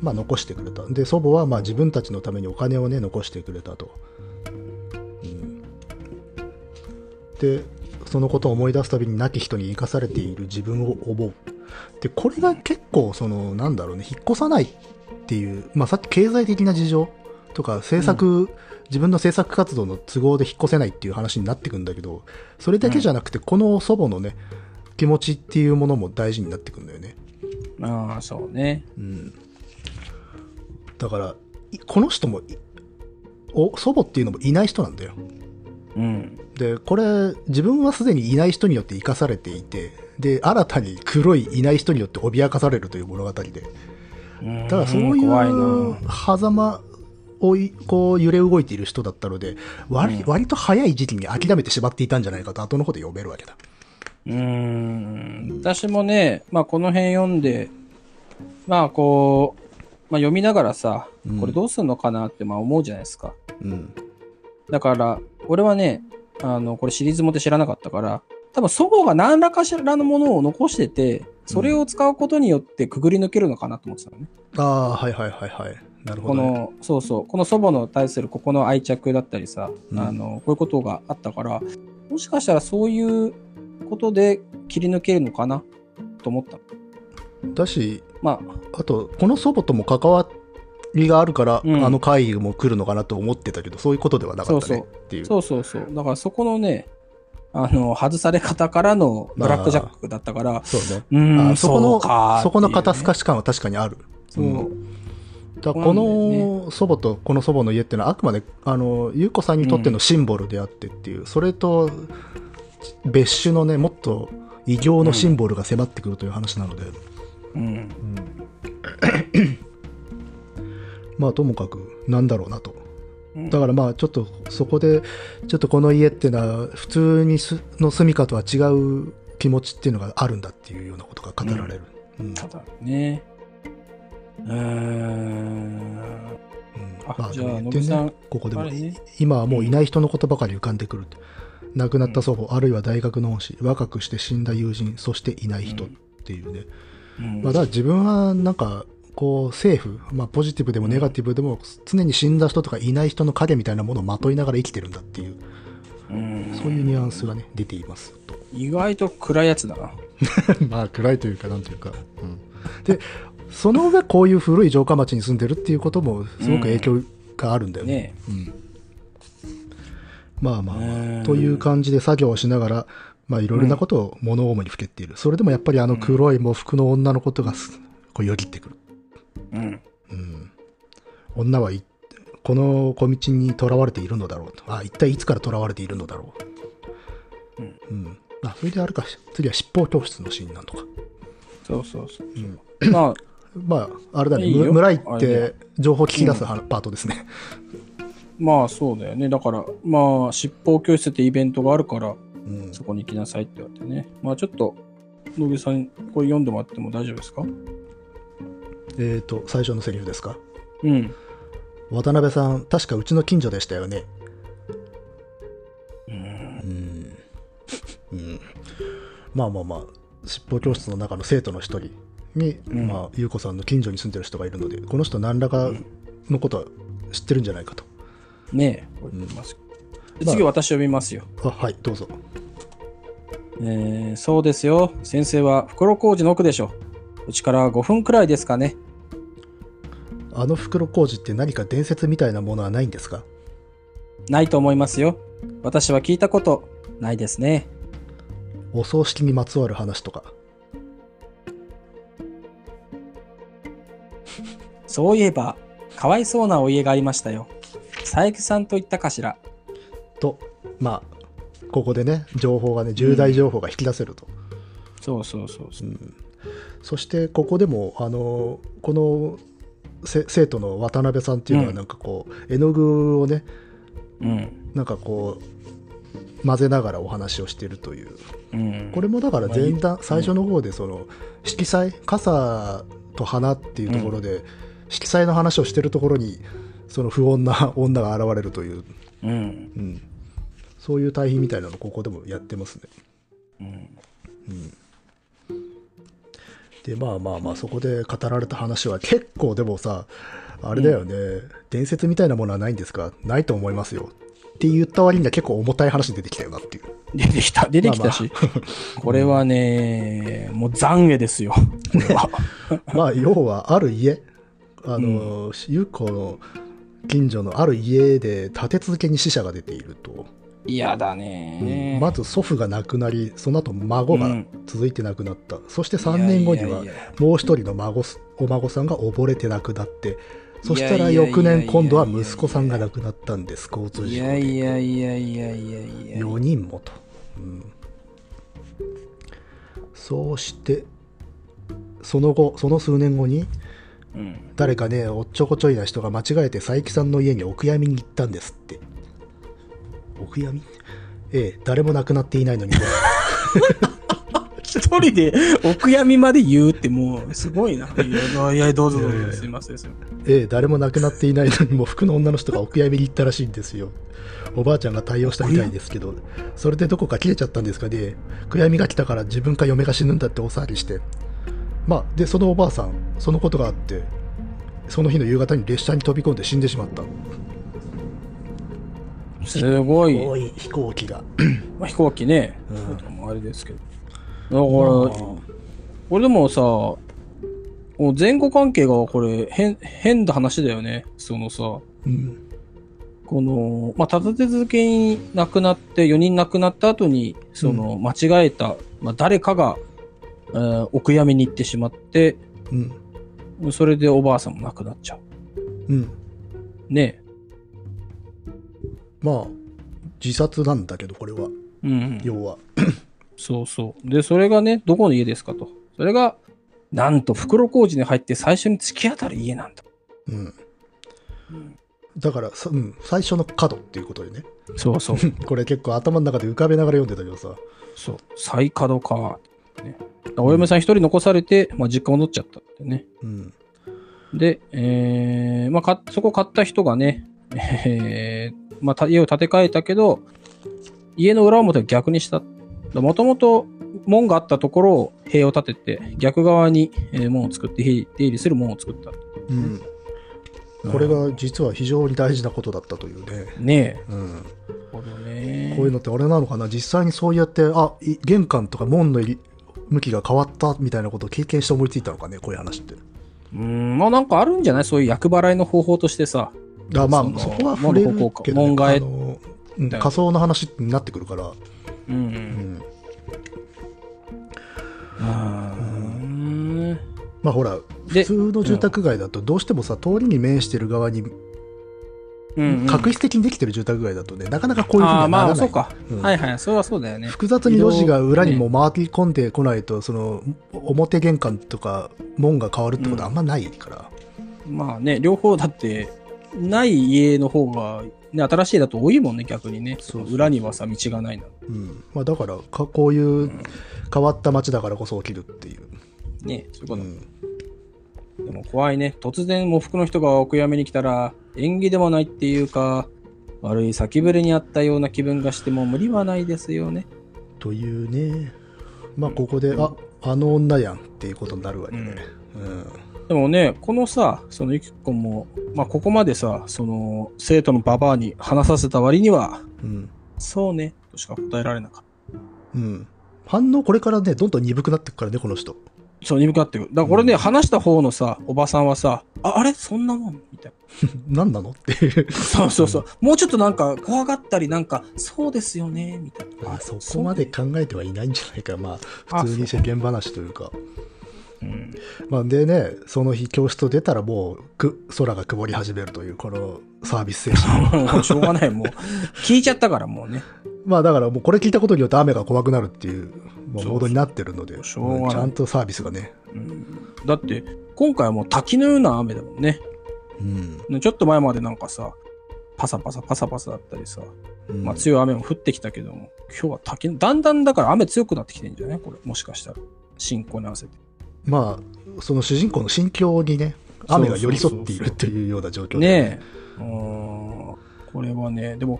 S2: まあ残してくれたで祖母はまあ自分たちのためにお金をね残してくれたと、うん、でそのことを思い出すたびに亡き人に生かされている自分を思うでこれが結構そのなんだろうね引っ越さないっていう、まあ、さっき経済的な事情とか制作、自分の制作活動の都合で引っ越せないっていう話になってくんだけどそれだけじゃなくてこの祖母のね気持ちっていうものも大事になってくんだよね
S1: ああ、そうね。
S2: うん、だからいこの人もいお祖母っていうのもいない人なんだよ
S1: うん。
S2: でこれ自分はすでにいない人によって生かされていてで新たに黒いいない人によって脅かされるという物語で
S1: うん
S2: ただそうい
S1: 怖いうな。
S2: 狭間をいこう揺れ動いている人だったので割,、割と早い時期に諦めてしまっていたんじゃないかと後の方で読めるわけだ
S1: うーん。私もね、まあこの辺読んで、まあこう、まあ読みながらさ
S2: うん、
S1: これどうすんのかなってまあ思うじゃないですか。
S2: うん
S1: だから、俺はね、あの、これシリーズもって知らなかったから、多分祖母が何らかしらのものを残してて、それを使うことによってくぐり抜けるのかなと思ってたのね。
S2: ああはいはいはいはいなるほ
S1: こ
S2: ど、ね、
S1: の、そうそう、この祖母の対するここの愛着だったりさ、
S2: うん
S1: あの、こういうことがあったから、もしかしたらそういうことで切り抜けるのかなと思った。
S2: だし
S1: ま
S2: あとこの祖母とも関わりがあるから、
S1: うん
S2: あの会も来るのかなと思ってたけどそういうことではなかった
S1: そうそ
S2: ね
S1: う
S2: ってい
S1: あ、
S2: う
S1: そうそうそう。だからそこのね、あの、外され方からのブラックジャックだったから、
S2: そうね
S1: うー
S2: あ
S1: ん、
S2: そこ
S1: う
S2: の
S1: か
S2: そこの肩
S1: す
S2: 透かし感は確かにある
S1: そう。
S2: だから
S1: そ
S2: こ
S1: うなんだよね
S2: の祖母とこの祖母の家っていうのはあくまであの優子さんにとってのシンボルであってっていう、それと別種のねもっと異形のシンボルが迫ってくるという話なので、
S1: うん。
S2: まあともかくなんだろうなと
S1: うん
S2: だからまあちょっとそこでちょっとこの家っていうのは普通にすの住みかとは違う気持ちっていうのがあるんだっていうようなことが語られる、うん
S1: ただね。うーん。
S2: うん
S1: あ
S2: ま
S1: じゃあ
S2: でも
S1: のびさん
S2: ねここで
S1: あ
S2: も
S1: れね。
S2: 今はもういない人のことばかり浮かんでくる亡くなった祖母、あるいは大学の恩師若くして死んだ友人そしていない人っていうね、
S1: うん
S2: まあ、だから自分はなんかこう政府、まあ、ポジティブでもネガティブでも常に死んだ人とかいない人の影みたいなものをまといながら生きてるんだっていう
S1: うん
S2: そういうニュアンスがね出ていますと。
S1: 意外と暗いやつだな。
S2: [laughs] まあ暗いというかなんというか、でその上こういう古い城下町に住んでるっていうこともすごく影響があるんだよね,
S1: ね
S2: うん、まあまあま
S1: う
S2: あ
S1: ん
S2: という感じで作業をしながらまあいろいろなことを物思いにふけっている、それでもやっぱりあの黒い喪服の女のことがすこうよぎってくる、
S1: うん。
S2: うん、女はいこの小道にとらわれているのだろうとあ一体いつからとらわれているのだろう、
S1: うん
S2: うん、あそれであるか次は七宝教室のシーンなのか
S1: そうそうそう。
S2: うん
S1: まあ、
S2: まあ、あれだね、
S1: いいよ
S2: む村行
S1: あ
S2: っ
S1: れね
S2: て情報聞き出すはパートですね。
S1: まあそうだよね。だから、まあ、執法教室ってイベントがあるから、
S2: うん
S1: そこに行きなさいって言われてね。まあちょっと、野木さん、これ読んでもらっても大丈夫ですか
S2: えっ、と、最初のセリフですか。
S1: うん。
S2: 渡辺さん、確かうちの近所でしたよね。
S1: うん
S2: うん。うん。まあまあまあ、執法教室の中の生徒の一人に、
S1: ん
S2: まあ、優子さんの近所に住んでる人がいるので、この人何らかのことは知ってるんじゃないかと。
S1: ねえ、これ言ってますけど。で
S2: まあ
S1: 次私読みますよ。
S2: あ、はい、どうぞ。
S1: えーそうですよ。先生は袋小路の奥でしょ。うちから5分くらいですかね。
S2: あの袋小路って何か伝説みたいなものはないんですか
S1: ないと思いますよ。私は聞いたことないですね。
S2: お葬式にまつわる話とか。
S1: そういえば、かわいそうなお家がありましたよ。佐伯さんと言ったかしら。
S2: とまあここでね情報がね重大情報が引き出せると、
S1: そうそうそうそう。
S2: そしてここでもあのこのせ生徒の渡辺さんっていうのは
S1: うん
S2: なんかこう、絵の具をね
S1: うん。
S2: なんかこ混ぜながらお話をしているという
S1: うん
S2: これもだから前段最初の方でその色彩傘と花っていうところで色彩の話をしてるところにその不穏な女が現れるという、
S1: うん
S2: うん、そういう対比みたいなのここでもやってますね。
S1: うん
S2: でまあまあまあそこで語られた話は結構でもさあれだよね、伝説みたいなものはないんですかないと思いますよって言った割には結構重たい話出てきたよなっていう。
S1: 出てきた出てきた [laughs] し、これはねもう懺悔ですよこれは
S2: まあ要はある家あの、ゆうこの近所のある家で立て続けに死者が出ていると、
S1: [laughs] 嫌だね、
S2: まず祖父が亡くなりその後孫
S1: う
S2: が
S1: ん
S2: 続いて亡くなった、そして3年後にはい
S1: やいやいや
S2: もう一人の孫すお孫さんが溺れて亡くなってそしたら
S1: いやいやいやいや
S2: 翌年今度は息子さんが亡くなったんです交通
S1: い
S2: 事故
S1: や
S2: で
S1: いやいやいやいやいや
S2: 4人もと、うんそうしてその後その数年後に
S1: うん
S2: 誰かねおっちょこちょいな人が間違えて佐伯さんの家にお悔やみに行ったんですってお悔やみええ誰も亡くなっていないのに
S1: 一人でお悔やみまで言うってもうすごいな。いやいや、どうぞどう
S2: いやいや
S1: ぞ。すいません、すいません。
S2: ええ誰も亡くなっていないのにも服の女の人がお悔やみに行ったらしいんですよおばあちゃんが対応したみたいですけどそれでどこか切れちゃったんですかね悔やみが来たから自分か嫁が死ぬんだってお騒ぎしてまあでそのおばあさんそのことがあってその日の夕方に列車に飛び込んで死んでしまった
S1: すごい、
S2: 多い飛行機が
S1: まあ、飛行機ね、
S2: うん
S1: そういうのもあれですけど。だから、俺でもさ、もう前後関係がこれ変、変な話だよね。そのさ、
S2: うん
S1: この、まあ、立て続けに亡くなって、4人亡くなった後に、その、間違えた、まあ、誰かが、えーお悔やみに行ってしまって、
S2: うん
S1: それでおばあさんも亡くなっちゃう。
S2: うん
S1: ね
S2: まあ自殺なんだけどこれは
S1: え。うん。
S2: 要は
S1: そうそう。で、それがね、どこの家ですかと。それが、なんと、袋小路に入って最初に突き当たる家なんだ。
S2: うんだからさ、うん、最初の角っていうことでね
S1: そうそう。
S2: これ結構頭の中で浮かべながら読んでたけどさ
S1: [laughs] そう。再稼働か。ね、だからお嫁さん一人残されて、まあ、実家戻っちゃったってね。
S2: うん
S1: で、えーまあ、かそこ買った人がね、えーまあ、た家を建て替えたけど、家の裏表を逆にした。もともと門があったところを塀を建てて、逆側にえー門を作って、出入りする門を作った。
S2: うんこれが実は非常に大事なことだったというね、
S1: ねえ。
S2: うん、
S1: こね
S2: こういうのってあれなのかな実際にそうやってあい玄関とか門の入り向きが変わったみたいなことを経験して思いついたのかねこういう話って
S1: うん、まあなんかあるんじゃないそういう役払いの方法としてさ。
S2: あまあ
S1: そう
S2: そこは触れるけど、ね、
S1: 門の
S2: あ
S1: 方向
S2: のうん仮想の話になってくるから、
S1: う。
S2: うんん、
S1: うん。
S2: まあほら
S1: で
S2: 普通の住宅街だとどうしてもさ通りに面してる側に
S1: うん。
S2: 確実的にできてる住宅街だとねなかなかこういうふうに
S1: あ
S2: は
S1: あ、
S2: な
S1: ま
S2: ら
S1: あ
S2: な
S1: そ
S2: いう
S1: か。
S2: うん
S1: はいはい。それはそうだよね。
S2: 複雑に路地が裏にも回り込んでこないとその表玄関とか門が変わるってことはあんまないから、
S1: まあね、両方だって、ない家の方が、ね、新しいだと多いもんね、逆にね。
S2: そうそう
S1: 裏にはさ、道がないんだ。
S2: うんまあ、だからかこういう変わった街だからこそ起きるっていう、
S1: ねそういう
S2: う
S1: こと。
S2: ん
S1: でも怖いね。突然、喪服の人がお悔やみに来たら、縁起でもないっていうか、悪い先触れにあったような気分がしても無理はないですよね。
S2: というねまあここで、ああの女やんっていうことになるわけね、うん
S1: でもね、このさ、そのゆきこも、まあ、ここまでさ、その、生徒のババアに話させた割には、
S2: うん
S1: そうね、としか答えられなかっ
S2: うん、反応これからねどんどん鈍くなってくからねこの人
S1: た。そう、鈍くなってくる。だからこれね、話した方のさ、おばさんはさ、あ、あれそんなもんみたい
S2: 何なのっていう
S1: な。そうそうそう。もうちょっとなんか、怖がったり、なんか、そうですよね、みたいな。
S2: そこまで考えてはいないんじゃないかまあ普通に世間話というか
S1: そうね。うん
S2: まあでねその日教室を出たらもうく空が曇り始めるというこのサービ
S1: [laughs]
S2: ス精神
S1: もうしょうがない、もう。聞いちゃったから、もうね。
S2: まあだからもうこれ聞いたことによって雨が怖くなるっていう、まあ、
S1: そう
S2: モードになってるので
S1: しょうがない
S2: んちゃんとサービスがね
S1: うんだって、今回はもう滝のような雨だもんね。
S2: うん
S1: ねちょっと前までなんかさ、パサパサパサパサだったりさ、
S2: うん
S1: まあ、強い雨も降ってきたけども、今日は滝、だんだんだから雨強くなってきてんじゃないこれ、もしかしたら。進行に合わせて。
S2: まあその主人公の心境にね雨が寄り添っているというような状況で
S1: ねえ。うーん。これはね、でも、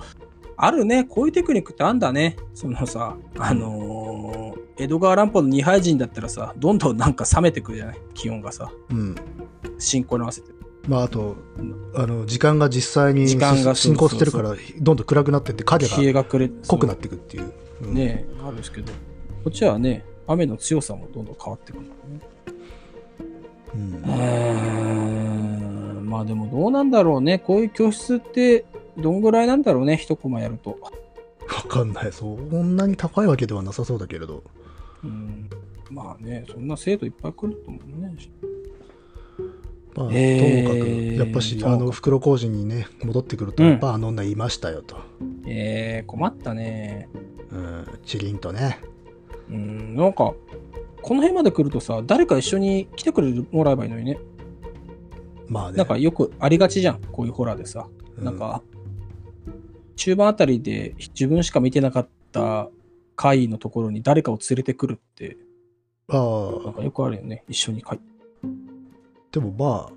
S1: あるね、こういうテクニックってあんだね。そのさ、あのー、江戸川乱歩の二杯人だったらさ、どんどんなんか冷めてくるじゃない気温がさ、
S2: うん
S1: 進行に合わせて。
S2: まああとあの時間が実際に
S1: 時間が
S2: 進行してるからどんどん暗くなってって影
S1: 冷え
S2: が
S1: がくれ
S2: 濃くな
S1: っ
S2: っていくっていう、うん
S1: ねえ、あるんですけど、こっちはね、雨の強さもどんどん変わってくるんだね。
S2: うん
S1: うーんまあでもどうなんだろうね。こういう教室ってどんぐらいなんだろうね。一コマやると。
S2: わかんないそんなに高いわけではなさそうだけれど
S1: うんまあね、そんな生徒いっぱい来ると思うね。
S2: まあ、と
S1: えー
S2: もかくやっぱし
S1: とも
S2: あ
S1: かく
S2: の袋小路にね戻ってくると
S1: うん
S2: やっぱあの女いましたよと、
S1: えー、困ったね。
S2: うん、チリンとね
S1: うん、なんか、この辺まで来るとさ、誰か一緒に来てくれるもらえばいいのにね。
S2: まあね
S1: なんかよくありがちじゃん。こういうホラーでさ。
S2: う
S1: なんか、中盤あたりで自分しか見てなかった回のところに誰かを連れてくるって、
S2: ああ
S1: なんかよくあるよね。一緒に帰って。
S2: でもまあ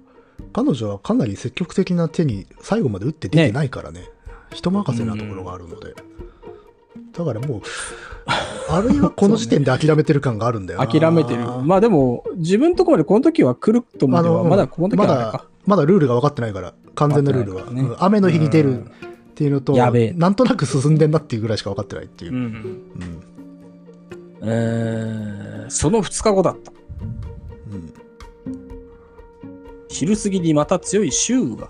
S2: 彼女はかなり積極的な手に最後まで打って出てないからね人任せなところがあるので、だか
S1: [laughs]
S2: らもうあるいはこの時点で諦めてる感があるんだよな
S1: 諦めてる。まあでも、自分とこまでこの時は来ると思うけ
S2: あ
S1: ど、
S2: の
S1: まだこの時
S2: ま
S1: はあれか
S2: だ。まだルールが分かってないから完全なルールは、
S1: 分かってないからね
S2: うん雨の日に出るっていうのと、
S1: うんやべえ
S2: なんとなく進んでんなっていうぐらいしか分かってないっていう、
S1: う
S2: うん
S1: ん。
S2: うん
S1: えーその2日後だった。
S2: うん
S1: 昼過ぎにまた強い周雨が。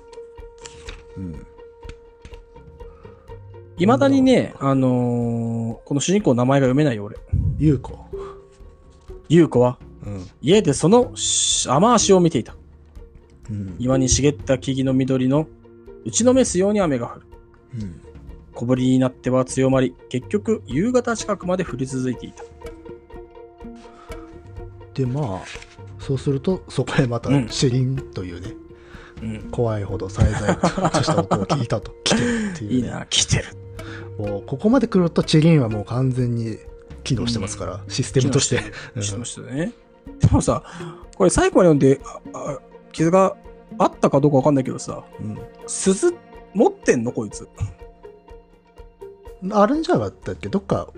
S1: いまだにね、あのーこの主人公の名前が読めないよ、俺。
S2: 優子、
S1: 優子は、
S2: うん
S1: 家でそのし雨足を見ていた。
S2: うん
S1: 庭に茂った木々の緑の打ちのめすように雨が降る。
S2: うん
S1: 小降りになっては強まり、結局夕方近くまで降り続いていた。
S2: でまあそうするとそこへまた
S1: うん
S2: シェリンというね、
S1: うん。
S2: 怖いほどさえざえとした音を聞い
S1: [laughs]
S2: たと来てるっていう、ね、
S1: いいな、来てる。
S2: もうここまで来るとチリンはもう完全に機能してますから、システムとして
S1: してましたね。でもさ、これ最後まで読んで、ああ傷があったかどうかわかんないけどさ、
S2: うん
S1: 鈴持ってんのこいつ。
S2: うんあれじゃなかったっけどっか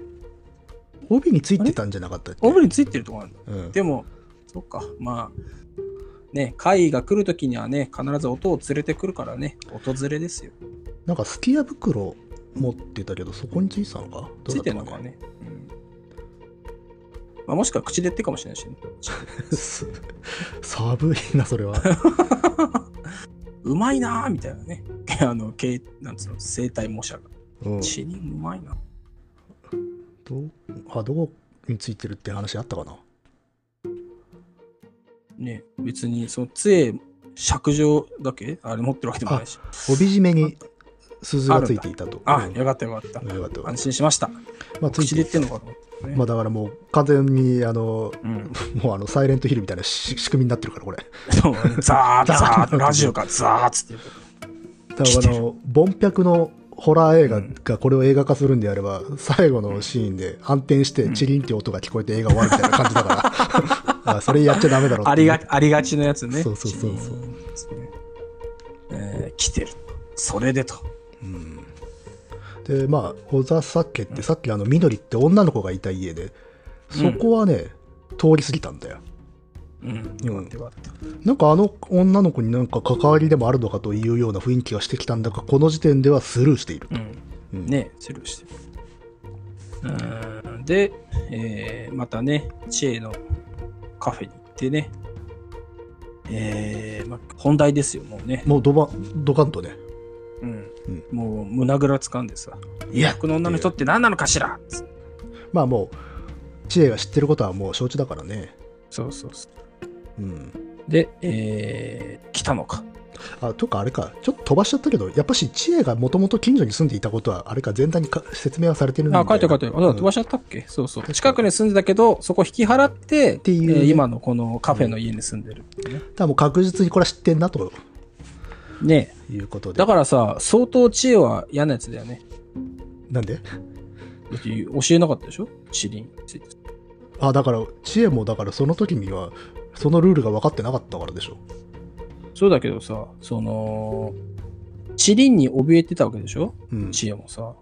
S2: 帯についてたんじゃなかったっけ
S1: 帯についてるとこあるんだ。
S2: うん
S1: でも、そっか、まあ、ね、会が来るときにはね、必ず音を連れてくるからね、音連れですよ。
S2: なんかすき家袋持ってたけどそこについてたのかど
S1: つ
S2: うだ
S1: い
S2: った
S1: てん
S2: か
S1: のかね。うんまあ、もしくは口で言ってるかもしれないしね。
S2: す [laughs] 寒いなそれは
S1: [laughs] うまいなーみたいなね。 [laughs] あの、けいなんつうの、生体模写が。
S2: うん
S1: 死人うまいな。
S2: どあどこについてるって話あったかな
S1: ね別にその杖尺状だけあれ持ってるわけでもないし
S2: 帯締めに鈴がついていたと
S1: あ
S2: うん
S1: よかったよかった
S2: よかった
S1: 安心しました
S2: まあ、つい
S1: 口で
S2: て
S1: 言ってんのかと思ったね
S2: まあだからもう完全にあの
S1: うん、
S2: もうあのサイレントヒルみたいなし仕組みになってるからこれ
S1: [laughs] そうザーザーラジオがザーっつって
S2: だからあのボンピャクのホラー映画がこれを映画化するんであれば最後のシーンで暗転してチリンっていう音が聞こえて映画終わるみたいな感じ
S1: [laughs]
S2: だからあそれやっちゃダメだろっていう
S1: ありがありがちなやつね
S2: そうそうそうそう
S1: う、えー来てるそれでと
S2: うんでまあ小田酒ってさっきあの緑って女の子がいた家でそこはね、通り過ぎたんだよ
S1: うんよかったよかった
S2: なんかあの女の子になんか関わりでもあるのかというような雰囲気がしてきたんだがこの時点ではスルーしている、
S1: うん
S2: うん
S1: ねセルフしてるうんで、えーまたね知恵のカフェに行ってねえーまあ、本題ですよもうね、
S2: もうドバドカンとね
S1: うん
S2: うん
S1: もう胸ぐらつかんでさ「
S2: いや
S1: この女の人って何なのかしら!つって」
S2: まあもう知恵が知ってることはもう承知だからね
S1: そうそうそ
S2: うん
S1: うで、えー来たのか
S2: あとかあれかちょっと飛ばしちゃったけどやっぱし知恵がもともと近所に住んでいたことはあれか全体にか説明はされてるんだ
S1: あ書いてる書いてるあだから飛ば
S2: し
S1: しちゃったっけ、そうそう近くに住んでたけどそこ引き払って
S2: ていうね
S1: えー今のこのカフェの家に住んでるっていうね、
S2: もう確実にこれは知ってんなと
S1: ねえ
S2: いうことで
S1: だからさ、相当知恵は嫌なやつだよね。
S2: なんで
S1: だって教えなかったでしょ地理について。
S2: あだから知恵もだからその時にはそのルールが分かってなかったからでしょ
S1: そうだけどさ、その、地理に怯えてたわけでしょ
S2: うん
S1: 知恵もさ。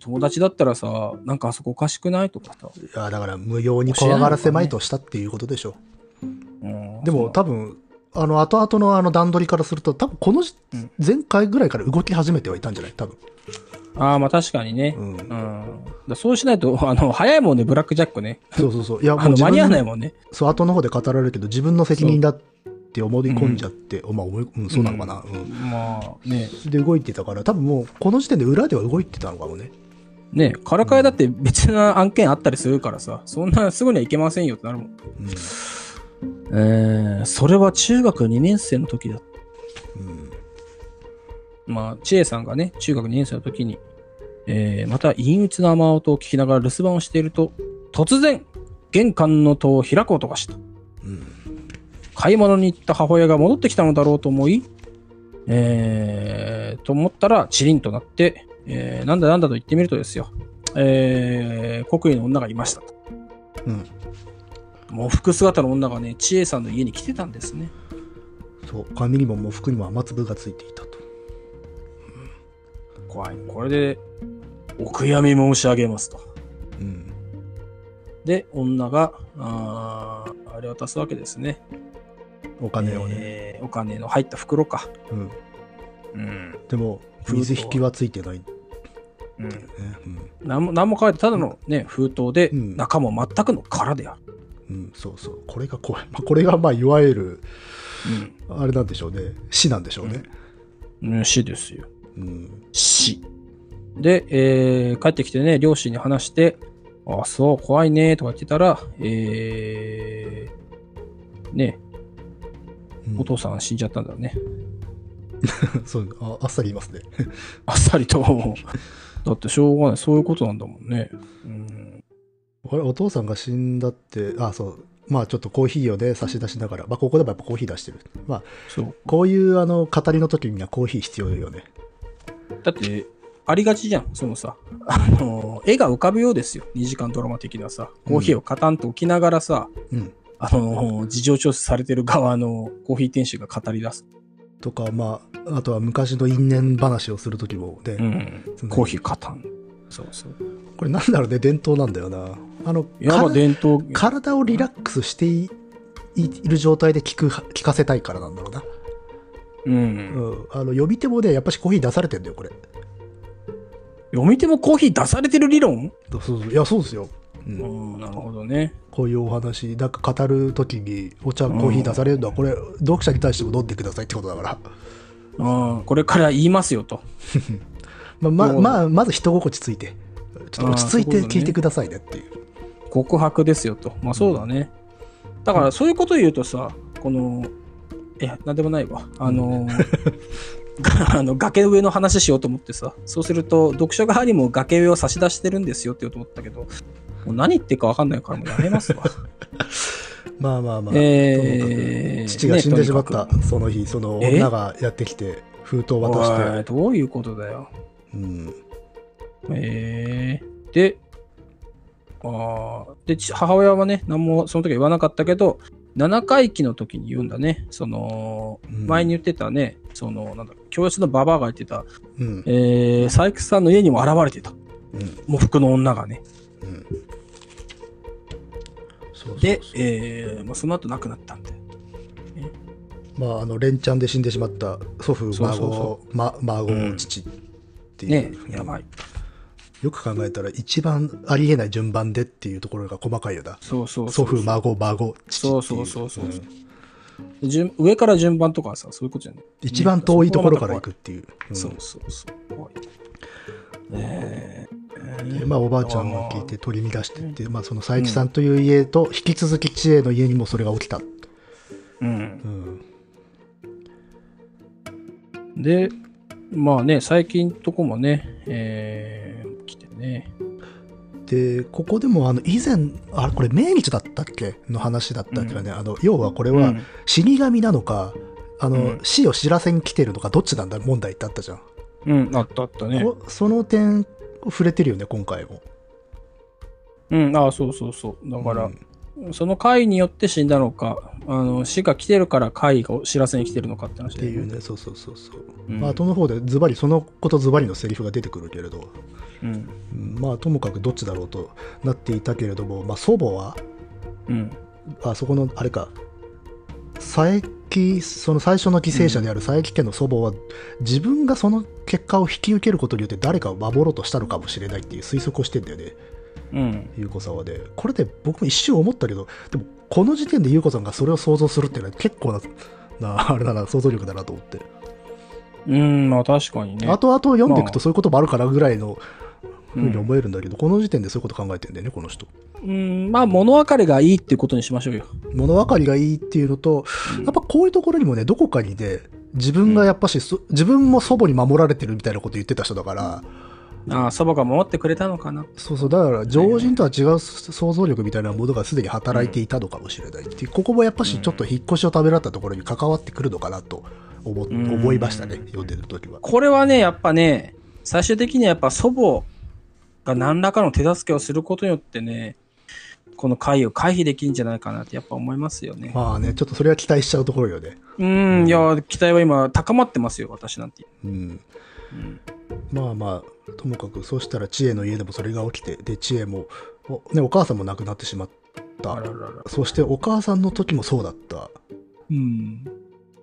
S1: 友達だったらさ、なんかあそこおかしくないとかさ。
S2: あだから無用に怖がらせまいとしたっていうことでしょ
S1: うん
S2: でも多分あの後々のあの段取りからすると多分このじ
S1: うん
S2: 前回ぐらいから動き始めてはいたんじゃない多分、
S1: ああ、まあ確かにね。
S2: う
S1: うんん。だからそうしないと、あの、早いもんね、ブラックジャックね。
S2: そうそうそういや
S1: あの、
S2: 自
S1: 間
S2: 分
S1: に合わないもんね。
S2: そう後の方で語られるけど自分の責任だって思い込んじゃって、おまあ思いうん、そうなのかな、うん
S1: まあ、ね
S2: で動いてたから多分もうこの時点で裏では動いてたのかもね
S1: ねからかいだって別な案件あったりするからさ、そんなすぐにはいけませんよってなるもん。
S2: う
S1: えー、それは中学2年生の時だった。
S2: ん、うん、
S1: まあ、千恵さんがね、中学2年生の時に、えー、また陰鬱な雨音を聞きながら留守番をしていると、突然、玄関の戸を開く音がした。
S2: うん
S1: 買い物に行った母親が戻ってきたのだろうと思い、えー、と思ったら、チリンとなって、えー、なんだなんだと言ってみるとですよ、えー、国威の女がいました。
S2: うん
S1: もう服姿の女がね、千恵さんの家に来てたんですね。
S2: そう髪にももう服にも雨粒がついていたと
S1: 怖い。これで、お悔やみ申し上げますと。
S2: うん
S1: で、女が、あーあれ渡すわけですね。
S2: お金をね、
S1: えーお金の入った袋か。
S2: うん、
S1: うん。
S2: でも水引きはついてないんだ
S1: うん、
S2: よねうん
S1: 何も何も書いて、ただの、ね、封筒で、
S2: うん
S1: 中も全くの空である。
S2: うん、そうそうこれが怖い、まあ、これがまあいわゆる
S1: うん
S2: あれなんでしょうね死なんでしょうね
S1: うん、死ですよ。
S2: うん、
S1: 死。で、えー帰ってきてね、両親に話して、あ、そう、怖いね、とか言ってたら、えー、ね、
S2: うん
S1: お父さん死んじゃったんだよね。
S2: [laughs]
S1: [laughs]
S2: そうああっさり言いますね
S1: あっさりとはもう。 [laughs] だってしょうがない、そういうことなんだもんね。うん。
S2: あれお父さんが死んだってあそうまあちょっとコーヒーをね差し出しながら、まあ、ここでもやっぱコーヒー出してるまあ
S1: そう。
S2: こういうあの語りの時にはコーヒー必要よね
S1: だって、ありがちじゃん、そのさ、あのー絵が浮かぶようですよ。2時間ドラマ的なさ、コーヒーをカタンと置きながらさ、
S2: うん
S1: あのー事情聴取されてる側のコーヒー店主が語り出す。
S2: とかまああとは昔の因縁話をする時もね、
S1: んコーヒーカタン。そうそう。
S2: これなんだろうね伝統なんだよなあの
S1: いや、まあ
S2: 体
S1: 伝統。
S2: 体をリラックスしていいいる状態で聞く聞かせたいからなんだろうな、
S1: うん。
S2: うん、あの呼び手もねやっぱしコーヒー出されてんだよこれ
S1: 読み手もコーヒー出されてる理論
S2: そうそうそういやそうですよ、う、
S1: うんん、なるほどね。
S2: こういうお話なんか語る時にお茶コーヒー出されるのはこれ読者に対しても飲んでくださいってことだから、
S1: うん、これから言いますよと。
S2: まあまあ
S1: なるほど
S2: まあまず人心地ついてちょっと落ち着い
S1: あーそうい
S2: て
S1: うことね
S2: 聞いてくださいねっていう
S1: 告白ですよと。まあそうだね。だからそういうこと言うとさ、この、いや、なんでもないわ。あの
S2: [laughs]
S1: ー、があの崖上の話しようと思ってさ、そうすると、読書側にも崖上を差し出してるんですよって言おうと思ったけど、もう何言ってるか分かんないからもうやめます
S2: [laughs]
S1: わ。
S2: まあまあまあ、
S1: えー
S2: とにかく父が死んでしまった、
S1: ねとにか
S2: その日その女がやってきて封筒を渡し
S1: おい
S2: て、
S1: どういうことだよ。
S2: うん、
S1: えー、で、あーで、ち母親はね、何もその時は言わなかったけど、7回忌の時に言うんだね。その、
S2: うん
S1: 前に言ってたね、その、なんだ、教室のババアが言ってた、
S2: うん
S1: えー、佐伯さんの家にも現れてた。
S2: うん
S1: 喪服の女がね。
S2: うんそうそうそう
S1: で、えーまあ、その後亡くなったんで。
S2: まああの連チャンで死んでしまった
S1: そ
S2: 祖父
S1: うそう
S2: 孫
S1: そ
S2: ま、孫、
S1: うん
S2: 父っていう
S1: ね
S2: うん
S1: やばい。
S2: よく考えたら一番ありえない順番でっていうところが細かいよな
S1: そうそうそ
S2: 祖
S1: う。
S2: 父孫孫父ってい
S1: そうそうそうそう。
S2: ん
S1: 順上から順番とかさ、そういうことじゃない。
S2: 一番遠いところから行くっていう、うん
S1: そうそうそう。怖いえー
S2: でまあ、おばあちゃんが聞いて取り乱してって、まあ、その佐伯さんという家と引き続き知恵の家にもそれが起きた、
S1: うん
S2: う、ん
S1: で、まあね、最近とこもね、えー、来てね。
S2: でここでもあの以前あこれ命日だったっけの話だったっけどね、あの要はこれ
S1: う
S2: は
S1: ん
S2: 死神なのか、あの、
S1: うん
S2: 死を知らせに来てるのかどっちなんだ問題ってあったじゃん、
S1: うん、あったあったね。
S2: こその点触れてるよね今回も
S1: うん、ああ、そうそうそう。だから、
S2: うん
S1: その会によって死んだのか、あの死が来てるから会が知らせに来てるのかって話
S2: って
S1: で。
S2: いうねそうそうそうそう、
S1: うん
S2: まあ後の方でズバリそのことズバリのセリフが出てくるけれど、
S1: うん。
S2: うんまあともかくどっちだろうとなっていたけれども、まあ、祖母は
S1: うん。
S2: あそこのあれか佐伯その最初の犠牲者である佐伯家の祖母は、自分がその結果を引き受けることによって誰かを守ろうとしたのかもしれないっていう推測をしてんだよね
S1: うん。
S2: 優子さんはねこれで僕も一瞬思ったけどでもこの時点で優子さんがそれを想像するっていうのは結構な [laughs] なあれだな想像力だなと思って、
S1: うん、まあ確かにね。
S2: 後々読んでいく
S1: まあ
S2: とそういうこともあるかなぐらいのふ
S1: う
S2: うに
S1: ん、
S2: 思えるんだけど、この時点でそういうこと考えてんだよねこの人
S1: うん、まあ物分かりがいいっていうことにしましょうよ。
S2: 物分かりがいいっていうのと、やっぱこういうところにもね、どこかにね、自分がやっぱしそ、自分も祖母に守られてるみたいなこと言ってた人だから、
S1: ああ、祖母が守ってくれたのかな。
S2: そうそう、だから常人とは違う想像力みたいなものがすでに働いていたのかもしれないっていう、ここもやっぱしちょっと引っ越しを食べられたところに関わってくるのかなと思,、
S1: ん
S2: 思いましたね、読んでる時は。
S1: これはね、やっぱね、最終的にはやっぱ祖母が何らかの手助けをすることによってね、この会を回避できるんじゃないかなってやっぱ思いますよね。
S2: まあね、ちょっとそれは期待しちゃうところよね。
S1: うん、いや、期待は今高まってますよ、私なんて。
S2: うん。
S1: うん、
S2: まあまあ、ともかく、そうしたら知恵の家でもそれが起きて、で、知恵も、おね、お母さんも亡くなってしまっ
S1: あらら
S2: た。
S1: らら。
S2: そしてお母さんの時もそうだった。
S1: うん。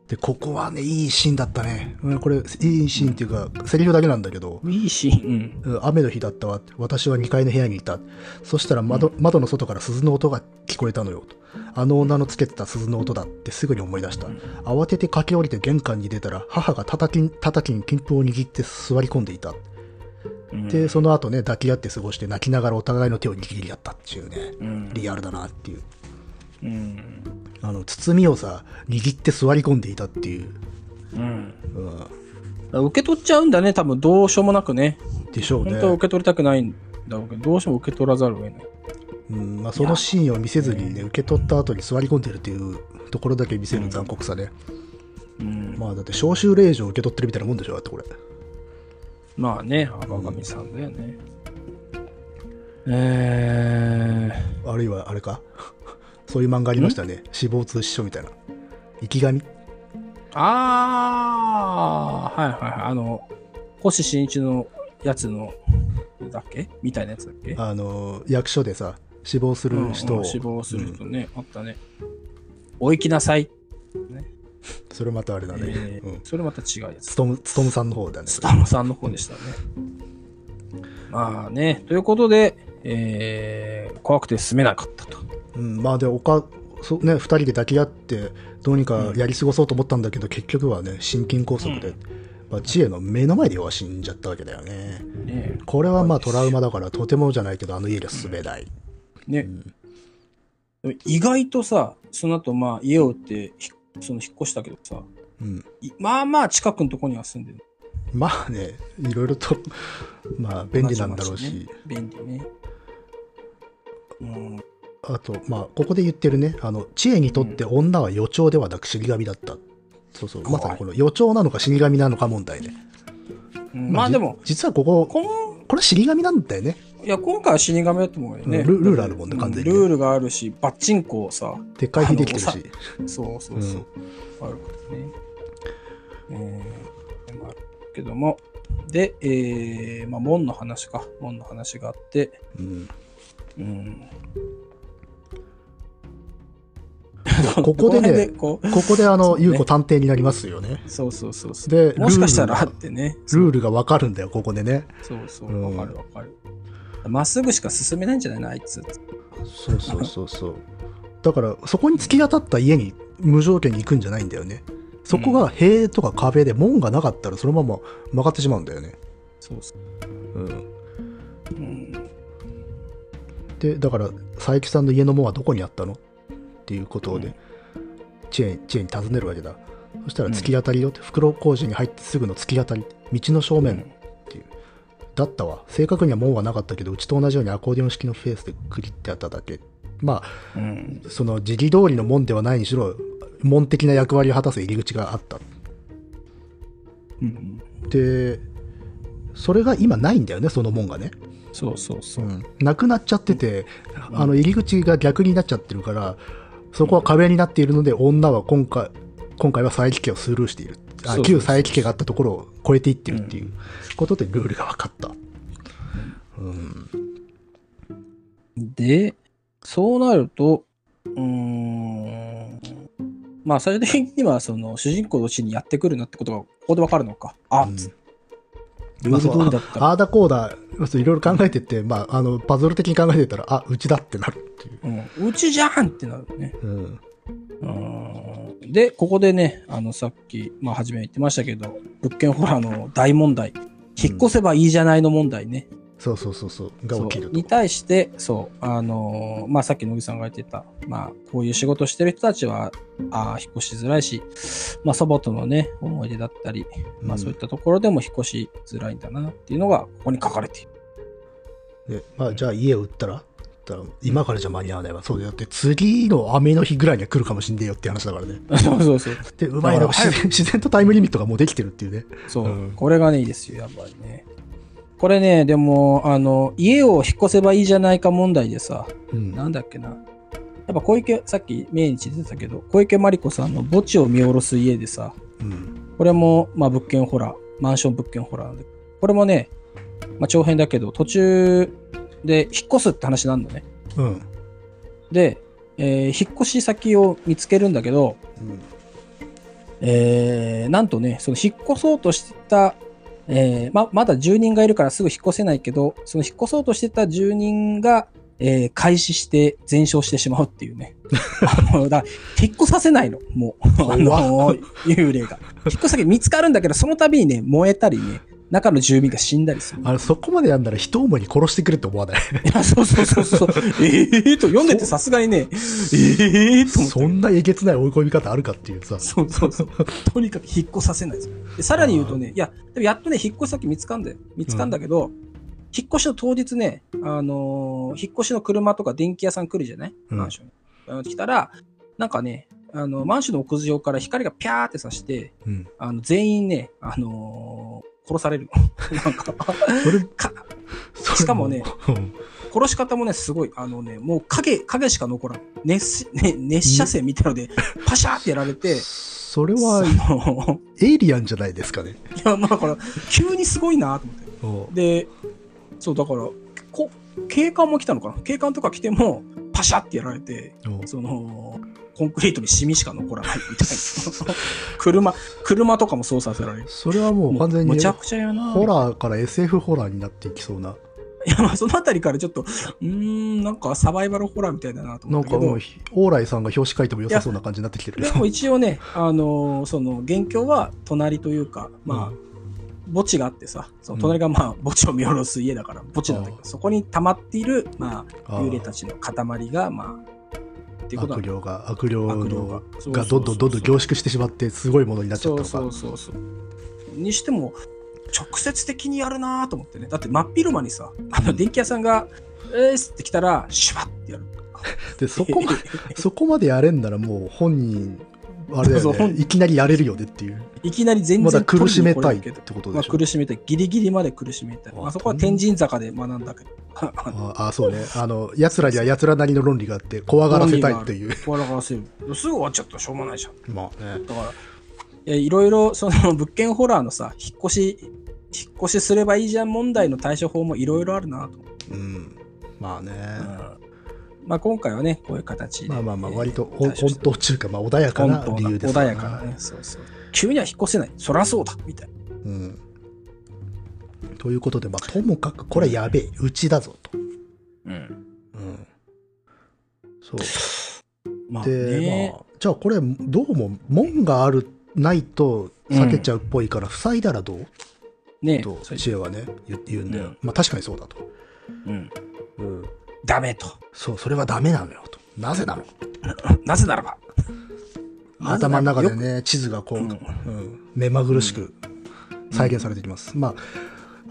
S2: でここはねいいシーンだったね、うん、これいいシーンっていうか、セリフだけなんだけど
S1: いいシーン。
S2: うん雨の日だったわ私は2階の部屋にいたそしたら窓,、窓の外から鈴の音が聞こえたのよとあの女のつけてた鈴の音だってすぐに思い出した慌てて駆け下りて玄関に出たら母が叩き叩きに金粉を握って座り込んでいた
S1: うん。
S2: でその後ね抱き合って過ごして泣きながらお互いの手を握り合ったっていうね
S1: うん、
S2: リアルだなっていう
S1: うん。
S2: あの包みをさ握って座り込んでいたっていう、
S1: うん。
S2: うん、
S1: 受け取っちゃうんだね、多分どうしようもなくね。
S2: でしょうね
S1: 本当は受け取りたくないんだろうけど、どうしても受け取らざるを得ない。
S2: うんまあ、そのシーンを見せずに、ね、受け取った後に座り込んでるっていうところだけ見せる残酷さね、
S1: うん、
S2: まあだって召集令状を受け取ってるみたいなもんでしょだってこれ
S1: まあね、赤神さんだよね。え
S2: あるいはあれか [laughs] そういう漫画ありましたね死亡通知書みたいな生き神
S1: ー、あー、はいはいはい。あの、星新一のやつの、だっけみたいなやつだっけ
S2: あの役所でさ死亡する人を、
S1: うん死亡する人ね、あったね。お行きなさい。
S2: それまたあれだね、
S1: えー
S2: うん
S1: それまた違うやつ。
S2: つとむつとむさんの方だね
S1: スタムさんの方でしたね。まあね、ということで、えー怖くて進めなかったと。
S2: うん、まあでおかそ、ね、2人で抱き合ってどうにかやり過ごそうと思ったんだけど、結局はね心筋梗塞で、まあ、知恵の目の前で要は死んじゃったわけだよね
S1: ね
S2: これはまあトラウマだからとてもじゃないけどあの家では住めない、
S1: ねでも意外とさ、その後まあ家を売って、ひその引っ越したけどさ、
S2: うん、
S1: いまあまあ近くのとこには住んでる。
S2: まあねいろいろと [laughs] まあ便利なんだろうし、
S1: 便利ね。うん、
S2: あとまあここで言ってるねあの知恵にとって女は予兆ではなく死神だった、そうそうまさにこの予兆なのか死神なのか問題ね
S1: うんまあでも
S2: じ、実はここ
S1: こん
S2: これ死神なんだよね
S1: いや今回は死神だと思うよね。
S2: うんルルールあるもんね
S1: う
S2: 完全にね
S1: ルールがあるし、バッチンコをさ、
S2: でっかい火できてる
S1: あの
S2: し
S1: そうそうそう。あるからね。えー、まああるけども、で、えー、まあ、門の話か。門の話があって、
S2: うん
S1: うん。 [laughs]
S2: ここでね
S1: ら辺こう
S2: ここであ
S1: そ
S2: の、
S1: うね
S2: ゆうこ探偵になりますよね。
S1: そうそうそうそう。
S2: で
S1: もしかした
S2: ル
S1: ら
S2: ー
S1: あ
S2: ル
S1: っ
S2: が
S1: てね。
S2: ルールがわかるんだよ、ここでね。
S1: そうそうう、
S2: ん
S1: わかるわかる。まっすぐしか進めないんじゃないのあいつ。
S2: そうそうそうそう。だから、そこに突き当たった家に無条件に行くんじゃないんだよね。そこが塀とか壁で門がなかったらそのまま曲がってしまうんだよね。
S1: そうそう。
S2: うん、
S1: うん。
S2: で、だから、佐伯さんの家の門はどこにあったのっていうことで、知恵知恵に尋ねるわけだ。そしたら、突き当たりよって、袋小路に入ってすぐの突き当たり、道の正面、だったわ正確には門はなかったけどうちと同じようにアコーディオン式のフェースでクリってやっただけま
S1: う
S2: あ
S1: ん。
S2: その時期通りの門ではないにしろ門的な役割を果たす入り口があった
S1: うん、
S2: でそれが今ないんだよねその門がね、
S1: そうそうそうう。
S2: ん、なくなっちゃっててあの入り口が逆になっちゃってるからそこは壁になっているので女は今回今回は佐伯家をスルーしているあ
S1: そうそうそう
S2: 旧佐伯家があったところを超えていってるっていうことでルールが分かった、うん、
S1: で、そうなると、うーん、まあ最終的にはその主人公のうちにやってくるなってことがここでわかるのか。あ、
S2: うん
S1: つル
S2: まあ
S1: ール
S2: そう
S1: 通りだっ
S2: あ
S1: た。
S2: あーだこうだそういろいろ考えてって、まあ、あのパズル的に考えてたらあうちだってなるっていう
S1: うん、うちじゃんってなるね。
S2: うん
S1: うんで、ここでね、あの、さっき、まあ、初め言ってましたけど、物件ホラーの大問題、引っ越せばいいじゃないの問題ね。
S2: そうそうそうそうが
S1: そう
S2: 起きると
S1: に対して、そう、あのーまあ、さっき野木さんが言ってた、まあ、こういう仕事してる人たちは、ああ、引っ越しづらいし、まあ、祖母とのね、思い出だったり、ま
S2: う
S1: あ、
S2: ん
S1: そういったところでも引っ越しづらいんだなっていうのが、ここに書かれている。 [laughs]
S2: で、まあ、じゃあ家を売ったらだから今からじゃ間に合わないわそうだよだって次の雨の日ぐらいには来るかもしんねえよって話だからね
S1: そうそうそう。
S2: でうまいのが
S1: だから
S2: 自然自然とタイムリミットがもうできてるっていうね
S1: そう、
S2: うん
S1: これがね、いいですよ、やっぱりね。これね、でも、あの、家を引っ越せばいいじゃないか問題でさ、
S2: うん
S1: なんだっけな。やっぱ小池、さっき命日出てたけど、小池真理子さんの墓地を見下ろす家でさ、
S2: うん
S1: これも、まあ、物件ホラー、マンション物件ホラーなんで、これもね、まあ、長編だけど、途中で引っ越すって話なんだね。
S2: うん
S1: で、えー引っ越し先を見つけるんだけど、えーなんとね、その引っ越そうとしてた、えーままだ住人がいるからすぐ引っ越せないけど、その引っ越そうとしてた住人が、えー、開始して全焼してしまうっていうね。 [laughs] あのだから引っ越させないの、もう。あ
S2: 怖
S1: の、幽霊が。引っ越し先見つかるんだけど、その度にね、燃えたりね、中の住民が死んだりする。
S2: あれそこまでやんなら一思いに殺してくれって思わない
S1: いや、 [laughs] そうそうそうそう。えーと、読んでてさすがにね、えーと思って
S2: そんなえげつない追い込み方あるかっていうさ
S1: そうそうそう。 [laughs] とにかく引っ越させないですでさらに言うとね、いや、でもやっとね、引っ越し先見つかんだよ。見つかんだけど、引っ越しの当日ね、あのー引っ越しの車とか電気屋さん来るじゃない、
S2: うん
S1: マンションにあの。来たら、なんかね、あの、マンションの屋上から光がピャーってさして、
S2: うん
S1: あの、全員ね、あのー殺される。 [laughs] なんか、
S2: それ
S1: か
S2: それ
S1: しかもね
S2: うん
S1: 殺し方もね、すごい、あのね、もう影、影しか残らん。熱し、ね、熱射線みたいので、パシャーってやられ [laughs] て、
S2: それは
S1: その
S2: エイリアンじゃないですかね
S1: いや、まあだから、急にすごいなと思って。
S2: うん
S1: で、そう、だから、こ警官も来たのかな警官とか来ても、パシャってやられて、
S2: うん
S1: その、コンクリートにシミしか残らないみたい
S2: [laughs]
S1: な。車、車とかも操作させられる。
S2: それはもう完全
S1: む
S2: に
S1: ちゃくちゃやな
S2: ホラーから SF ホラーになっていきそうない
S1: や、まあ、そのあたりからちょっと、うーん、なんかサバイバルホラーみたいだなと思
S2: な
S1: っ
S2: ん
S1: た
S2: か
S1: けど
S2: もう。ひオーライさんが表紙書いても良さそうな感じになってきてるけ
S1: で
S2: ど
S1: も一応ね、あのその、元凶は隣というか、まあ、墓地があってさ、その隣がまあ墓地を見下ろす家だから墓地なんだけど、そこに溜まっている、まあ、
S2: あー
S1: 幽霊たちの塊が、まあ、っていうこと
S2: 悪
S1: なんだ
S2: 霊が悪霊
S1: 悪霊
S2: の
S1: そう
S2: が
S1: そ
S2: ど
S1: うんそ
S2: ど
S1: うん
S2: どんどん凝縮してしまってすごいものになっちゃ
S1: そ
S2: った
S1: う
S2: のか
S1: そうそうそう。にしても、直接的にやるなと思ってね。だって真っ昼間にさ、あ
S2: う
S1: の
S2: ん
S1: 電気屋さんが、えーすって来たら、シュワッってやる。
S2: でそこま
S1: [laughs]
S2: そこまでやれんならもう本人あれだ
S1: そう
S2: よ
S1: 本
S2: ねいきなりやれるよねっていう
S1: いきなり全然
S2: まだ苦しめたい
S1: 取りに来れるけ
S2: っ
S1: ど
S2: てこと
S1: ま
S2: で
S1: あ、
S2: しょ
S1: 苦しめたい。ギリギリまで苦しめたい。まあ、そこは天神坂で学んだけど。あの
S2: ああそうねあのやつらにはやつらなりの論理があって怖がらせたいっていう
S1: 怖がらせる。すぐ終わっちゃったらしょうもないじゃん。
S2: まあね
S1: だから、えいろいろその物件ホラーのさ、引っ越し、引っ越しすればいいじゃん問題の対処法もいろいろあるなと思って、
S2: うんまあね
S1: うんまあ今回はね、こういう形で。
S2: まあまあまあ
S1: えー
S2: 割と
S1: 対
S2: お
S1: 処し
S2: 本
S1: て
S2: 当中かまあ穏やかな理由です
S1: 穏
S2: から
S1: やかなね。そうそう。急には引っ越せない。そりゃそうだ。みたいな。
S2: うんということでまあともかくこれやべえうちだぞと
S1: うん。
S2: うんそう
S1: まあ
S2: で、
S1: ね
S2: ま。あ、じゃあこれどうも門があるないと避けちゃうっぽいから塞いだらどう、
S1: ね
S2: と
S1: それ
S2: 知恵はね言言うんだよ、
S1: うん
S2: まあ確かにそうだと、
S1: うん。ダメと。
S2: そうそれはダメなのよとなぜなの
S1: なぜならば。
S2: 頭の中で
S1: なぜ
S2: ね地図がこう、
S1: うん
S2: うん目まぐるしく再現されていきます、まあ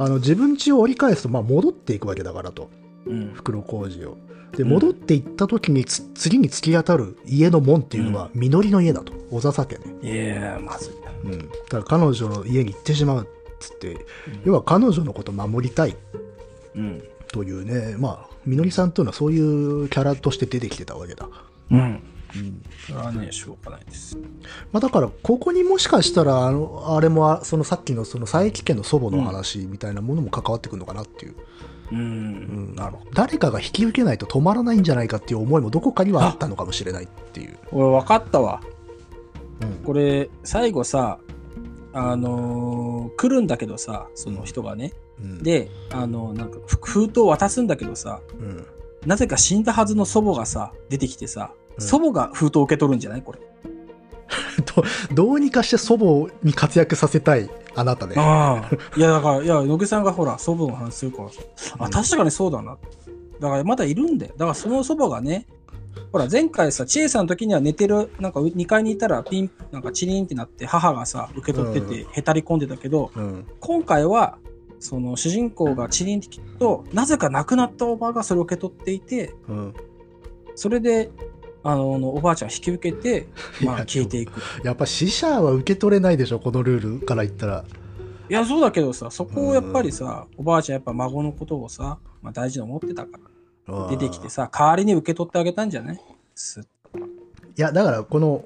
S2: あの自分家を折り返すと、まあ、戻っていくわけだからと、
S1: うん。
S2: 袋小路をで
S1: うん
S2: 戻って行った時につ次に突き当たる家の門っていうのは実りの家だと小笹家ね、
S1: いやー、まずいな。
S2: うん、だから彼女の家に行ってしまうっつって、要は彼女のこと守りたい
S1: うん。
S2: というねまあ実りさんというのはそういうキャラとして出てきてたわけだ、
S1: うん。
S2: うん
S1: それはね、しょうがないです。
S2: まあ、だからここにもしかしたらあのあれもあそのさっきのその佐伯家の祖母の話みたいなものも関わってくるのかなっていう、
S1: う。
S2: うんん、あの誰かが引き受けないと止まらないんじゃないかっていう思いもどこかにはあったのかもしれないっていう、
S1: 俺、分かったわ。
S2: うん
S1: これ、最後さ、あのー来るんだけどさ、その人がね。
S2: うん、
S1: で、あのなんか、封筒渡すんだけどさ、
S2: うん、
S1: なぜか死んだはずの祖母がさ、出てきてさ、
S2: うん
S1: 祖母が封筒を受け取るんじゃないこれ。
S2: どうにかして祖母に活躍させたいあなたね [laughs]
S1: ああ。いや、だから、いや、野木さんがほら、祖母の話するからさ。
S2: う
S1: あ、
S2: ん
S1: 確かにそうだな。だから、まだいるんだよ。だから、その祖母がね、ほら、前回さ、千恵さんの時には寝てる、なんか2階にいたら、ピン、なんかチリンってなって、母がさ、受け取ってて、へたり込んでたけど、
S2: うん
S1: 今回は、その主人公がチリンって聞くと、なぜか亡くなったおばあがそれを受け取っていて、
S2: うん、
S1: それで、あの、おばあちゃん引き受けて、まあ、
S2: いや
S1: 消えていく。
S2: やっぱ死者は受け取れないでしょこのルールから言ったら
S1: いや、そうだけどさ、そこをやっぱりさ、おばあちゃんやっぱ孫のことをさ、まあ、大事に思ってたから。出てきてさ代わりに受け取ってあげたんじゃないす
S2: いやだからこの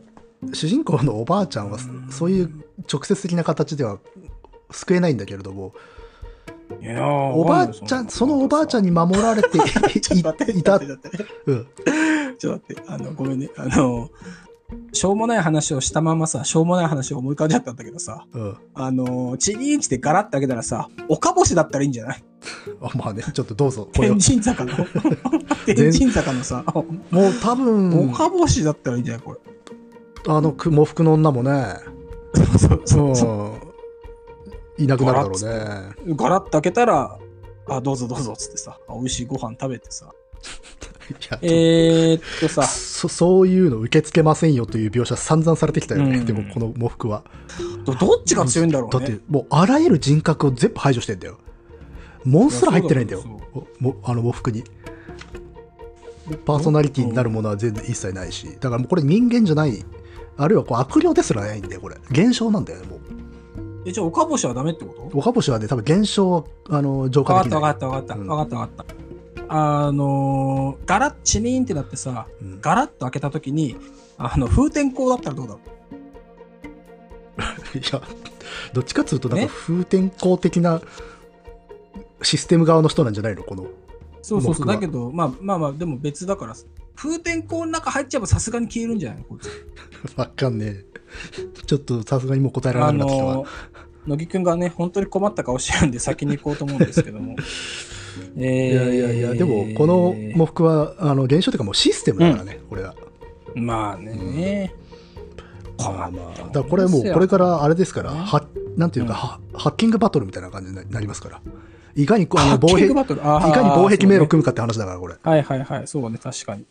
S2: 主人公のおばあちゃんはそういう直接的な形では救えないんだけれども
S1: いやお
S2: おばあちゃんそのおばあちゃん
S1: に
S2: に守られ
S1: [laughs] ちょ
S2: て
S1: っと待って
S2: いい
S1: ちょ
S2: た
S1: っと、待って
S2: うん、
S1: ちょっと待ってあのごめんねあのしょうもない話をしたままさしょうもない話を思い浮かんじゃったんだけどさ
S2: うん、
S1: あのチリンチでガラッてあげたらさ岡星だったらいいんじゃない
S2: あまあねちょっとどうぞこれを
S1: 天神坂 [laughs] の天神坂のさ
S2: もう多分
S1: 岡星だったらいいんじゃないこれ
S2: あのく喪服の女もね
S1: そうそうそうそう
S2: うんいなくなるだろうね
S1: ガラッて開けたらあどうぞどうぞっつってさ美味しいご飯食べてさ
S2: いや
S1: えー、っとさ
S2: そそういうの受け付けませんよという描写散々されてきたよね、
S1: うん
S2: でもこの喪服は
S1: どどっちが強いんだろうね。
S2: だってもうあらゆる人格を全部排除してんだよモンすら入ってないんだよ
S1: いやそうだ
S2: もあの喪服にパーソナリティになるものは全然一切ないしだからもうこれ人間じゃないあるいはこう悪霊ですらないんだよこれ現象なんだよねもう
S1: え、じゃあ、岡星はダメってこと
S2: 岡星はね多分現象はあの浄
S1: 分
S2: 化
S1: かっ
S2: でき
S1: た
S2: ない
S1: 分かった分かった
S2: うん
S1: 分かった分かった。あのー、ガラッチリーンってなってさ、
S2: うん
S1: ガラッと開けたときに、あの、風天光だったらどうだろ
S2: いやどっちかっつうとなんか
S1: ね
S2: 風天光的なシステム側の人なんじゃないのこの
S1: うそうそうそう。
S2: 僕は
S1: だけど、まあまあまあ、でも別だからさ風天光の中入っちゃえばさすがに消えるんじゃないこいつ
S2: [laughs] わかんねえちょっとさすがにもう答えられ
S1: あ
S2: なくなってきたわ、
S1: のー、乃木くんがね、本当に困った顔してるんで先に行こうと思うんですけども。えー
S2: [laughs] いやいやいや、でもこの喪服はあの現象というかもうシステムだからね、これは。
S1: まあね、困ったもんですよ
S2: だからこれもうこれからあれですから、
S1: ね
S2: はなんていうか、はハッキングバトルみたいな感じにななりますから。いかにこうあ
S1: ハ
S2: の
S1: ッキ
S2: 防
S1: ン
S2: 壁い
S1: グ
S2: か
S1: バトルい
S2: に防壁迷路を組むかって話だからこれ。
S1: はいはいはい、そうだね、確かに。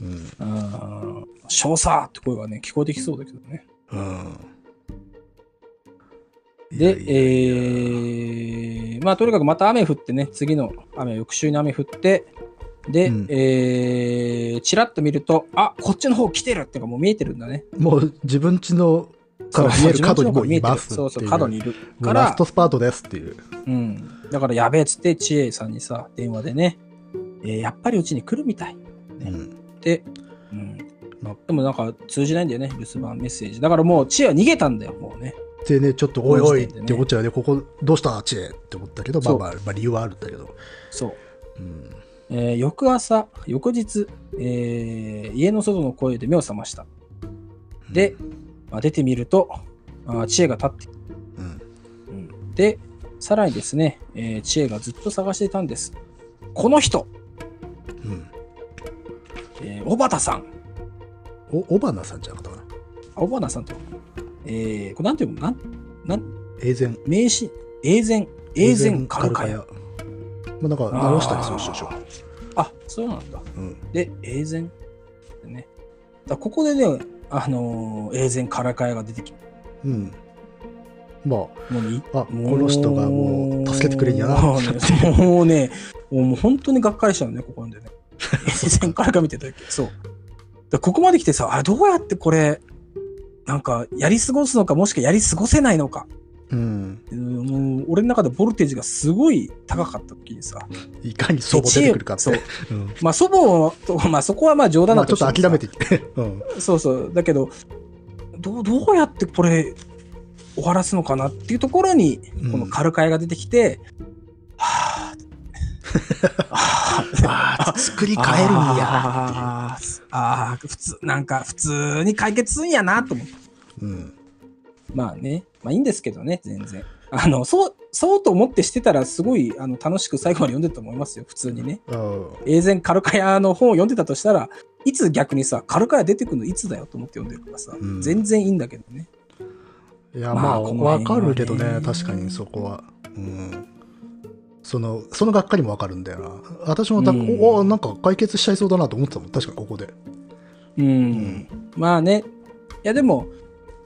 S2: うん。
S1: うん、少佐って声がね、聞こえてきそうだけどね。
S2: うん。いや
S1: で、
S2: いや
S1: えー、まあとにかくまた雨降ってね、次の雨、翌週に雨降って、で、
S2: うん
S1: えー、ちらっと見ると、あこっちの方来てるっていうか、もう見えてるんだね。
S2: もう自分家のから見える角にもういますってい
S1: そうそう、角にいる。
S2: も
S1: か
S2: うラ
S1: ら
S2: スト、スパートですっていう。
S1: うん、だからやべえっつって、知恵さんにさ、電話でね、えーやっぱりうちに来るみたい。
S2: うん。
S1: で、うん
S2: まあ
S1: でもなんか通じないんだよね、留守番メッセージ。だからもう、知恵は逃げたんだよ、もうね。
S2: でね、ちょっとおいおい
S1: この時
S2: っ
S1: 点でね
S2: て思っちゃうね、ここどうした知恵って思ったけど、まあまあ、まあ理由はあるんだけど。
S1: そう。
S2: うん。
S1: えー翌朝、翌日、えー家の外の声で目を覚ました。で、まあ、出てみると、あー知恵が立って、
S2: うん、
S1: で、さらにですね、えー知恵がずっと探していたんです。この人、
S2: うん、
S1: えー小畑さん。
S2: お小花さんじゃなかったかな
S1: あ小畑さんと。えーこれなんていうのなん、なん、
S2: 永前
S1: 名詞、永前、永前カルカヤ。
S2: まあなんか直したりする人でしょ
S1: あ、あ、そうなんだ。
S2: うん、
S1: で、永前。でね。だからここでね、あのー、永前からかやが出てき
S2: うん、ま
S1: もうに
S2: ああこの人がもう助けてくれんやな
S1: もうねそうねもう本当にがっかりしたのねここまでね目線からか見てた時そうだここまで来てさあどうやってこれなんかやり過ごすのかもしくはやり過ごせないのか
S2: うん、
S1: うんもう俺の中でボルテージがすごい高かった時にさ
S2: いかに祖母出てくるかって
S1: そう、
S2: うん
S1: まあ、祖母と、まあ、そこはまあ冗談
S2: ま
S1: だ
S2: あ、ちょ
S1: と
S2: っ
S1: しても
S2: と
S1: さ
S2: 諦めていって、うん、
S1: そうそうだけどどうどうやってこれ終わらすのかなっていうところに
S2: うん
S1: このカルカエが出てきて、はあ
S2: ああ作り変えるんや
S1: あーあー普通なんか普通に解決するんやなと思って
S2: っていう、うん、
S1: まあねまあいいんですけどね全然あのそうそうと思ってしてたらすごいあの楽しく最後まで読んでたと思いますよ普通にね
S2: あー
S1: 永前カルカヤの本を読んでたとしたらいつ逆にさカルカヤ出てくるのいつだよと思って読んでるからさ、
S2: うん
S1: 全然いいんだけどね
S2: いや
S1: ま
S2: ま
S1: あ
S2: あ
S1: この
S2: わ、
S1: 辺は
S2: かるけど
S1: ね
S2: ね確かにそこは、うん、そのそのがっかりもわかるんだよな私もだ、
S1: うん
S2: おおなんか解決しちゃいそうだなと思ってたもん確かここで、
S1: うん、
S2: ん
S1: まあねいやでも、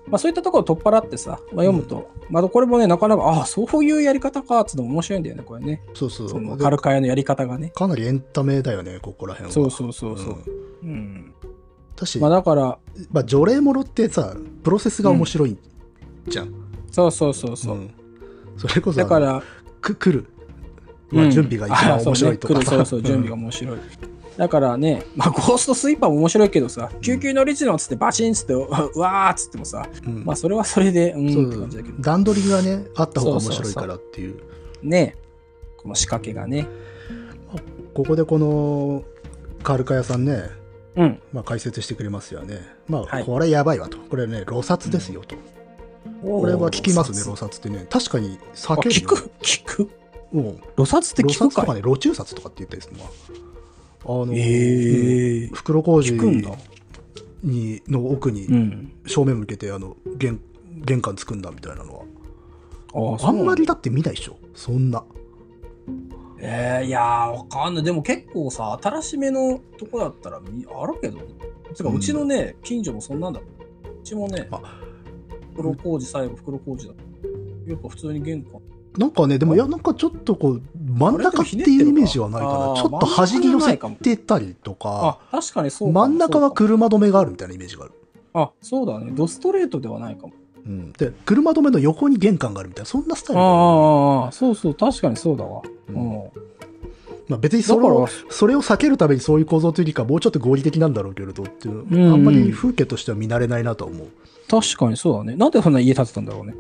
S1: まあ、そういったところを取っ払ってさ、まあ、読むと、まあこれもねなかなかああそういうやり方かっつうのも面白いんだよねこれね
S2: そうそう
S1: その
S2: で
S1: カルカヤのやり方がね
S2: かなりエンタメだよねここら辺は
S1: そうそうそうそう、
S2: ん
S1: うん
S2: だし、
S1: まあ
S2: ま
S1: だから
S2: あ、除霊ものってさプロセスが面白いじゃん、
S1: そうそうそうそう、
S2: うんそれこそ
S1: だから
S2: く来る、ま
S1: う
S2: あ、
S1: ん
S2: 準備が一番面白いとか
S1: あ
S2: さ
S1: そうね来るそうそ
S2: [laughs]
S1: う準備が面白い、だからね、まあ、ゴーストスイーパーも面白いけどさ、救急のリチノっつってバチンっつって、 [laughs] うわーっつってもさ、
S2: うん
S1: まあそれはそれで、う
S2: そ
S1: んって
S2: う
S1: 感じだけど、
S2: 段取りがねあった方が面白いからっていう
S1: ねこの仕掛けがね。
S2: ここでこのカルカ屋さんね、
S1: うん。
S2: まあ、解説してくれますよねまあ、
S1: はい
S2: これやばいわとこれね露殺ですよと、
S1: こ
S2: これは効きますね露殺ってね確かに
S1: あ、
S2: 酒
S1: 聞く聞く
S2: うん
S1: 露殺って
S2: 露
S1: 聞く
S2: 殺と
S1: か
S2: かね露中殺とかって言ったりするのはあの、
S1: ええ
S2: うん袋小路
S1: 聞くんだ。
S2: にの奥
S1: う
S2: に
S1: ん。
S2: 正面向けてあの玄玄関作んだみたいなのは
S1: あ
S2: あんま
S1: り。
S2: りだって見ないでしょそんな
S1: えー、いやー、わかんない。でも結構さ、新しめのとこだったらみあるけど。つうか、
S2: うん
S1: うちのね、近所もそんなんだ。うちもね
S2: あ、
S1: 袋小路最後、袋小路だ。やっぱ普通に玄関。
S2: なんかねでもいやなんかちょっとこう真ん中っていうイメージはないか
S1: あ
S2: ら
S1: れ
S2: ち
S1: でもひねってるか
S2: ょっと端に寄せてたりと
S1: あ
S2: か、
S1: 確かにそうかも
S2: 真ん中は
S1: そう
S2: 車止めがあるみたいなイメージがある、
S1: かもあ、そうだね。ドストレートではないかも。
S2: うん、で車止めの横に玄関があるみたいなそんなスタイルだよね
S1: ああ、そうそう、確かにそうだわ。う
S2: うん
S1: ん。
S2: まあ、別にそれ
S1: だ
S2: を
S1: か
S2: それを避けるためにそういう構造というよりかもうちょっと合理的なんだろうけれどっていう、
S1: うん
S2: あんまり風景としては見慣れないなとは思う
S1: 確かにそうだね。なんでそんな家建てたんだろうね。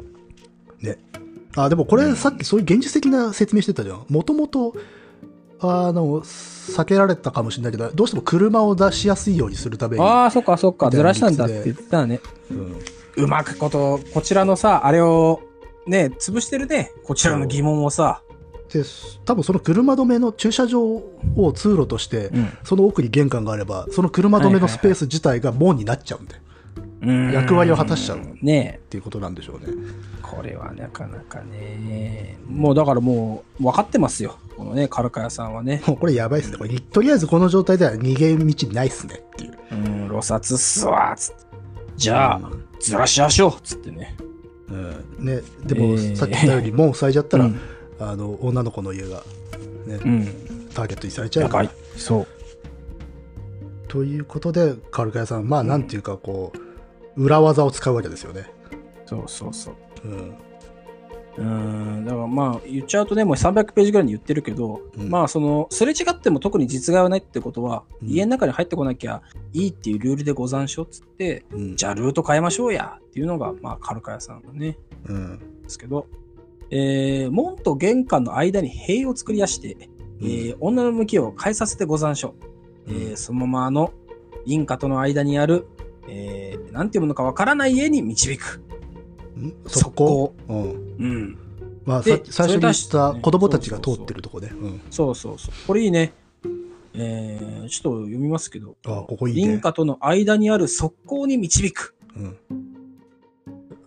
S2: あでもこ
S1: う
S2: れ
S1: ん
S2: さっきそういう現実的な説明してたじゃんもともとあの避けられたかもしれないけどどうしても車を出しやすいようにするために、
S1: ああ、そっかそっか、
S2: みた
S1: ず
S2: いな
S1: らしたんだって言ってたね。
S2: うん
S1: うまくこと、こちらのさ、あれを、ね、潰してるね。こちらの疑問をさ。
S2: で多分その車止めの駐車場を通路として、
S1: うん
S2: その奥に玄関があればその車止めのスペース自体が門になっちゃうんで、
S1: うん
S2: 役割を果たしちゃう
S1: ね
S2: っていうことなんでしょうね
S1: えこれはなかなかね。もうだからもう、分かってますよ。このね、カルカヤさんはね。
S2: もうこれやばいっすねこれとりあえずこの状態では逃げ道ないっすねっていう
S1: うん、露殺っすわ、つって。じゃあ、
S2: うん
S1: ずらしましょう、つってね。
S2: うんね、でも、
S1: えー
S2: さっき言ったように門塞いじゃったら、
S1: うん
S2: あの女の子の家が、ね
S1: うん。
S2: ターゲットにされちゃ
S1: や
S2: うか
S1: ば
S2: ら
S1: い。そう。
S2: ということでカルカヤさんまあなんていうかこう裏技を使うわけですよね、
S1: そうそうそう。
S2: うん
S1: うーんだからまあ言っちゃうとねもう300ページぐらいに言ってるけど、
S2: うん
S1: まあそのすれ違っても特に実害はないってことは、
S2: うん
S1: 家の中に入ってこなきゃいいっていうルールでござんしょっつって
S2: うん
S1: じゃあルート変えましょうやっていうのがまあカルカヤさんのね
S2: うん
S1: ですけど、えー門と玄関の間に塀を作り出して、えー女の向きを変えさせてござんしょ、
S2: うん
S1: えーそのままあの銀貨との間にある、えーなんていうものかわからない家に導く
S2: うんそこ、うん、
S1: うん
S2: まあ、
S1: で
S2: さ
S1: そ
S2: 最初に
S1: れ
S2: 言
S1: 出
S2: っ
S1: して
S2: た
S1: ね
S2: 子供たちが通ってるとこね。うん
S1: そうそうそう。これいいね。えー、ちょっと読みますけど。
S2: あここいいね
S1: 銀貨との間にある側溝に導く。
S2: うん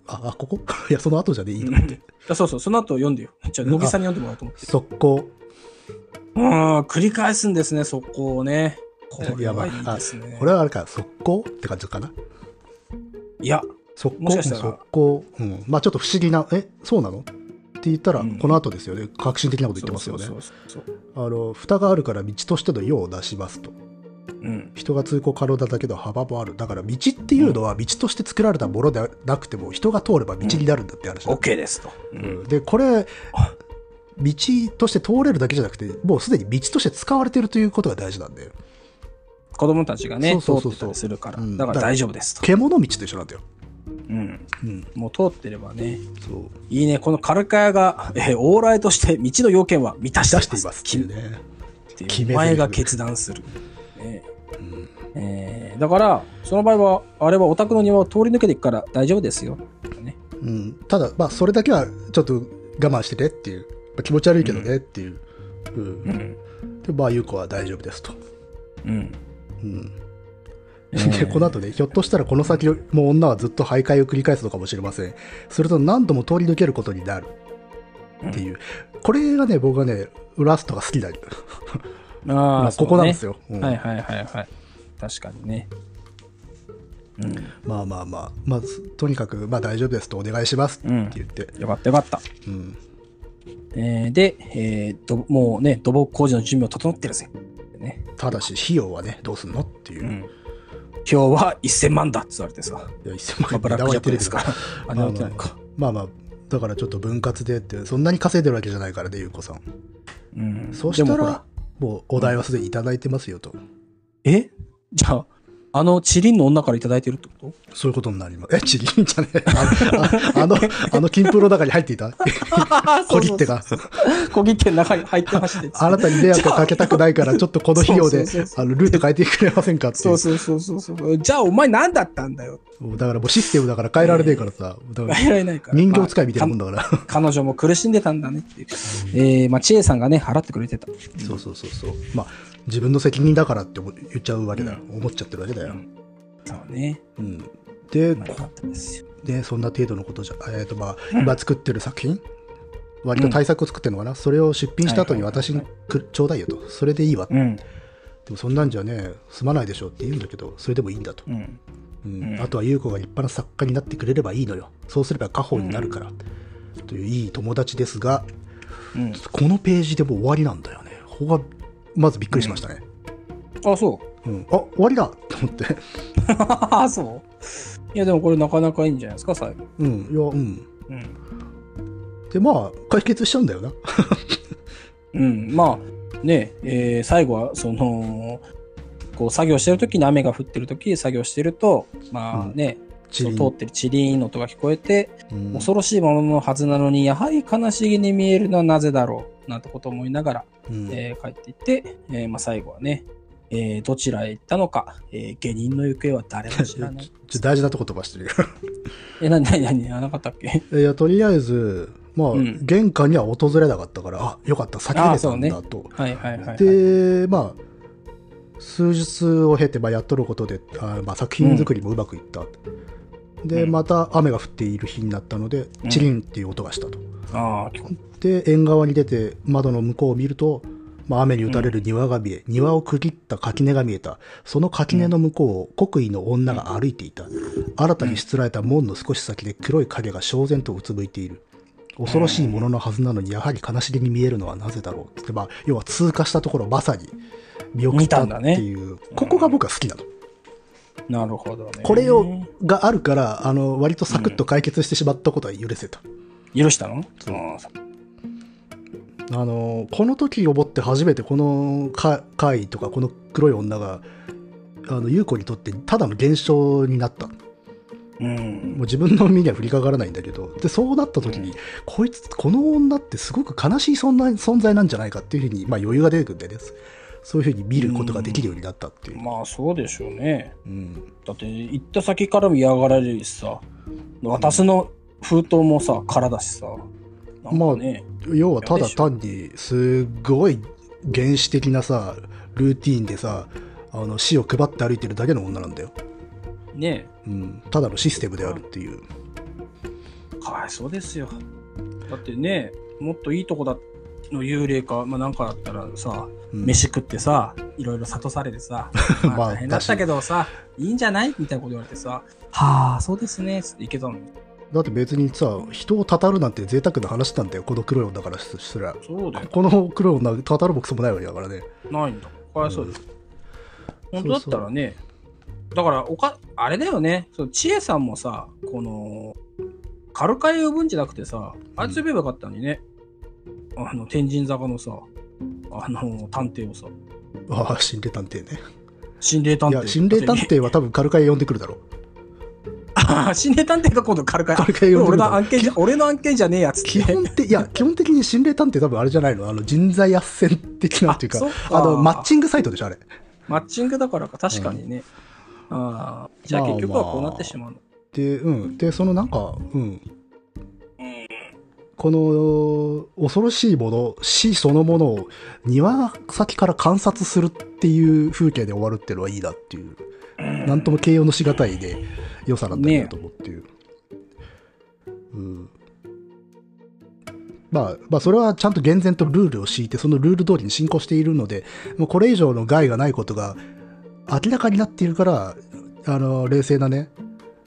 S2: あ、あここ [laughs] いや、その後じゃねいいと思って。
S1: だそうそう、その後読んでよ。じゃあ、
S2: うん
S1: 乃木さんに読んでもらおうと思って。
S2: 速攻。
S1: うん、繰り返すんですね、側溝をね。これはいいですね。
S2: これはあれか、速攻って感じかな。
S1: いや、
S2: 速攻
S1: もしかしたら
S2: 速攻、うん、まあちょっと不思議な「えそうなの?」って言ったら、
S1: うん
S2: この後ですよね革新的なこと言ってますよね
S1: そうそうそうそう
S2: あの蓋があるから道としての用を出しますと
S1: うん。
S2: 人が通行可能だだけど幅もあるだから道っていうのは道として作られたものではなくても人が通れば道になるんだって話なんです
S1: OK ですと。う
S2: う
S1: ん。
S2: んでこれ
S1: あ
S2: 道として通れるだけじゃなくてもうすでに道として使われてるということが大事なんで
S1: 子供たちがね、通
S2: そう
S1: っ
S2: そうそう
S1: て
S2: そ
S1: た
S2: う
S1: りするから
S2: う。ん
S1: だから大丈夫ですと。
S2: 獣道と一緒なんだよ、
S1: うん。
S2: うん、
S1: もう通ってればね。
S2: そう
S1: いいね。このカルカヤが、えー往来として道の要件は満たしてい
S2: 出
S1: ま
S2: し
S1: す。
S2: ていますっていうね
S1: って
S2: 決
S1: い
S2: め
S1: う
S2: 台詞
S1: お前が決断する、ねえーだからその場合はあれはお宅の庭を通り抜けていくから大丈夫ですよ、ね、
S2: うん、ただ、まあ、それだけはちょっと我慢してねっていう、まあ気持ち悪いけどねっていう、うん
S1: うん
S2: でまあ優子は大丈夫ですと、
S1: うん
S2: うん
S1: うん
S2: でこの後ねひょっとしたらこの先も女はずっと徘徊を繰り返すのかもしれませんすると何度も通り抜けることになるっていう、これがね僕はねラストが好きだ、
S1: あ
S2: まあ
S1: あ
S2: ここなんですよ、うん
S1: はいはいはいはい確かにねうん
S2: まあまあまあまあとにかく、まあ、大丈夫ですとお願いしますって言って、
S1: よかったよかった、
S2: うん
S1: えーで、えーどもうね土木工事の準備を整ってるぜ、ね
S2: ただし費用はねどうすんのっていうう、
S1: ん、今日は1000万だって言われてさ、
S2: いや1000万
S1: まあ、
S2: 円
S1: ブラックジャックですからあ
S2: ま
S1: れは
S2: あまあ
S1: 起きないか、
S2: まあまあだからちょっと分割でってそんなに稼いでるわけじゃないからねゆうこさん
S1: うん、
S2: そうした
S1: でもほ
S2: らもうお題はすでにいただいてますよと、
S1: えじゃあ、あのチリンの女からいただいてるって [laughs] こ
S2: そういうことになりますえちぎんじゃね [laughs] えあのああ [laughs] のあの金風の中に入っていた [laughs]
S1: と
S2: 小切手が
S1: 小切手の中に入ってまして。
S2: あなたに迷惑をかけたくないからちょっとこの費用
S1: そうそう
S2: で
S1: そうそ
S2: あのルート変えてくれませんかってい
S1: そううそうそうそうそう。じゃあお前何だったんだよ。
S2: もうだからもうシステムだから変えられねえからさ、だから
S1: 変えられないから。
S2: 人形使いみたいなもん
S1: だ、
S2: だから、
S1: 彼女も苦しんでたんだねっていう。えー、まあ、千恵さんがね、払ってくれてた。
S2: そうそうそうそうまあ自分の責任だからって思言っちゃうわけだよ、思っちゃってるわけだよ、
S1: そうね。
S2: うん、で
S1: まあ、よかったですよ。
S2: でそんな程度のことじゃ、えーとまあ、
S1: うん
S2: 今作ってる作品、割と対策を作ってるのかな、それを出品した後に
S1: はいはいは
S2: 私
S1: い
S2: にくちょうだいよと、それでいいわ、
S1: うん。
S2: でもそんなんじゃね、すまないでしょうって言うんだけど、それでもいいんだと、
S1: うん。
S2: うん
S1: うん
S2: あとは優子が立派な作家になってくれればいいのよ、そうすれば家宝になるから、といういい友達ですが、
S1: うん。
S2: このページでもう終わりなんだよね、ここがまずびっくりしましたね、
S1: あ、そう。
S2: [laughs] うんあ終わりだと思って、
S1: あ、そう。いや、でもこれなかなかいいんじゃないですか、最後。
S2: うん、いや、うん、
S1: うん。
S2: で、まあ、解決しちゃうんだよな、
S1: うん。まあ、ね、えー、最後は、その、こう作業してる時に雨が降ってる時作業してるとまあね、
S2: [laughs] チリン
S1: その通ってるチリーンの音が聞こえて、
S2: うん
S1: 恐ろしいもののはずなのにやはり悲しげに見えるのはなぜだろうなんてことを思いながら、
S2: うん
S1: えー帰っていって、えーまあ、最後はね、えーどちらへ行ったのか、えー下人の行方は誰も知ら
S2: [laughs]
S1: ない
S2: ちょ大事なとこ飛ばしてるよ [laughs]
S1: えなになになにあなかったっけ [laughs]
S2: いやとりあえずまあ、
S1: うん
S2: 玄関には訪れなかったからあよかった先
S1: あ
S2: 出
S1: ー
S2: れた
S1: そ
S2: んだと、
S1: はいはいはい、はい、
S2: でまあ数日を経て、まあ、やっとることであ、まあ、作品作りもうまくいった、で
S1: うん
S2: また雨が降っている日になったので、
S1: うん
S2: チリンっていう音がしたと
S1: ああ聞こ
S2: で縁側に出て窓の向こうを見ると、まあ、雨に打たれる庭が見え、庭を区切った垣根が見えたその垣根の向こうを国威の女が歩いていた、新たにしつらえた門の少し先で黒い影が正然とうつむいている恐ろしいもののはずなのにやはり悲しげに見えるのはなぜだろうって、まあ、要は通過したところをまさに見送ったっていう、ここが僕は好きなの、
S1: えなるほどね
S2: これをがあるからあの割とサクッと解決してしまったことは許せた、
S1: 許したの
S2: そう
S1: ああそ
S2: あのこの時をもって初めてこのか怪異とかこの黒い女があの優子にとってただの現象になったも
S1: う
S2: うん自分の身には降りかからないんだけどでそうなった時
S1: う
S2: に、
S1: ん
S2: こいつこの女ってすごく悲しい存在存在なんじゃないかっていうふうに、まあ、余裕が出てくるんでねそういうふうに見ることができるようになったっていう、
S1: まあそうでしょうね
S2: うん
S1: だって行った先からも嫌がられるしさ私の封筒もさ空だしさなんかね、
S2: 要はただ単にすごい原始的なさルーティーンでさあの死を配って歩いてるだけの女なんだよ、
S1: ね
S2: うん、ただのシステムであるっていう。
S1: えかわいそうですよだってねもっといいとこだっの幽霊か、まあ、なんかだったらさ、
S2: うん
S1: 飯食ってさ、いろいろ諭されてさ、 [laughs] ま
S2: まあ
S1: あ、大変だったけどさ、いいんじゃないみたいなこと言われてさ、はあ、そうですね、つっていけたのに。
S2: だって別にさ人をたたるなんて贅沢な話なんだよこの黒い女からすりゃ
S1: そうだよ、
S2: この黒い女たたる僕そもないわけだからね
S1: ないんだ。かわいそうです。
S2: ん
S1: 本当だったらね、だからおか、あれだよね、そう千恵さんもさ、この、カルカエ呼ぶんじゃなくてさ、あいつ呼べばよかったのにね、あの、天神坂のさ、あの、探偵をさ、
S2: ああ心霊探偵ね
S1: 心霊探
S2: い
S1: 偵。
S2: や心霊探偵は多分軽快呼んでくるだ [laughs] ろう
S1: [laughs] あー心霊探偵が今度軽か
S2: 軽快呼んでくる
S1: 俺の案件じゃ俺の案件じゃねえやつって
S2: 基本的いや基本的に心霊探偵多分あれじゃないのあの人材斡旋的なっていうか
S1: あそっか
S2: あのマッチングサイトでしょあれ
S1: マッチングだからか確かにね、ああじゃあ結局はこうなってしまうの、
S2: でうんでそのなんかうんこの恐ろしいもの死そのものを庭先から観察するっていう風景で終わるっていうのはいいなっていうなんとも形容のしがたいで良さなんだ
S1: ね
S2: な
S1: え
S2: と思うっていう、うんまあ、まあそれはちゃんと厳然とルールを敷いてそのルール通りに進行しているのでもうこれ以上の害がないことが明らかになっているからあの冷静なね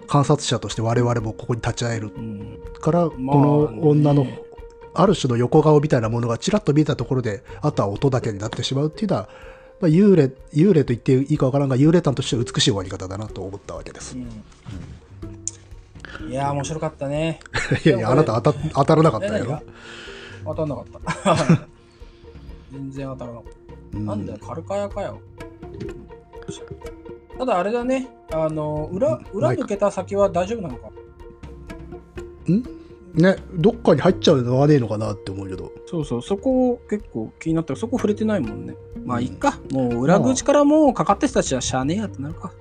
S2: 観察者として我々もここに立ち会える
S1: うん
S2: から、
S1: まあ
S2: この女の
S1: ね
S2: ある種の横顔みたいなものがちらっと見えたところであとは音だけになってしまうっていうのは、まあ、幽霊幽霊と言っていいかわからんが幽霊譚としては美しい終わり方だなと思ったわけです。
S1: うんいやー面白かったね
S2: いやいやあなた当た当たらなかった
S1: え何
S2: よ
S1: が。当たんなかった [laughs] 全然当たらなかった、
S2: うん
S1: なんだよカルカヤかよただあれだねあの裏裏
S2: マイク
S1: 抜けた先は大丈夫なのか
S2: ねどっかに入っちゃうのはねえのかなって思うけど。
S1: そうそうそこ結構気になったけどそこ触れてないもんねまあいっか、もう裏口からもうかかってた人たちはしゃあねえやってなるか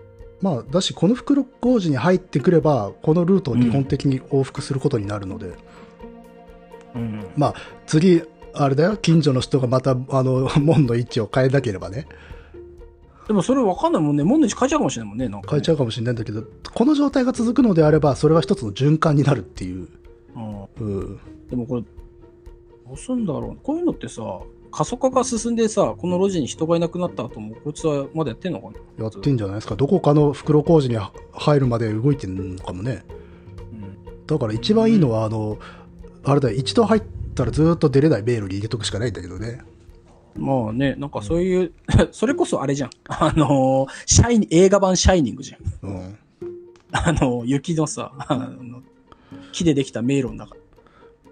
S2: まあ、だしこの袋小路に入ってくればこのルートを基本的に往復することになるので、
S1: うん
S2: 次あれだよ近所の人がまたあの門の位置を変えなければね
S1: でもそれ分かんないもんね。もんの位置変えちゃうかもしれないもんね。なんかね、
S2: 変えちゃうかもしれないんだけど、この状態が続くのであればそれは一つの循環になるっていう、
S1: うん
S2: うん
S1: でもこれ、どうすんだろう。こういうのってさ、過疎化が進んでさ、この路地に人がいなくなった後も、こいつはまだやってんのかな
S2: やってんじゃないですかどこかの袋小路に入るまで動いてんのかもね
S1: うん。
S2: だから一番いいのはあのあれだよ一度入ったらずっと出れない迷路に入れとくしかないんだけどね
S1: まあね、なんかそういう、 [laughs] それこそあれじゃん。あのーシャイニ映画版シャイニングじゃん。
S2: うん
S1: あのー雪のさ、あの木でできた迷路の中、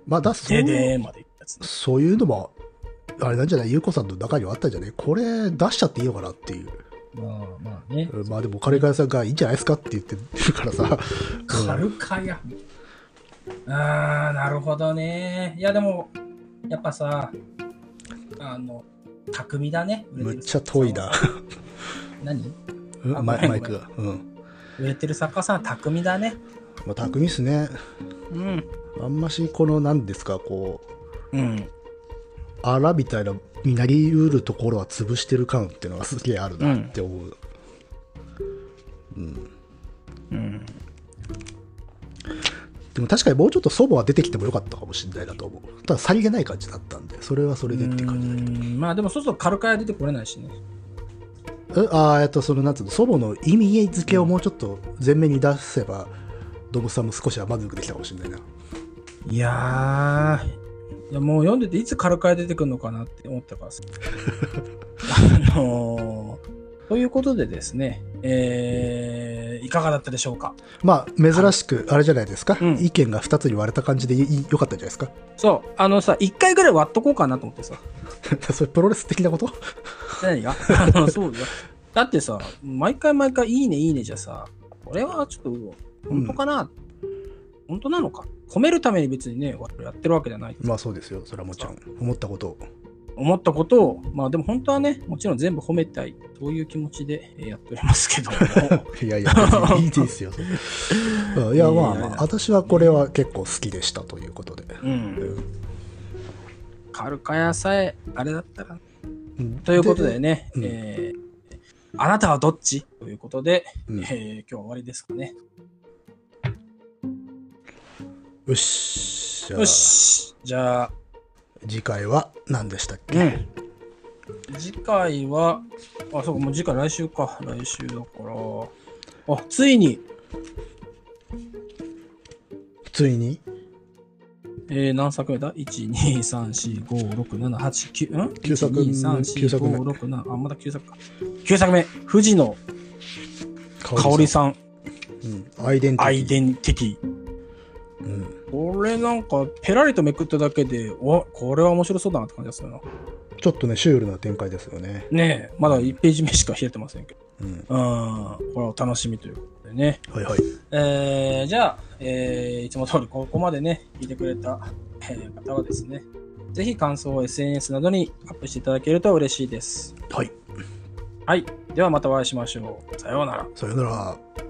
S2: まあだそう
S1: で
S2: いう
S1: でーまで行ったやつ。
S2: そういうのもあれなんじゃない優子さんの中にはあったんじゃないこれ出しちゃっていいのかなっていう
S1: まあまあね。
S2: うんまあでもカレカヤさんがいいんじゃないですかって言ってるからさ、うん
S1: 軽かや。あー、なるほどね。いや、でも、やっぱさ、あの、巧みだね。
S2: むっちゃ遠いな。
S1: 何
S2: うん
S1: あ
S2: マイ
S1: ご
S2: マ
S1: め
S2: イ
S1: んご
S2: ク
S1: めん
S2: が。うん。
S1: 売れてる作家さん、巧みだね。
S2: まあ、匠っすね。
S1: うん。
S2: あんまし、この、なんですか、こう、
S1: うん。
S2: あらみたいな、になりうるところは潰してる感っていうのはすげえあるなって思う。
S1: うん。
S2: でも確かにもうちょっと祖母は出てきてもよかったかもしれないなと思う。ただ、さりげない感じだったんで、それはそれでっていう感じだけど。
S1: まあでもそうすると軽かや出てこれないしね。
S2: えああ、えっと、その、なんつうの、祖母の意味付けをもうちょっと前面に出せば、ドムさんも少しは満足できたかもしれないな。
S1: いやー、いやもう読んでていつ軽かや出てくるのかなって思ったからさ。 [laughs] あのー、ということでですね、えー、いかがだったでしょうか
S2: まあ、珍しく、あれじゃないですか、
S1: うん
S2: 意見が2つに割れた感じでいいよかったんじゃないですか。 [laughs]
S1: そう、あのさ、一回ぐらい割っとこうかなと思ってさ。
S2: それプロレス的なこと
S1: 何が [laughs] あの、そうだよ。だってさ、毎回毎回いいねいいねじゃさ、これはちょっと、本当かな、本当なのか褒めるために別にね、我々やってるわけじゃない。
S2: [laughs] まあそうですよ、それはもちろん。思ったことを。
S1: 思ったことを、まあでも本当はね、もちろん全部褒めたい、そういう気持ちでえーやっておりますけども。
S2: [laughs] [laughs] いやいや、別にいいですよ。それうんいや、まあ
S1: いやいや
S2: まあ、私はこれは結構好きでしたということで。
S1: うん。
S2: う
S1: カルカヤさえ、あれだったら。
S2: ん
S1: ということで。ね、
S2: うん
S1: えーあなたはどっちということで、
S2: うん
S1: えー今日は終わりですかね。
S2: よし。じゃあ
S1: よ。し。じゃあ、
S2: 次回は何でしたっけ、
S1: うん。次回は、あ、そうか、もう次回来週か。来週だから。あ、ついに、
S2: ついに
S1: えー、何作目だ ?1、2、3、4、5、6、7、8、9、ん
S2: 九作目
S1: ?1、2、3、4、
S2: 九作目
S1: 5、6、7、あ、まだ9作か。9作目、藤野
S2: 香
S1: 香織さん、
S2: うん、アイデンティ
S1: ア
S2: ティ
S1: イデンティティ。
S2: うん、
S1: これなんか、ペラリとめくっただけで、お、これは面白そうだなって感じがするな。
S2: ちょっとねシュールな展開ですよね、
S1: ねえ、まだ1ページ目しか開いてませんけど。
S2: う
S1: う
S2: ん、
S1: ん、これはお楽しみということでね。
S2: はいはい
S1: えー、じゃあ、えーいつも通りここまでね、聞いてくれた、えー方はですね、ぜひ感想を SNS などにアップしていただけると嬉しいです。
S2: はい
S1: はい。ではまたお会いしましょう。さようなら。
S2: さよなら